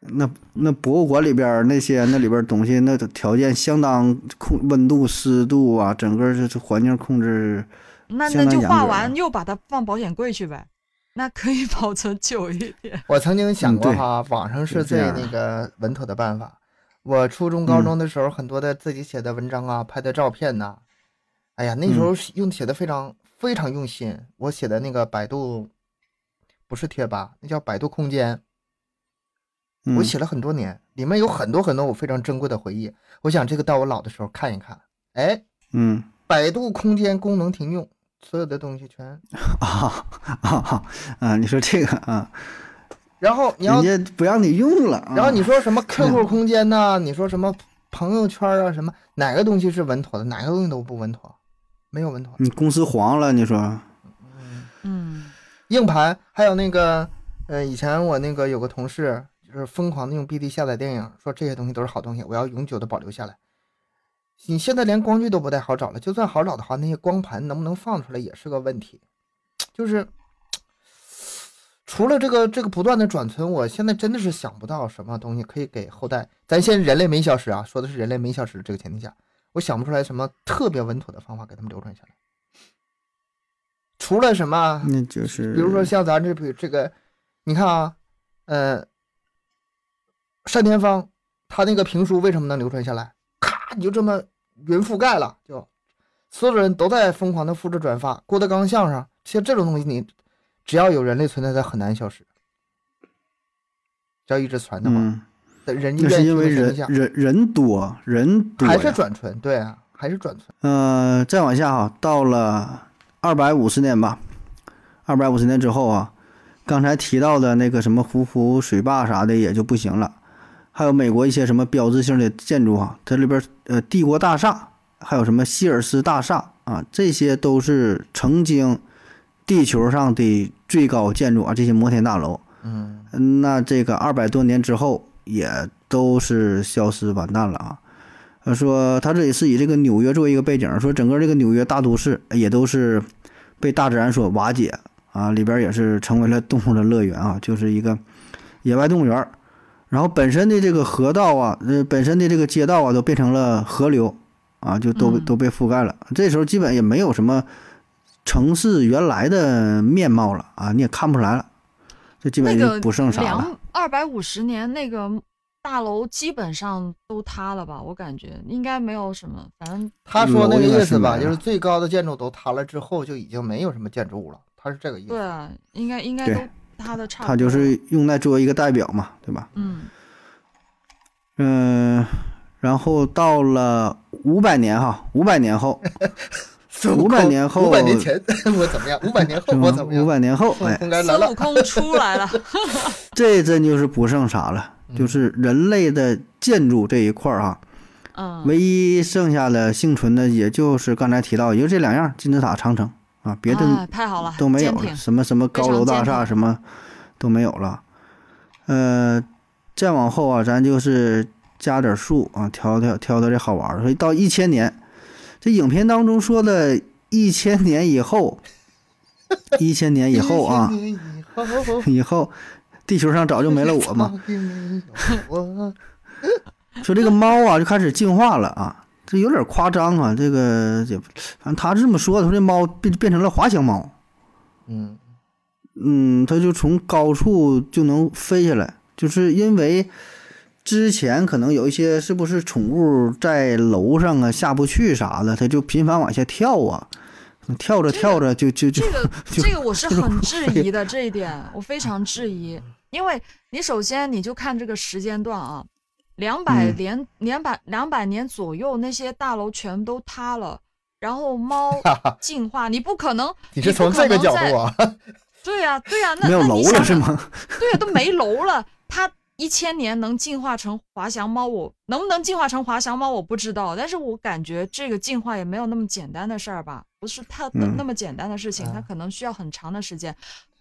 S1: 那那博物馆里边儿那些那里边儿东西，那的条件相当控温度、湿度啊，整个这这环境控制，
S3: 那
S1: 相
S3: 那
S1: 当啊
S3: 就
S1: 严
S3: 画
S1: 格
S3: 完
S1: 了
S3: 又把它放保险柜去呗，那可以保存久一点。
S2: 我曾经想
S1: 嗯
S2: 过
S1: 对
S2: 哈，网上
S1: 是
S2: 是
S1: 这
S2: 最
S1: 样嗯
S2: 那
S1: 的
S2: 个稳妥的办法。我初中、高中的时候，很多的自己写的文章啊，拍的照片呐、哎呀，那时
S1: 嗯
S2: 候是用写的非常非常用心。我写的那个百度，不是贴吧，那叫百度空间，
S1: 嗯
S2: 我，写了很多年，里面有很多很多我非常珍贵的回忆。我想这个到我老的时候看一看。哎，
S1: 嗯
S2: 百度空间功能停用，所有的东西全。
S1: 啊啊啊！你说这个啊，
S2: 然后你要
S1: 人家不让你用了啊，
S2: 然后你说什么
S1: 这样
S2: QQ 空间呐、你说什么朋友圈啊？什么哪个东西是稳妥的？哪个东西都不稳妥，没有稳妥的。
S1: 你公司黄了，你说
S3: 嗯，
S2: 硬盘还有那个，呃，以前我那个有个同事就是疯狂的用 BD 下载电影，说这些东西都是好东西，我要永久的保留下来。你现在连光剧都不太好找了，就算好找的话，那些光盘能不能放出来也是个问题。就是除了这个这个不断的转存，我现在真的是想不到什么东西可以给后代。咱先人类没消失啊，说的是人类没消失这个前提下，我想不出来什么特别稳妥的方法给他们流传下来。除了什么
S1: 那就是，
S2: 比如说像咱这比这个，你看啊，呃，单田芳他那个评书为什么能流传下来？咔，你就这么云覆盖了，就所有人都在疯狂的复制转发。郭德纲相声，像这种东西你，只要有人类存在，它很难消失。只要一直传的话，
S1: 嗯，
S2: 但人家
S1: 那
S2: 愿
S1: 是
S2: 意
S1: 因为
S2: 听的
S1: 人
S2: 情况
S1: 人人多人
S2: 下
S1: 多呀，
S2: 还是转存，对啊，还是转存。
S1: 呃，再往下哈，到了二百五十年吧，二百五十年之后啊，刚才提到的那个什么胡湖水坝啥的也就不行了，还有美国一些什么标志性的建筑啊，这里边呃帝国大厦，还有什么希尔斯大厦啊，这些都是曾经地球上的最高建筑啊，这些摩天大楼，
S2: 嗯，
S1: 那这个二百多年之后也都是消失完蛋了啊。呃，说他这里是以这个纽约作为一个背景，说整个这个纽约大都市也都是被大自然所瓦解啊，里边也是成为了动物的乐园啊，就是一个野外动物园儿。然后本身的这个河道啊，呃，本身的这个街道啊，都变成了河流啊，就都被
S3: 嗯
S1: 都被覆盖了。这时候基本也没有什么城市原来的面貌了啊，你也看不出来了，这基
S3: 那
S1: 本
S3: 个
S1: 就不剩啥了。
S3: 两二百五十年那个大楼基本上都塌了吧？我感觉应该没有什么，反正
S2: 他说那个意思吧，
S1: 嗯
S2: 就是最高的建筑都塌了之后，就已经没有什么建筑物了。他是这个意
S3: 对
S2: 思。
S3: 啊，应该应该
S1: 对
S3: 都塌的差不多。
S1: 它就是用来作为一个代表嘛，对吧？
S3: 嗯
S1: 嗯，然后到了五百年哈，五百年 后，500年后
S2: 五 百年前我怎么样？五百年后
S1: 是
S2: 我怎么样？
S1: 五百年后，
S2: 后
S1: 哎，
S2: 应该来
S3: 孙
S2: 了
S3: 悟。空出来 了，
S1: 这真就是不剩啥了，就是人类的建筑这一块儿啊，
S3: 嗯，
S1: 唯一剩下的幸存的，也就是刚才提到，也就这两样，金字塔、长城啊，别的
S3: 哎太好了，
S1: 都没有
S3: 坚
S1: 了，
S3: 挺
S1: 什么什么高楼大厦
S3: 非常健康
S1: 什么都没有了。呃，再往后啊，咱就是加点数啊，挑挑挑挑这好玩儿的。所以到一千年，这影片当中说的一千年以后，一千年以后 啊，
S2: 一千年以后
S1: 以后地球上早就没了我嘛。
S2: 早就没有我
S1: 说这个猫啊就开始进化了啊，这有点夸张啊。这个也反正他是这么说的，说这猫变变成了滑翔猫。
S2: 嗯，
S1: 嗯，它就从高处就能飞下来，就是因为之前可能有一些是不是宠物在楼上啊下不去啥的，它就频繁往下跳啊，跳着跳着就就就
S3: 这个
S1: 就
S3: 这个我是
S1: 就
S3: 很质疑的，这一点我非常质疑，因为你首先你就看这个时间段啊，两百
S1: 嗯
S3: 年两百两百年左右那些大楼全都塌了，然后猫进化，你不可能，
S2: 你是从这个角度
S3: 啊？
S2: 啊？
S3: 对呀、对呀、那
S1: 没有
S3: 那
S1: 楼
S3: 你想
S1: 了是
S3: 想
S1: 吗？
S3: 对呀、啊都没楼了，它一千年能进化成滑翔猫，我能不能进化成滑翔猫我不知道，但是我感觉这个进化也没有那么简单的事儿吧，不是它那
S1: 嗯
S3: 那么简单的事情，它
S2: 啊
S3: 可能需要很长的时间，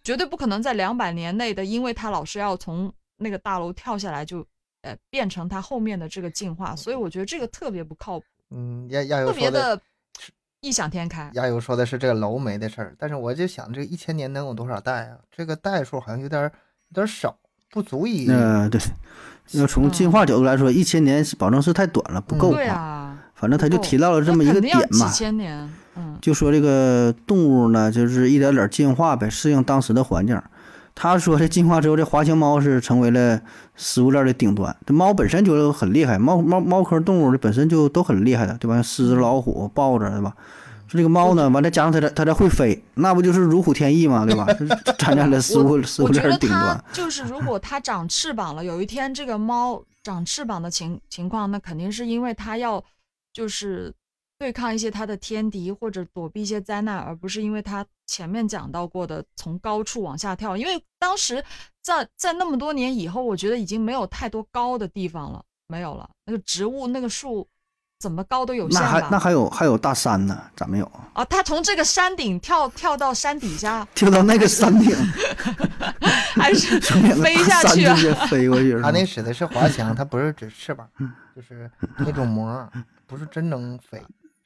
S3: 绝对不可能在两百年内的，因为它老是要从那个大楼跳下来就。呃，变成它后面的这个进化，所以我觉得这个特别不靠谱，
S2: 嗯，亚亚
S3: 特
S2: 游
S3: 别
S2: 说的
S3: 的异想天开。
S2: 亚游说的是这个楼没的事儿，但是我就想这一千年能有多少代啊？这个代数好像有点儿有点儿少，不足以。
S1: 呃，对，要从进化角度来说，一千年保证是太短了，不够
S3: 对
S1: 啊。
S3: 啊，
S1: 反正他就
S3: 不够
S1: 提到了这
S3: 那
S1: 么一个
S3: 肯定要
S1: 点嘛
S3: 几，千年，嗯
S1: 就说这个动物呢，就是一点点进化呗，适应当时的环境。他说这进化之后，这滑翔猫是成为了食物链的顶端。这猫本身就很厉害，猫猫猫科动物本身就都很厉害的，对吧？狮子、老虎、豹子，对吧？说这个猫呢，完再加上它这它这会飞，那不就是如虎添翼嘛，对吧？就是 站在了食物 食物
S3: 我觉
S1: 链
S3: 得
S1: 顶
S3: 它
S1: 端。
S3: 就是，如果它长翅膀了，有一天这个猫长翅膀的情情况，那肯定是因为它要就是对抗一些它的天敌或者躲避一些灾难，而不是因为它前面讲到过的从高处往下跳。因为当时在在那么多年以后，我觉得已经没有太多高的地方了，没有了。那个植物那个树怎么高都有
S1: 那
S3: 限
S1: 还那
S3: 吧？
S1: 还有还有大山呢，咋没有？
S3: 啊，它从这个山顶跳跳到山底下，
S1: 跳到那个山 顶，
S3: 还是
S1: 从两个
S3: 飞
S1: 大
S3: 下
S1: 山
S3: 去啊
S1: 直？接飞过去是
S2: 它
S1: 吧。
S2: 那指的是滑翔，它不是指翅膀，
S1: 嗯
S2: 就是那种膜儿，不是真能飞，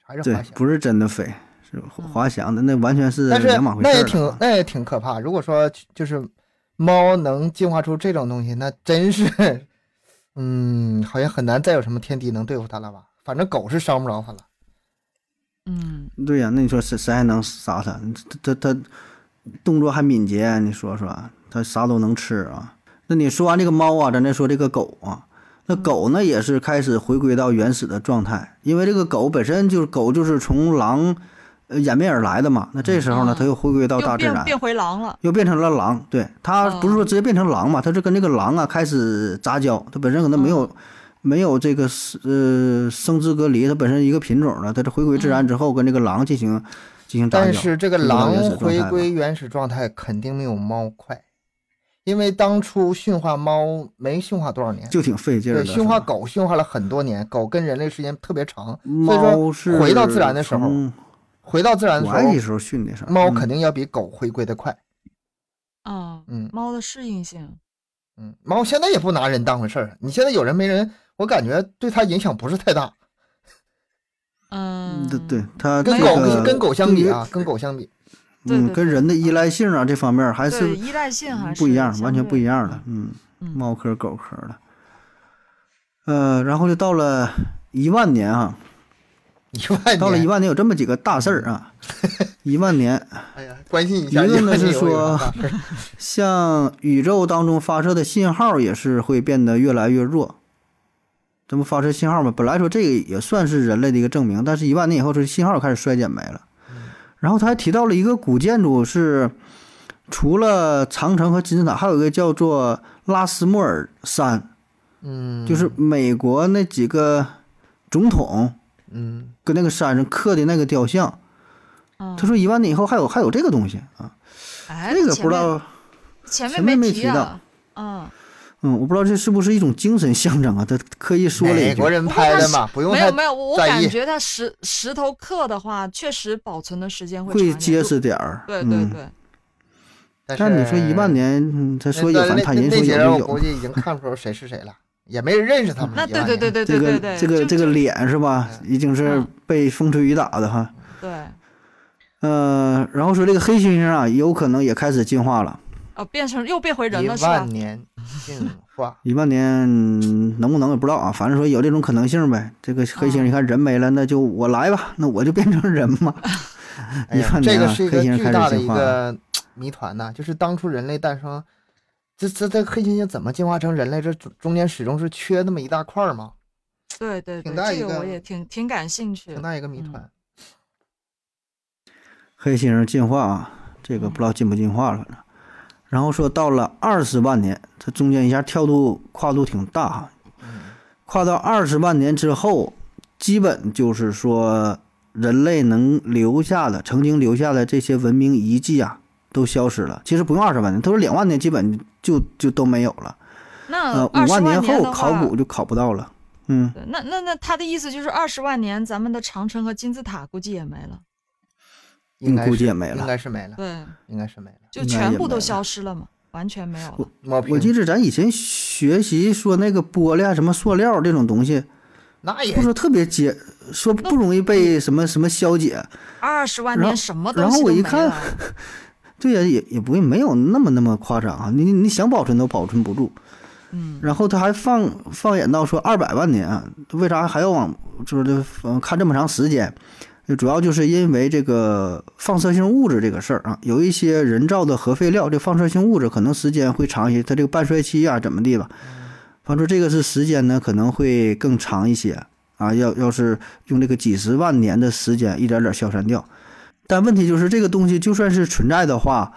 S2: 还是
S1: 对
S2: 滑翔，。
S1: 不是真的飞，是滑滑翔的，那完全是
S2: 嗯但是
S1: 两码回事
S2: 那
S1: 儿
S2: 也
S1: 了
S2: 挺
S1: 啊
S2: 那也挺可怕。如果说就是猫能进化出这种东西，那真是，嗯，好像很难再有什么天敌能对付它了吧？反正狗是伤不着它了。
S3: 嗯。
S1: 对呀、那你说谁谁还能杀它？它它它动作还敏捷，啊你说说，它啥都能吃啊。那你说完这个猫啊，咱再说这个狗啊。那
S2: 嗯
S1: 狗呢，也是开始回归到原始的状态，因为这个狗本身就是狗，就是从狼呃演变而来的嘛。那这时候呢，
S3: 嗯
S1: 它又回归到
S3: 又
S1: 大自
S3: 变
S1: 然，
S3: 变回狼了。
S1: 又变成了狼。对，它
S3: 嗯
S1: 不是说直接变成狼嘛，它是跟这个狼啊开始杂交，它本身可能没有、
S3: 哦
S1: 没有这个是呃生殖隔离，它本身一个品种的，它这回归自
S3: 嗯
S1: 然之后跟这个狼进行进行杂交。
S2: 但是这个
S1: 回归到
S2: 狼
S1: 原始状态
S2: 回
S1: 了
S2: 归原始状态肯定没有猫快，因为当初驯化猫没驯化多少年，
S1: 就挺费劲儿
S2: 对，
S1: 的。
S2: 驯化
S1: 是吧
S2: 狗驯化了很多年，狗跟人类时间特别长，所以
S1: 猫
S2: 说
S1: 是
S2: 回到自然的时候，
S1: 从
S2: 回到自然的
S1: 我爱的
S2: 时
S1: 时候训的时
S2: 候，
S1: 候，
S2: 猫
S1: 嗯
S2: 肯定要比狗回归的快。
S3: 嗯，
S2: 嗯
S3: 猫的适应性，
S2: 嗯，猫现在也不拿人当回事儿，你现在有人没人，我感觉对它影响不是太大，
S3: 嗯，
S1: 嗯对对，它
S2: 跟
S1: 这
S2: 狗
S1: 个
S2: 跟狗相
S1: 对
S2: 比啊
S1: 于
S2: 啊，跟狗相比，
S3: 对对
S1: 嗯，跟
S3: 对
S1: 人的依赖性啊这方面还
S3: 对
S1: 是
S3: 依赖性还是
S1: 不一样，完全不一
S3: 样。
S1: 样了。嗯，
S3: 嗯
S1: 猫科狗科的，呃，然后就到了一万年啊，
S2: 一万年
S1: 到了一，万年有这么几个大事儿 啊，一万年
S2: 哎呀，关心一下，啊
S1: 一个呢
S2: 万年
S1: 是
S2: 有没有
S1: 说
S2: 啥大事儿
S1: 像宇宙当中发射的信号也是会变得越来越弱。这不发射信号嘛，本来说这个也算是人类的一个证明，但是一万年以后，这信号开始衰减没了。然后他还提到了一个古建筑是，除了长城和金字塔，还有一个叫做拉斯莫尔山，
S2: 嗯，
S1: 就是美国那几个总统
S2: 嗯，
S1: 跟那个山上刻的那个雕像。
S3: 嗯
S1: 他说一万年以后还有还有这个东西啊，
S3: 哎，
S1: 这个
S3: 前
S1: 不知
S3: 面
S1: 道。
S3: 前
S1: 前面没
S3: 提
S1: 提
S3: 啊。嗯，
S1: 嗯，我不知道这是不是一种精神象征啊？他刻意 说了一
S2: 美
S1: 句
S2: 国，人
S3: 不过
S2: 拍
S3: 它
S2: 的
S3: 是
S2: 嘛，不用
S3: 没
S2: 太
S3: 有没有，我我
S2: 在
S3: 感
S2: 意
S3: 觉它石石头刻的话，确实保存的时间会长一
S1: 会
S3: 点
S1: 结
S3: 就
S1: 实点儿。
S3: 对对
S1: 嗯
S3: 对，
S1: 但你说一万
S2: 年。
S1: 年，嗯他
S2: 那
S1: 说有，
S2: 那
S1: 反正他人
S2: 那
S1: 说
S2: 那
S1: 有
S2: 几人
S1: 就
S2: 我
S1: 有
S2: 估。计已经看不出谁是谁了，也没人认识他们了。
S3: 那
S2: 一
S3: 对
S2: 万
S3: 对
S2: 年
S3: 对对
S1: 嗯这个
S3: 对对对，
S1: 这个
S3: 就
S1: 这个脸是吧？已经是
S3: 嗯
S1: 被风吹雨打的哈。
S3: 对
S1: 呃，然后说这个黑猩猩啊，有可能也开始进化了。，
S3: 哦，变成又变回人了
S2: 一
S3: 是啊吧
S2: 万？年进化
S1: 一万年嗯能不能也不知道啊，反正说有这种可能性呗。这个黑猩猩，
S3: 嗯
S1: 你看人没了，那就我来吧，那我就变成人嘛。
S2: 哎呀
S1: 一万年啊
S2: 这个是一个
S1: 黑猩猩
S2: 巨大
S1: 开
S2: 的
S1: 始
S2: 一
S1: 进化
S2: 个谜团呐、就是当初人类诞生，这这这黑猩猩怎么进化成人类？这中中间始终是缺那么一大块儿嘛，
S3: 对对对，
S2: 挺大一
S3: 这
S2: 个
S3: 我也挺挺感兴趣
S2: 挺。大一个谜团。
S1: 黑猩猩进化啊，这
S3: 嗯
S1: 个不知道进不进化了。然后说到了二十万年，它中间一下跳度跨度挺大哈，
S3: 嗯
S1: 跨到二十万年之后，基本就是说人类能留下的曾经留下的这些文明遗迹啊，都消失了。其实不用二十万年，他说两万年基本就就都没有了。
S3: 那
S1: 呃，
S3: 二
S1: 五
S3: 十
S1: 年
S3: 年
S1: 后
S3: 的
S1: 考
S3: 话，
S1: 古就考不到了。嗯，
S3: 对那那那他的意思就是二十万年，咱们的长城和金字塔估计也没了，
S2: 应该
S1: 估计
S2: 是
S1: 也没
S2: 应
S1: 了
S2: 该是没了，
S3: 对，
S2: 应该是没了。
S3: 就
S1: 应该
S3: 全
S1: 也
S3: 部
S1: 没
S3: 都
S1: 了
S3: 消失了嘛，完全没有了。
S2: 抹
S1: 我记
S2: 平
S1: 得咱以前学习说那个玻璃啊、什么塑料这种东西，
S2: 那也
S1: 不说特别结，说不容易被什么什么消解。
S3: 二十万
S1: 然
S3: 年
S1: 后
S3: 什么
S1: 然
S3: 东
S1: 后
S3: 西
S1: 我一
S3: 都没
S1: 看
S3: 了。
S1: 对呀、也也不会没有那么那么夸张啊，你你想保存都保存不住。
S3: 嗯，
S1: 然后他还放放眼到说二百万年啊，为啥还要往就是这嗯看这么长时间？主要就是因为这个放射性物质这个事儿啊，有一些人造的核废料，这放射性物质可能时间会长一些，它这个半衰期啊怎么地吧，反正这个是时间呢可能会更长一些啊，要要是用这个几十万年的时间一点点消散掉，但问题就是这个东西就算是存在的话，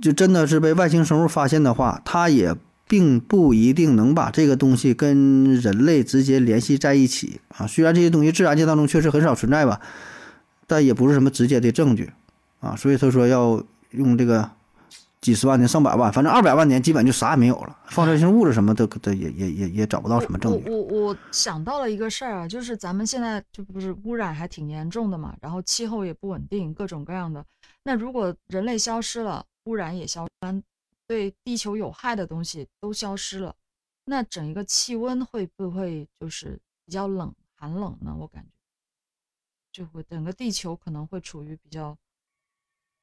S1: 就真的是被外星生物发现的话，它也并不一定能把这个东西跟人类直接联系在一起啊。虽然这些东西自然界当中确实很少存在吧，但也不是什么直接的证据啊。所以他说要用这个几十万年、上百万，反正二百万年基本就啥也没有了，放射性物质什么的都也也也也找不哦到什么啊证据。
S3: 我我我想到了一个事儿啊，就是咱们现在这不是污染还挺严重的嘛，然后气候也不稳定，各种各样的。那如果人类消失了，污染也消失了，对地球有害的东西都消失了，那整一个气温会不会就是比较冷、寒冷呢？我感觉就会整个地球可能会处于比较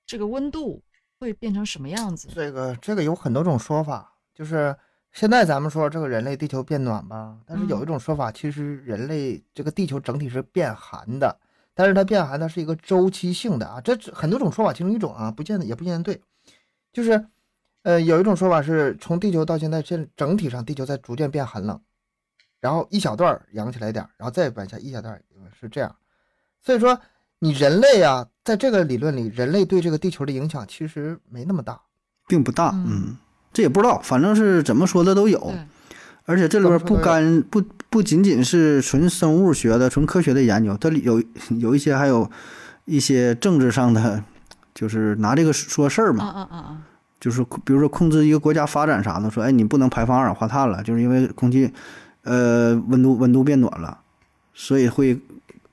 S3: 这个温度会变成什么样子？
S2: 这个这个有很多种说法，就是现在咱们说这个人类地球变暖吧，但是有一
S3: 嗯
S2: 种说法，其实人类这个地球整体是变寒的，但是它变寒它是一个周期性的啊，这这很多种说法，其中一种啊不见得也不见得对，就是呃有一种说法是从地球到现在现整体上地球在逐渐变寒冷，然后一小段儿扬起来一点儿，然后再往下一小段儿呃是这样，所以说你人类啊，在这个理论里，人类对这个地球的影响其实没那么大。
S1: 并不大，
S3: 嗯
S1: 嗯，这也不知道，反正是怎么说的都有
S3: 对。，
S1: 而且这里边不干不不仅仅是纯生物学的、纯科学的研究，它里有 有一些还有一些政治上的，就是拿这个说事儿
S3: 嗯
S1: 嘛，
S3: 嗯嗯嗯，
S1: 就是比如说控制一个国家发展啥的，说哎你不能排放二氧化碳了，就是因为空气呃温度温度变暖了，所以会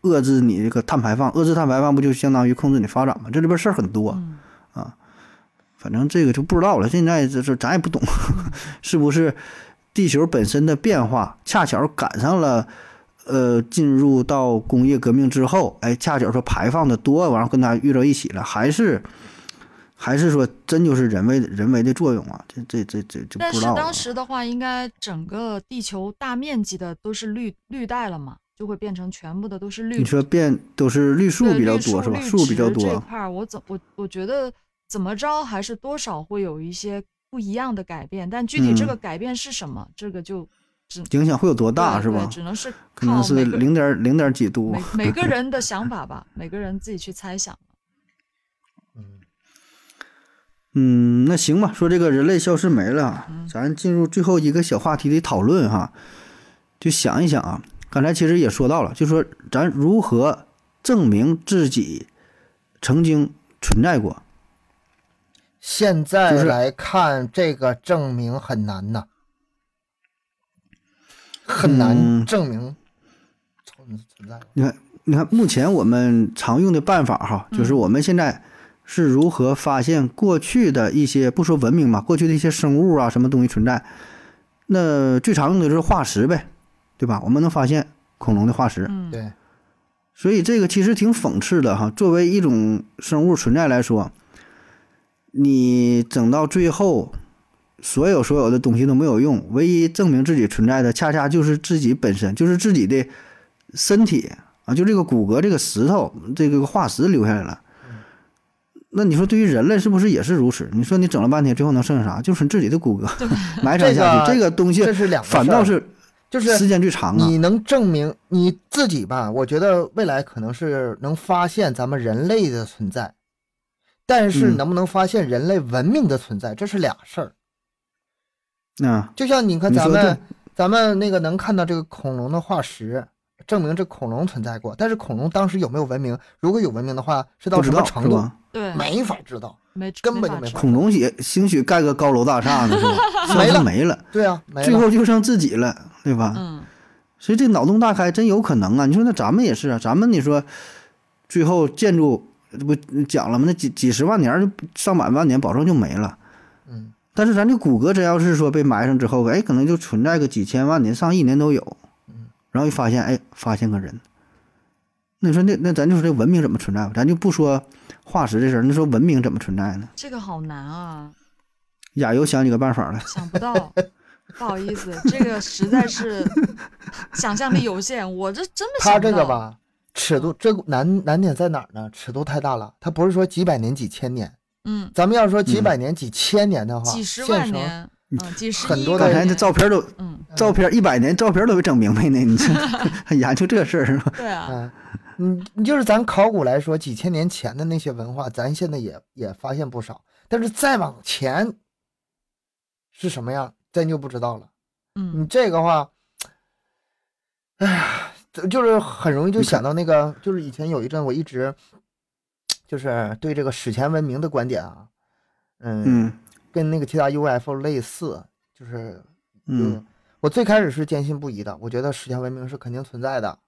S1: 遏制你这个碳排放，遏制碳排放不就相当于控制你发展吗？这里边事儿很多，
S3: 嗯
S1: 反正这个就不知道了。现在这这咱也不
S3: 嗯
S1: 懂，是不是地球本身的变化恰巧赶上了呃，进入到工业革命之后，哎，恰巧说排放的多，完了跟它遇到一起了，还是还是说真就是人为人为的作用啊？这这这这这
S3: 但
S1: 不
S3: 是
S1: 知道、啊。
S3: 当时的话，应该整个地球大面积的都是绿绿带了嘛，就会变成全部的都是绿
S1: 你说变都是绿树
S3: 对
S1: 比较
S3: 绿
S1: 多是吧？
S3: 绿
S1: 树比较
S3: 植这
S1: 多，
S3: 块儿，我怎我我觉得怎么着还是多少会有一些不一样的改变，但具体这
S1: 嗯
S3: 个改变是什么，这个就只
S1: 影响会有多大
S3: 对
S1: 是
S3: 对
S1: 吧？
S3: 只能是
S1: 可能
S3: 靠
S1: 是
S3: 每个
S1: 零点零点几度啊
S3: 每。每个 人的想法吧，每个人自己去猜想。
S1: 嗯，那行吧，说这个人类消失没了，啊
S3: 嗯
S1: 咱进入最后一个小话题的讨论哈，就想一想啊，刚才其实也说到了，就说咱如何证明自己曾经存在过，
S2: 现在
S1: 就是
S2: 来看，这个证明很难呐，很
S1: 嗯
S2: 难证明存存在。
S1: 你看，你看，目前我们常用的办法哈，就是我们现在是如何发现过去的一些不说文明嘛，过去的一些生物啊，什么东西存在。那最常用的就是化石呗，对吧？我们能发现恐龙的化石，
S3: 嗯，
S2: 对，
S1: 所以这个其实挺讽刺的哈。作为一种生物存在来说，你整到最后，所有所有的东西都没有用，唯一证明自己存在的，恰恰就是自己本身，就是自己的身体啊，就这个骨骼、这个石头、这个化石留下来了。那你说，对于人类是不是也是如此？你说你整了半天，最后能剩下啥？就是你自己的骨骼 埋藏下去，
S2: 这个
S1: 这个东西
S2: 这是两个事儿
S1: 反倒是
S2: 就是
S1: 时间最长啊
S2: 你。能证明你自己吧？我觉得未来可能是能发现咱们人类的存在，但是
S1: 嗯
S2: 能不能发现人类文明的存在，这是俩事儿。
S1: 啊，
S2: 就像你看
S1: 你
S2: 咱
S1: 说
S2: 们
S1: 对，
S2: 咱们那个能看到这个恐龙的化石，证明这恐龙存在过，但是恐龙当时有没有文明？如果有文明的话，是到
S1: 不知
S2: 什么
S1: 道
S2: 程
S1: 是
S2: 度
S1: 吧？？
S3: 对，
S2: 没法知道。
S3: 没
S2: 根本
S3: 法
S2: 就没
S3: 知
S2: 法
S1: 恐龙也兴许盖个高楼大厦呢，是吧？
S2: 没了
S1: 没了，
S2: 对啊，没
S1: 最
S2: 了。
S1: 后就剩自己了，对吧？
S3: 嗯，
S1: 所以这脑洞大开真有可能啊！你说那咱们也是啊，咱们你说最后建筑这不讲了吗？那几几十万年儿、上百万年，保证就没了。
S2: 嗯，
S1: 但是咱这骨骼真要是说被埋上之后，哎，可能就存在个几千万年、上亿年都有。
S2: 嗯
S1: 然后一发现，哎，发现个人。那你说那那咱就说这文明怎么存在吧？咱就不说化石这事儿，那说文明怎么存在呢？
S3: 这个好难啊，
S1: 亚游想几个办法来。
S3: 想不到，不好意思，这个实在是想象力有限，我这真的想
S2: 它
S3: 不到。
S2: 这个，吧，尺度这个难难点在哪儿呢？尺度太大了，它不是说几百年、几千年。
S3: 嗯，
S2: 咱们要说几百年、几千年的话，
S3: 几十
S2: 现
S3: 万
S2: 成
S3: 年，嗯，几十
S2: 很
S3: 亿
S2: 多
S3: 万
S1: 刚
S2: 的
S1: 才
S3: 年
S1: 那照片都
S3: 嗯，
S1: 照片一百年照片都没整明白呢，你这还研究这事儿是吧？
S3: 对啊，
S2: 嗯，你你就是咱考古来说，几千年前的那些文化，咱现在也也发现不少，但是再往前是什么样，咱就不知道了。你
S3: 嗯，
S2: 这个话，哎呀，就是很容易就想到那个，就是以前有一阵我一直就是对这个史前文明的观点啊，嗯，
S1: 嗯
S2: 跟那个其他 UFO 类似，就是
S1: 嗯，
S2: 我最开始是坚信不疑的，我觉得史前文明是肯定存在的，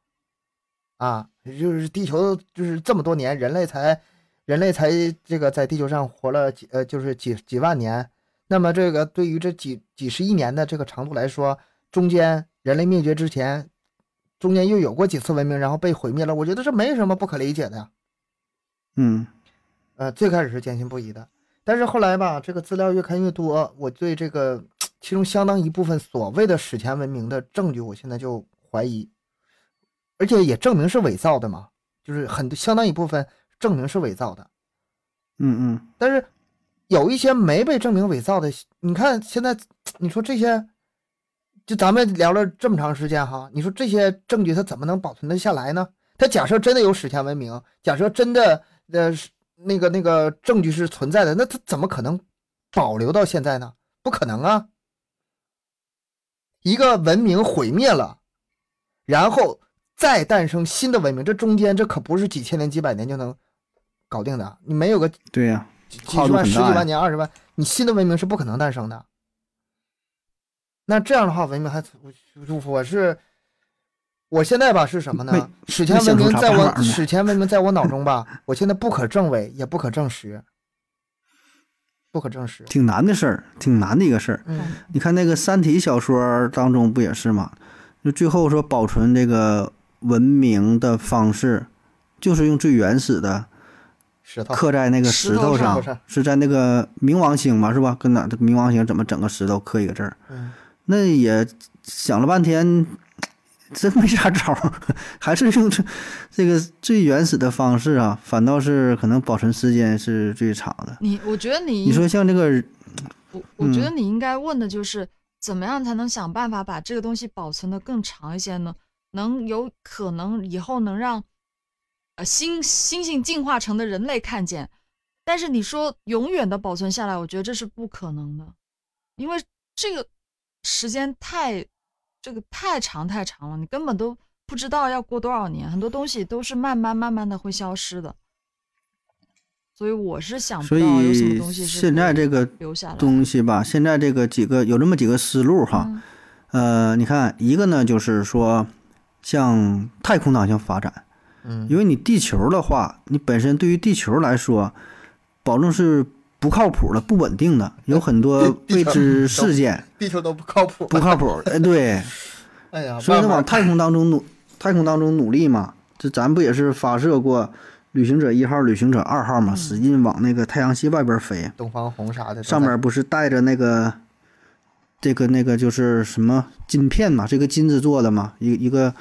S2: 啊，就是地球就是这么多年，人类才人类才这个在地球上活了几呃就是几几万年，那么这个对于这几几十亿年的这个长度来说，中间人类灭绝之前，中间又有过几次文明，然后被毁灭了，我觉得这没什么不可理解的呀。
S1: 嗯
S2: 呃，最开始是坚信不疑的，但是后来吧，这个资料越看越多，我对这个其中相当一部分所谓的史前文明的证据，我现在就怀疑，而且也证明是伪造的嘛，就是很多相当一部分证明是伪造的，
S1: 嗯嗯，
S2: 但是有一些没被证明伪造的，你看现在你说这些，就咱们聊了这么长时间哈，你说这些证据它怎么能保存得下来呢？它假设真的有史前文明，假设真的呃是那个那个证据是存在的，那它怎么可能保留到现在呢？不可能啊！一个文明毁灭了，然后再诞生新的文明，这中间这可不是几千年、几百年就能搞定的，你没有个
S1: 对呀、
S2: 几
S1: 跨
S2: 十
S1: 度
S2: 万、
S1: 很
S2: 十几
S1: 大呀
S2: 万。年、二十万，你新的文明是不可能诞生的。那这样的话，文明还存我我是我现在吧是什么呢？
S1: 没
S2: 史前
S1: 没想
S2: 文
S1: 出
S2: 明
S1: 啥
S2: 在
S1: 办
S2: 我
S1: 法呢
S2: 史前文明在我脑中吧，我现在不可证伪，也不可证实，不可证实。
S1: 挺难的事儿，挺难的一个事儿。
S2: 嗯
S1: 你看那个《三体》小说当中不也是吗？就最后说保存这个文明的方式，就是用最原始的
S2: 石头
S1: 刻在那个
S3: 石
S1: 石
S3: 头
S1: 头
S2: 上
S1: 上，是在那个冥王星嘛，是吧？跟哪这个冥王星怎么整个石头刻一个字儿？
S2: 嗯
S1: 那也想了半天，真没啥招儿， 还是用这这个最原始的方式啊，反倒是可能保存时间是最长的。
S3: 你我觉得你
S1: 你说像这个
S3: 我我觉
S1: 嗯
S3: 得你应该问的就是，怎么样才能想办法把这个东西保存的更长一些呢？能有可能以后能让，呃，猩猩猩进化成的人类看见，但是你说永远的保存下来，我觉得这是不可能的，因为这个时间太，这个太长太长了，你根本都不知道要过多少年，很多东西都是慢慢慢慢的会消失的，所以我是想不
S1: 所
S3: 到有什么
S1: 以
S3: 东西是
S1: 现在
S3: 会
S1: 这个
S3: 留下来的。
S1: 东西吧，现在这个几个有这么几个思路哈。
S3: 嗯
S1: 呃，你看一个呢，就是说向太空方向发展，
S2: 嗯
S1: 因为你地球的话，你本身对于地球来说，保证是不靠谱的、不稳定的，有很多
S2: 地
S1: 未
S2: 球
S1: 知事 件
S2: 地球都不靠谱，
S1: 不靠谱。哎， 对，
S2: 哎呀，
S1: 所以呢，
S2: 慢慢
S1: 往太空当中努，太空当中努力嘛，这咱不也是发射过旅行者一号、旅行者二号
S2: 嗯
S1: 嘛，使劲往那个太阳系外边飞。
S2: 东方红啥的都在
S1: 上面不是带着那个，这个那个就是什么金片嘛，这个金子做的嘛，一一个，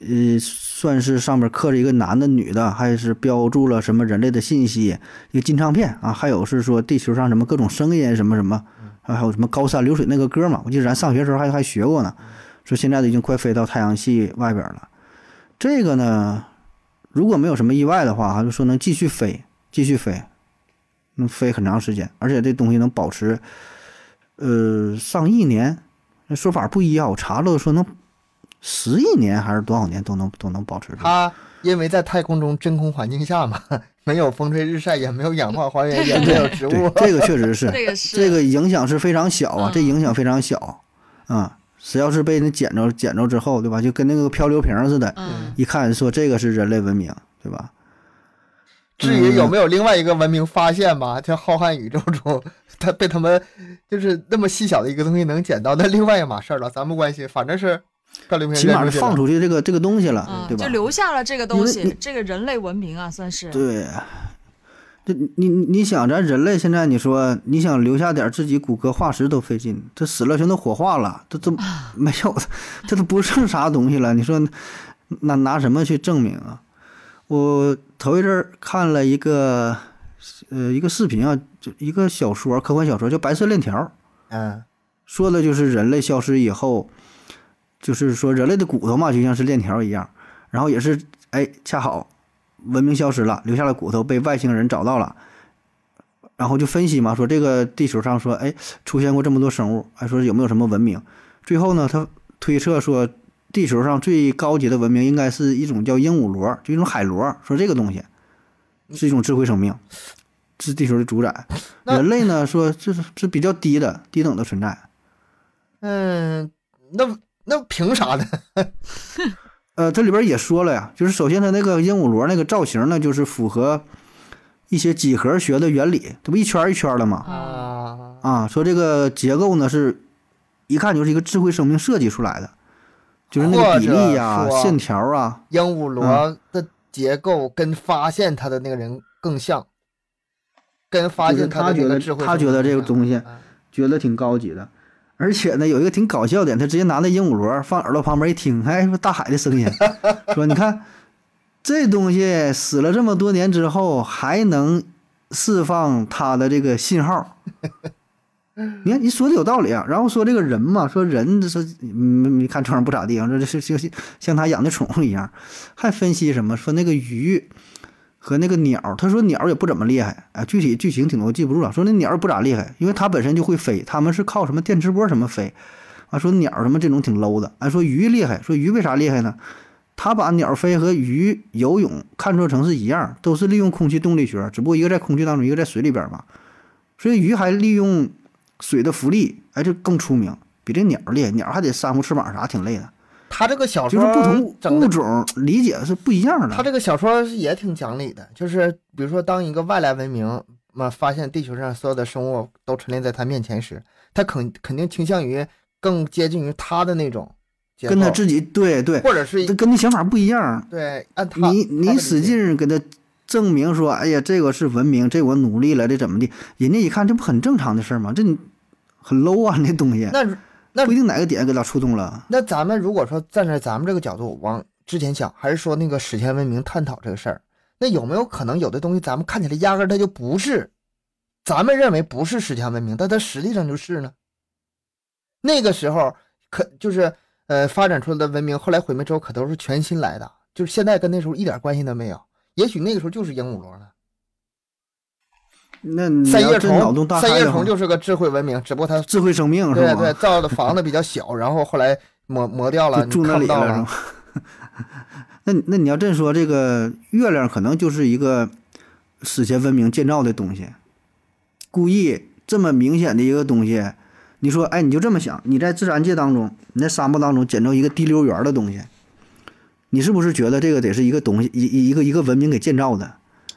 S1: 呃，算是上面刻着一个男的、女的，还是标注了什么人类的信息，一个金唱片啊，还有是说地球上什么各种声音什么什么，
S2: 嗯
S1: 还有什么高山流水那个歌嘛，我记得咱上学时候还还学过
S2: 嗯
S1: 呢，说现在都已经快飞到太阳系外边了，这个呢，如果没有什么意外的话，还就说能继续飞，继续飞，能飞很长时间，而且这东西能保持，呃，上亿年，那说法不一啊。我查了说能十亿年还是多少年都能都能保持住。
S2: 它因为在太空中真空环境下嘛， 没有风吹日晒，也没有氧化还原，也没有植
S1: 对
S2: 物，，
S1: 这个确实是，
S3: 这个是嗯
S1: 这个影响是非常小啊，这影响非常小啊。只要是被人捡着捡着之后，对吧？就跟那个漂流瓶似的，
S3: 嗯，
S1: 一看说这个是人类文明，对吧？
S2: 至于
S1: 嗯
S2: 有没有另外一个文明发现吧，在浩瀚宇宙中，它被他们就是那么细小的一个东西能捡到，那另外一码事儿了，咱不关心，反正是漂流瓶
S1: 起码
S2: 扔
S1: 是
S2: 出去
S1: 放
S2: 了
S1: 出去这个这个东西了
S3: 嗯，
S1: 对吧？
S3: 就留下了这个东
S1: 因为
S3: 西
S1: 你，
S3: 这个人类文明啊，算是。
S1: 对，这你你你想，咱人类现在你说你想留下点自己骨骼化石都费劲，这死了全都火化了，这都没有， 这都不剩啥东西了。你说那拿什么去证明啊？我头一阵儿看了一个呃一个视频啊，就一个小说，科幻小说叫《白色链条》。
S2: 嗯
S1: 说的就是人类消失以后，就是说人类的骨头嘛，就像是链条一样，然后也是哎，恰好文明消失了，留下了骨头被外星人找到了，然后就分析嘛，说这个地球上说哎出现过这么多生物，还说有没有什么文明？最后呢，他推测说地球上最高级的文明应该是一种叫鹦鹉螺，就一种海螺，说这个东西是一种智慧生命，是地球的主宰。
S2: 那
S1: 人类呢，说这是是比较低的低等的存在。
S2: 嗯，那那凭啥呢？
S1: 呃，这里边也说了呀，就是首先它那个鹦鹉螺那个造型呢，就是符合一些几何学的原理，这不一圈儿一圈儿的吗？
S3: 啊，
S2: 啊，
S1: 啊，说这个结构呢是，一看就是一个智慧生命设计出来的，就是那
S2: 或
S1: 个
S2: 者
S1: 比例呀、
S2: 说
S1: 线条啊，
S2: 鹦鹉螺
S1: 嗯
S2: 的结构跟发现它的那个人更像，跟发
S1: 就是
S2: 现
S1: 他
S2: 的那
S1: 觉
S2: 个
S1: 得
S2: 智慧
S1: 他
S2: 生
S1: 觉得
S2: 命
S1: 这个
S2: 更
S1: 东西
S2: 像啊
S1: 觉得挺高级的。而且呢，有一个挺搞笑点，他直接拿那鹦鹉螺放耳朵旁边一听，哎，说大海的 声音，说你看这东西死了这么多年之后，还能释放它的这个信 号。你看，你说的有道理啊。然后说这个人嘛，说人说，嗯，你看这玩意儿不咋地啊，说这是像像他养的宠物一样。还分析什么说那个鱼和那个鸟，他说鸟也不怎么厉害啊，具体剧情挺多我记不住了。说那鸟也不咋厉害，因为它本身就会飞，他们是靠什么电磁波什么飞。啊，说鸟什么这种挺 low 的。啊，说鱼厉害，说鱼为啥厉害呢？他把鸟飞和鱼游泳看作成是一样，都是利用空气动力学，只不过一个在空气当中，一个在水里边嘛。所以鱼还利用水的浮力，哎，就更出名，比这鸟厉害。鸟还得扇呼翅膀啥，挺累的。
S2: 他这个小
S1: 就
S2: 说
S1: 是不同
S2: 整
S1: 物
S2: 的，
S1: 种理解是不一样的。
S2: 他这个小说也挺讲理的，就是比如说，当一个外来文明嘛发现地球上所有的生物都陈列在他面前时，他肯肯定倾向于更接近于他的那种，结
S1: 跟他
S2: 构
S1: 自己对对，
S2: 或者是
S1: 这跟你想法不一样。
S2: 对按他
S1: 你
S2: 他的
S1: 你
S2: 理
S1: 使
S2: 解
S1: 劲儿给他证明说，哎呀，这个是文明，这我努力了，这怎么的？人家一看，这不很正常的事儿吗？这你很 low 啊，那东西
S2: 那如那
S1: 不一定哪个点给他触动了。
S2: 那咱们如果说站在咱们这个角度往之前想，还是说那个史前文明探讨这个事儿，那有没有可能有的东西咱们看起来压根儿它就不是，咱们认为不是史前文明，但它实际上就是呢？那个时候可就是呃发展出来的文明，后来毁灭之后可都是全新来的，就是现在跟那时候一点关系都没有。也许那个时候就是鹦鹉螺呢，
S1: 那嗯你
S2: 三
S1: 要
S2: 叶
S1: 真脑洞
S2: 虫，
S1: 大
S2: 三
S1: 开
S2: 叶
S1: 的话
S2: 虫，就是个智慧文明，只不过它
S1: 智慧生命 是吧？
S2: 对对造的房子比较小，然后后来磨磨掉了，
S1: 就住
S2: 你
S1: 那
S2: 看不
S1: 里
S2: 到
S1: 了是
S2: 了
S1: 吗。？ 那你那你要这么说，这个月亮可能就是一个史前文明建造的东西，故意这么明显的一个东西，你说，哎，你就这么想，你在自然界当中，你在沙漠当中捡着一个滴溜圆儿的东西，你是不是觉得这个得是一个东西，一一一个一个文明给建造的，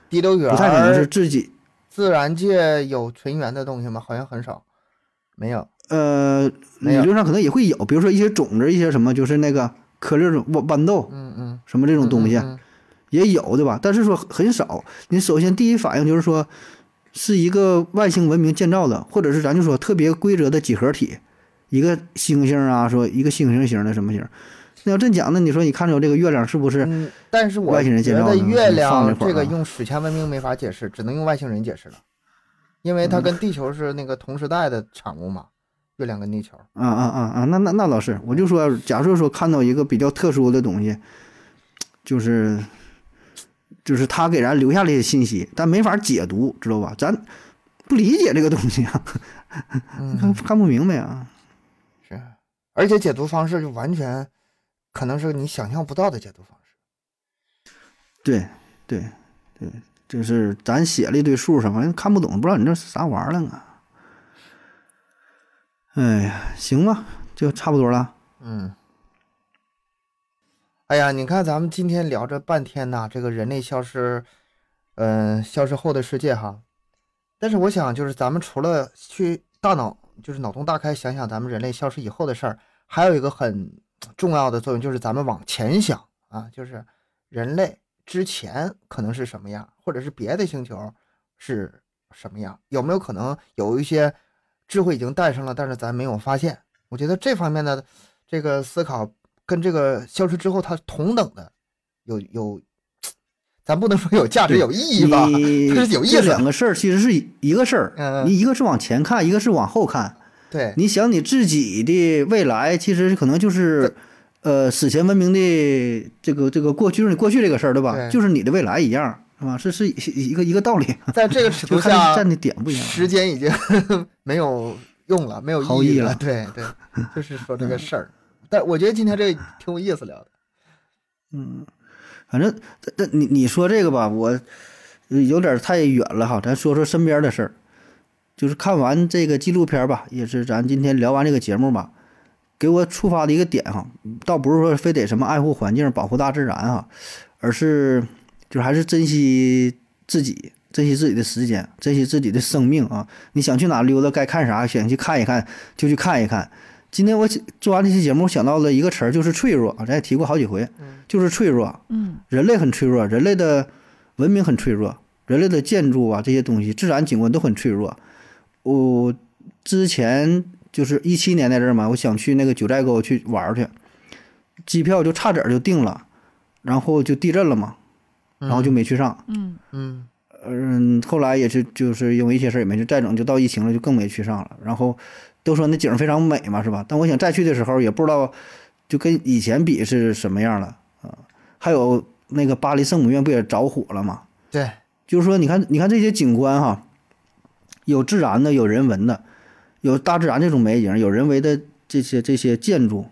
S2: 滴溜圆
S1: 不太可能是
S2: 儿，
S1: 自己
S2: 自然界有纯元的东西吗？好像很少，没有。
S1: 呃，
S2: 没
S1: 理
S2: 有
S1: 论上可能也会有，比如说一些种子，一些什么，就是那个颗粒儿种豌豌豆
S2: 嗯嗯，
S1: 什么这
S2: 这
S1: 种东西。
S2: 嗯嗯
S1: 也有，对吧？但是说很少。你首先第一反应就是说，是一个外星文明建造的，或者是咱就说特别规则的几何体，一个星星啊，说一个星星型的什么型儿。那要真讲呢，你说你看着这个月亮是不是？
S2: 嗯但是我
S1: 外星人
S2: 觉
S1: 建造
S2: 得
S1: 的
S2: 月
S1: 放
S2: 亮
S1: 这会儿
S2: 这个
S1: 啊
S2: 用史前文明没法解释，只能用外星人解释了，因为它
S1: 嗯
S2: 跟地球是那个同时代的产物嘛，月亮跟地球。
S1: 啊啊啊啊！那那那倒是，我就说，假设说看到一个比较特殊的东西，就是就是他给咱留下了一些信息，但没法解读，知道吧？咱不理解这个东西啊，看
S2: 嗯，
S1: 看不明白啊。
S2: 是，而且解读方式就完全可能是你想象不到的解读方式。
S1: 对对对，就是咱写了一堆数什么，看不懂，不知道你这是啥玩意儿了啊。哎呀，行吧，就差不多了。
S2: 嗯。哎呀，你看咱们今天聊这半天呐，这个人类消失，嗯、消失后的世界哈。但是我想，就是咱们除了去大脑，就是脑洞大开，想想咱们人类消失以后的事儿，还有一个很重要的作用，就是咱们往前想啊，就是人类之前可能是什么样，或者是别的星球是什么样，有没有可能有一些智慧已经诞生了，但是咱没有发现？我觉得这方面的这个思考跟这个消失之后它同等的有有，咱不能说有价值
S1: 对
S2: 有意义吧？
S1: 你
S2: 它是有意
S1: 这
S2: 思啊
S1: 两个事儿其实是一个事儿，
S2: 嗯
S1: 你一个是往前看，一个是往后看。
S2: 对，
S1: 你想你自己的未来，其实可能就是，呃，史前文明的这个这个过去，就是你过去这个事儿，对吧？
S2: 对
S1: 就是你的未来一样，是吧？是是一一个一个道理，
S2: 在这个尺
S1: 就
S2: 度
S1: 看你
S2: 下，
S1: 站的点不一样。啊
S2: 时间已经 没有用了，没有
S1: 毫
S2: 意
S1: 意
S2: 了。
S1: 了
S2: 对 对，就是说这个事儿。但我觉得今天这个挺有意思聊的。
S1: 反正，但但你你说这个吧，我呃有点太远了哈。咱说说身边的事儿，就是看完这个纪录片吧，也是咱今天聊完这个节目吧，给我触发的一个点哈，倒不是说非得什么爱护环境、保护大自然哈，而是就是还是珍惜自己，珍惜自己的时间，珍惜自己的生命啊。你想去哪溜达，该看啥，想去看一看就去看一看。今天我做完这期节目，我想到了一个词儿，就是脆弱啊，咱也提过好几回，就是脆弱。
S3: 嗯，
S1: 人类很脆弱，人类的文明很脆弱，人类的建筑啊这些东西，自然景观都很脆弱。我之前就是一七年在这儿嘛，我想去那个九寨沟去玩儿去，机票就差点儿就定了，然后就地震了嘛，然后就没去上。
S3: 嗯
S2: 嗯
S1: 嗯，后来也是就是因为一些事儿也没去，再整就到疫情了，就更没去上了。然后都说那景儿非常美嘛，是吧？但我想再去的时候，也不知道就跟以前比是什么样了啊。还有那个巴黎圣母院不也着火了吗？
S2: 对，
S1: 就是说，你看，你看这些景观哈，有自然的，有人文的，有大自然这种美景，有人为的这些这些建筑。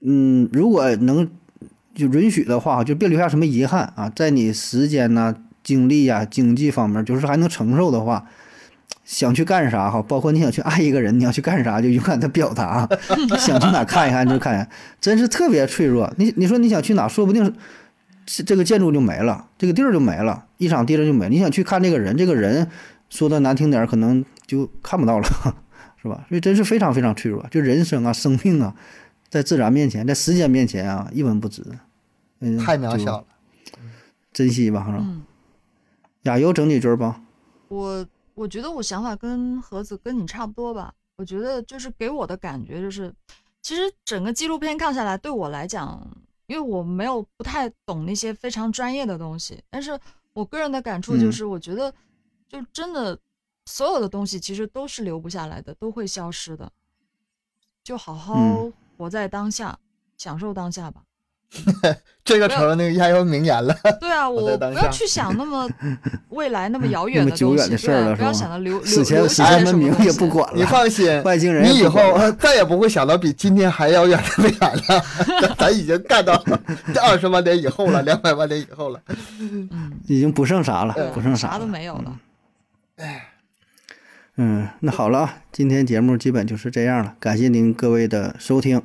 S1: 嗯，如果能就允许的话，就别留下什么遗憾啊，在你时间呐、精力呀、经济方面，就是还能承受的话，想去干啥哈，包括你想去爱一个人，你要去干啥就勇敢的表达 啊，想去哪看一看就看一看，真是特别脆弱。你你说你想去哪，说不定这这个建筑就没了，这个地儿就没了，一场地震就没了。你想去看这个人，这个人说的难听点，儿，可 能就看不到了，是吧？所以真是非常非常脆弱，就人生啊、生命啊，在自然面前，在时间面前啊，一文不值。嗯，
S2: 太渺小了，
S1: 珍惜吧，是吧？
S3: 嗯，
S1: 亚优整几句儿吧。
S3: 我我觉得我想法跟盒子跟你差不多吧。我觉得就是给我的感觉就是，其实整个纪录片看下来，对我来讲，因为我没有不太懂那些非常专业的东西，但是我个人的感触就
S1: 嗯
S3: 是，我觉得就真的所有的东西其实都是留不下来的，都会消失的。就好好
S1: 嗯
S3: 活在当下，享受当下吧。
S2: 这个成了那个亚优名言了。
S3: 对啊，我
S2: 在
S3: 不
S2: 当
S3: 要
S2: 下
S3: 去想 那么未来那么遥
S1: 那
S3: 远
S1: 么
S3: 的
S1: 久
S3: 东
S1: 远
S3: 西，
S1: 的事儿
S3: 对啊
S1: 了
S3: 不
S1: 是吗
S3: 要想着流流
S1: 史前
S3: 流
S1: 史
S3: 下来
S1: 前
S3: 什
S1: 文
S3: 么
S1: 明
S3: 东
S1: 也
S3: 西
S1: 不管
S2: 你
S1: 了，
S2: 放心，
S1: 外 星人
S2: 你
S1: 也
S2: 以
S1: 不
S2: 后啊呃
S1: 管了
S2: 再也不会想到比今天还遥远的未来了。 咱咱已经干到 二十万年以后了，两百万年以后了。
S3: 嗯，
S1: 已经不剩啥了
S3: 对啊，
S1: 不剩
S3: 啥
S1: 啥
S3: 都
S1: 了。
S3: 没有了。
S1: 嗯，那好了啊，今天节目基本就是这样了，感谢您各位的收听。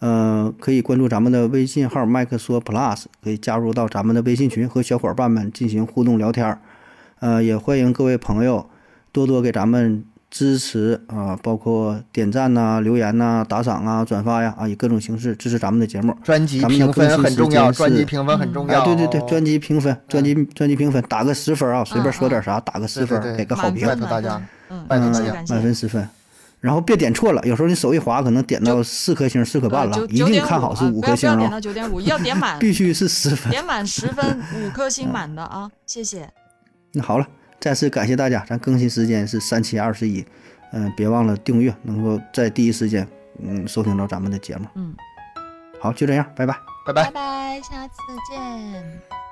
S1: 呃，可以关注咱们的微信号麦克说 Plus，可以加入到咱们的微信群，和小伙伴们进行互动聊天儿。呃，也欢迎各位朋友多多给咱们支持啊、包括点赞呐、留言呐、打赏啊、转发呀，啊，以各种形式支持咱们的节目。
S2: 专辑
S1: 咱们
S2: 评
S1: 的
S2: 分
S1: 更新
S2: 很
S1: 时
S2: 重要，
S1: 间
S2: 专
S1: 是
S2: 辑评分很重
S1: 哎，
S2: 要。
S1: 对对对，专辑评分，专辑
S3: 嗯
S1: 专辑评分打个十分啊，随便说点啥，打个十分
S2: 对对，对
S1: 给个好
S3: 满
S1: 评
S3: 分，
S2: 拜托
S3: 满
S2: 大家
S3: 分，嗯，
S2: 拜托
S3: 感
S2: 大
S3: 谢
S2: 家
S3: 感谢
S1: 满，分十分。然后别点错了，有时候你手一滑，可能点到四颗星、四颗半
S3: 呃
S1: 了
S3: 九，
S1: 一
S3: 九
S1: 定
S3: 点五
S1: 看好是
S3: 啊
S1: 五
S3: 不
S1: 颗
S3: 要不
S1: 星
S3: 要点
S1: 啊
S3: 到，九点五，要点 满，
S1: 必须是十分。
S3: 点满十分，五颗星满的啊，谢谢。
S1: 那好了，再次感谢大家，咱更新时间是三七二十一，嗯，别忘了订阅，能够在第一时间嗯收听到咱们的节目。
S3: 嗯，
S1: 好，就这样，拜拜。
S2: 拜拜
S3: 拜。拜，下次见。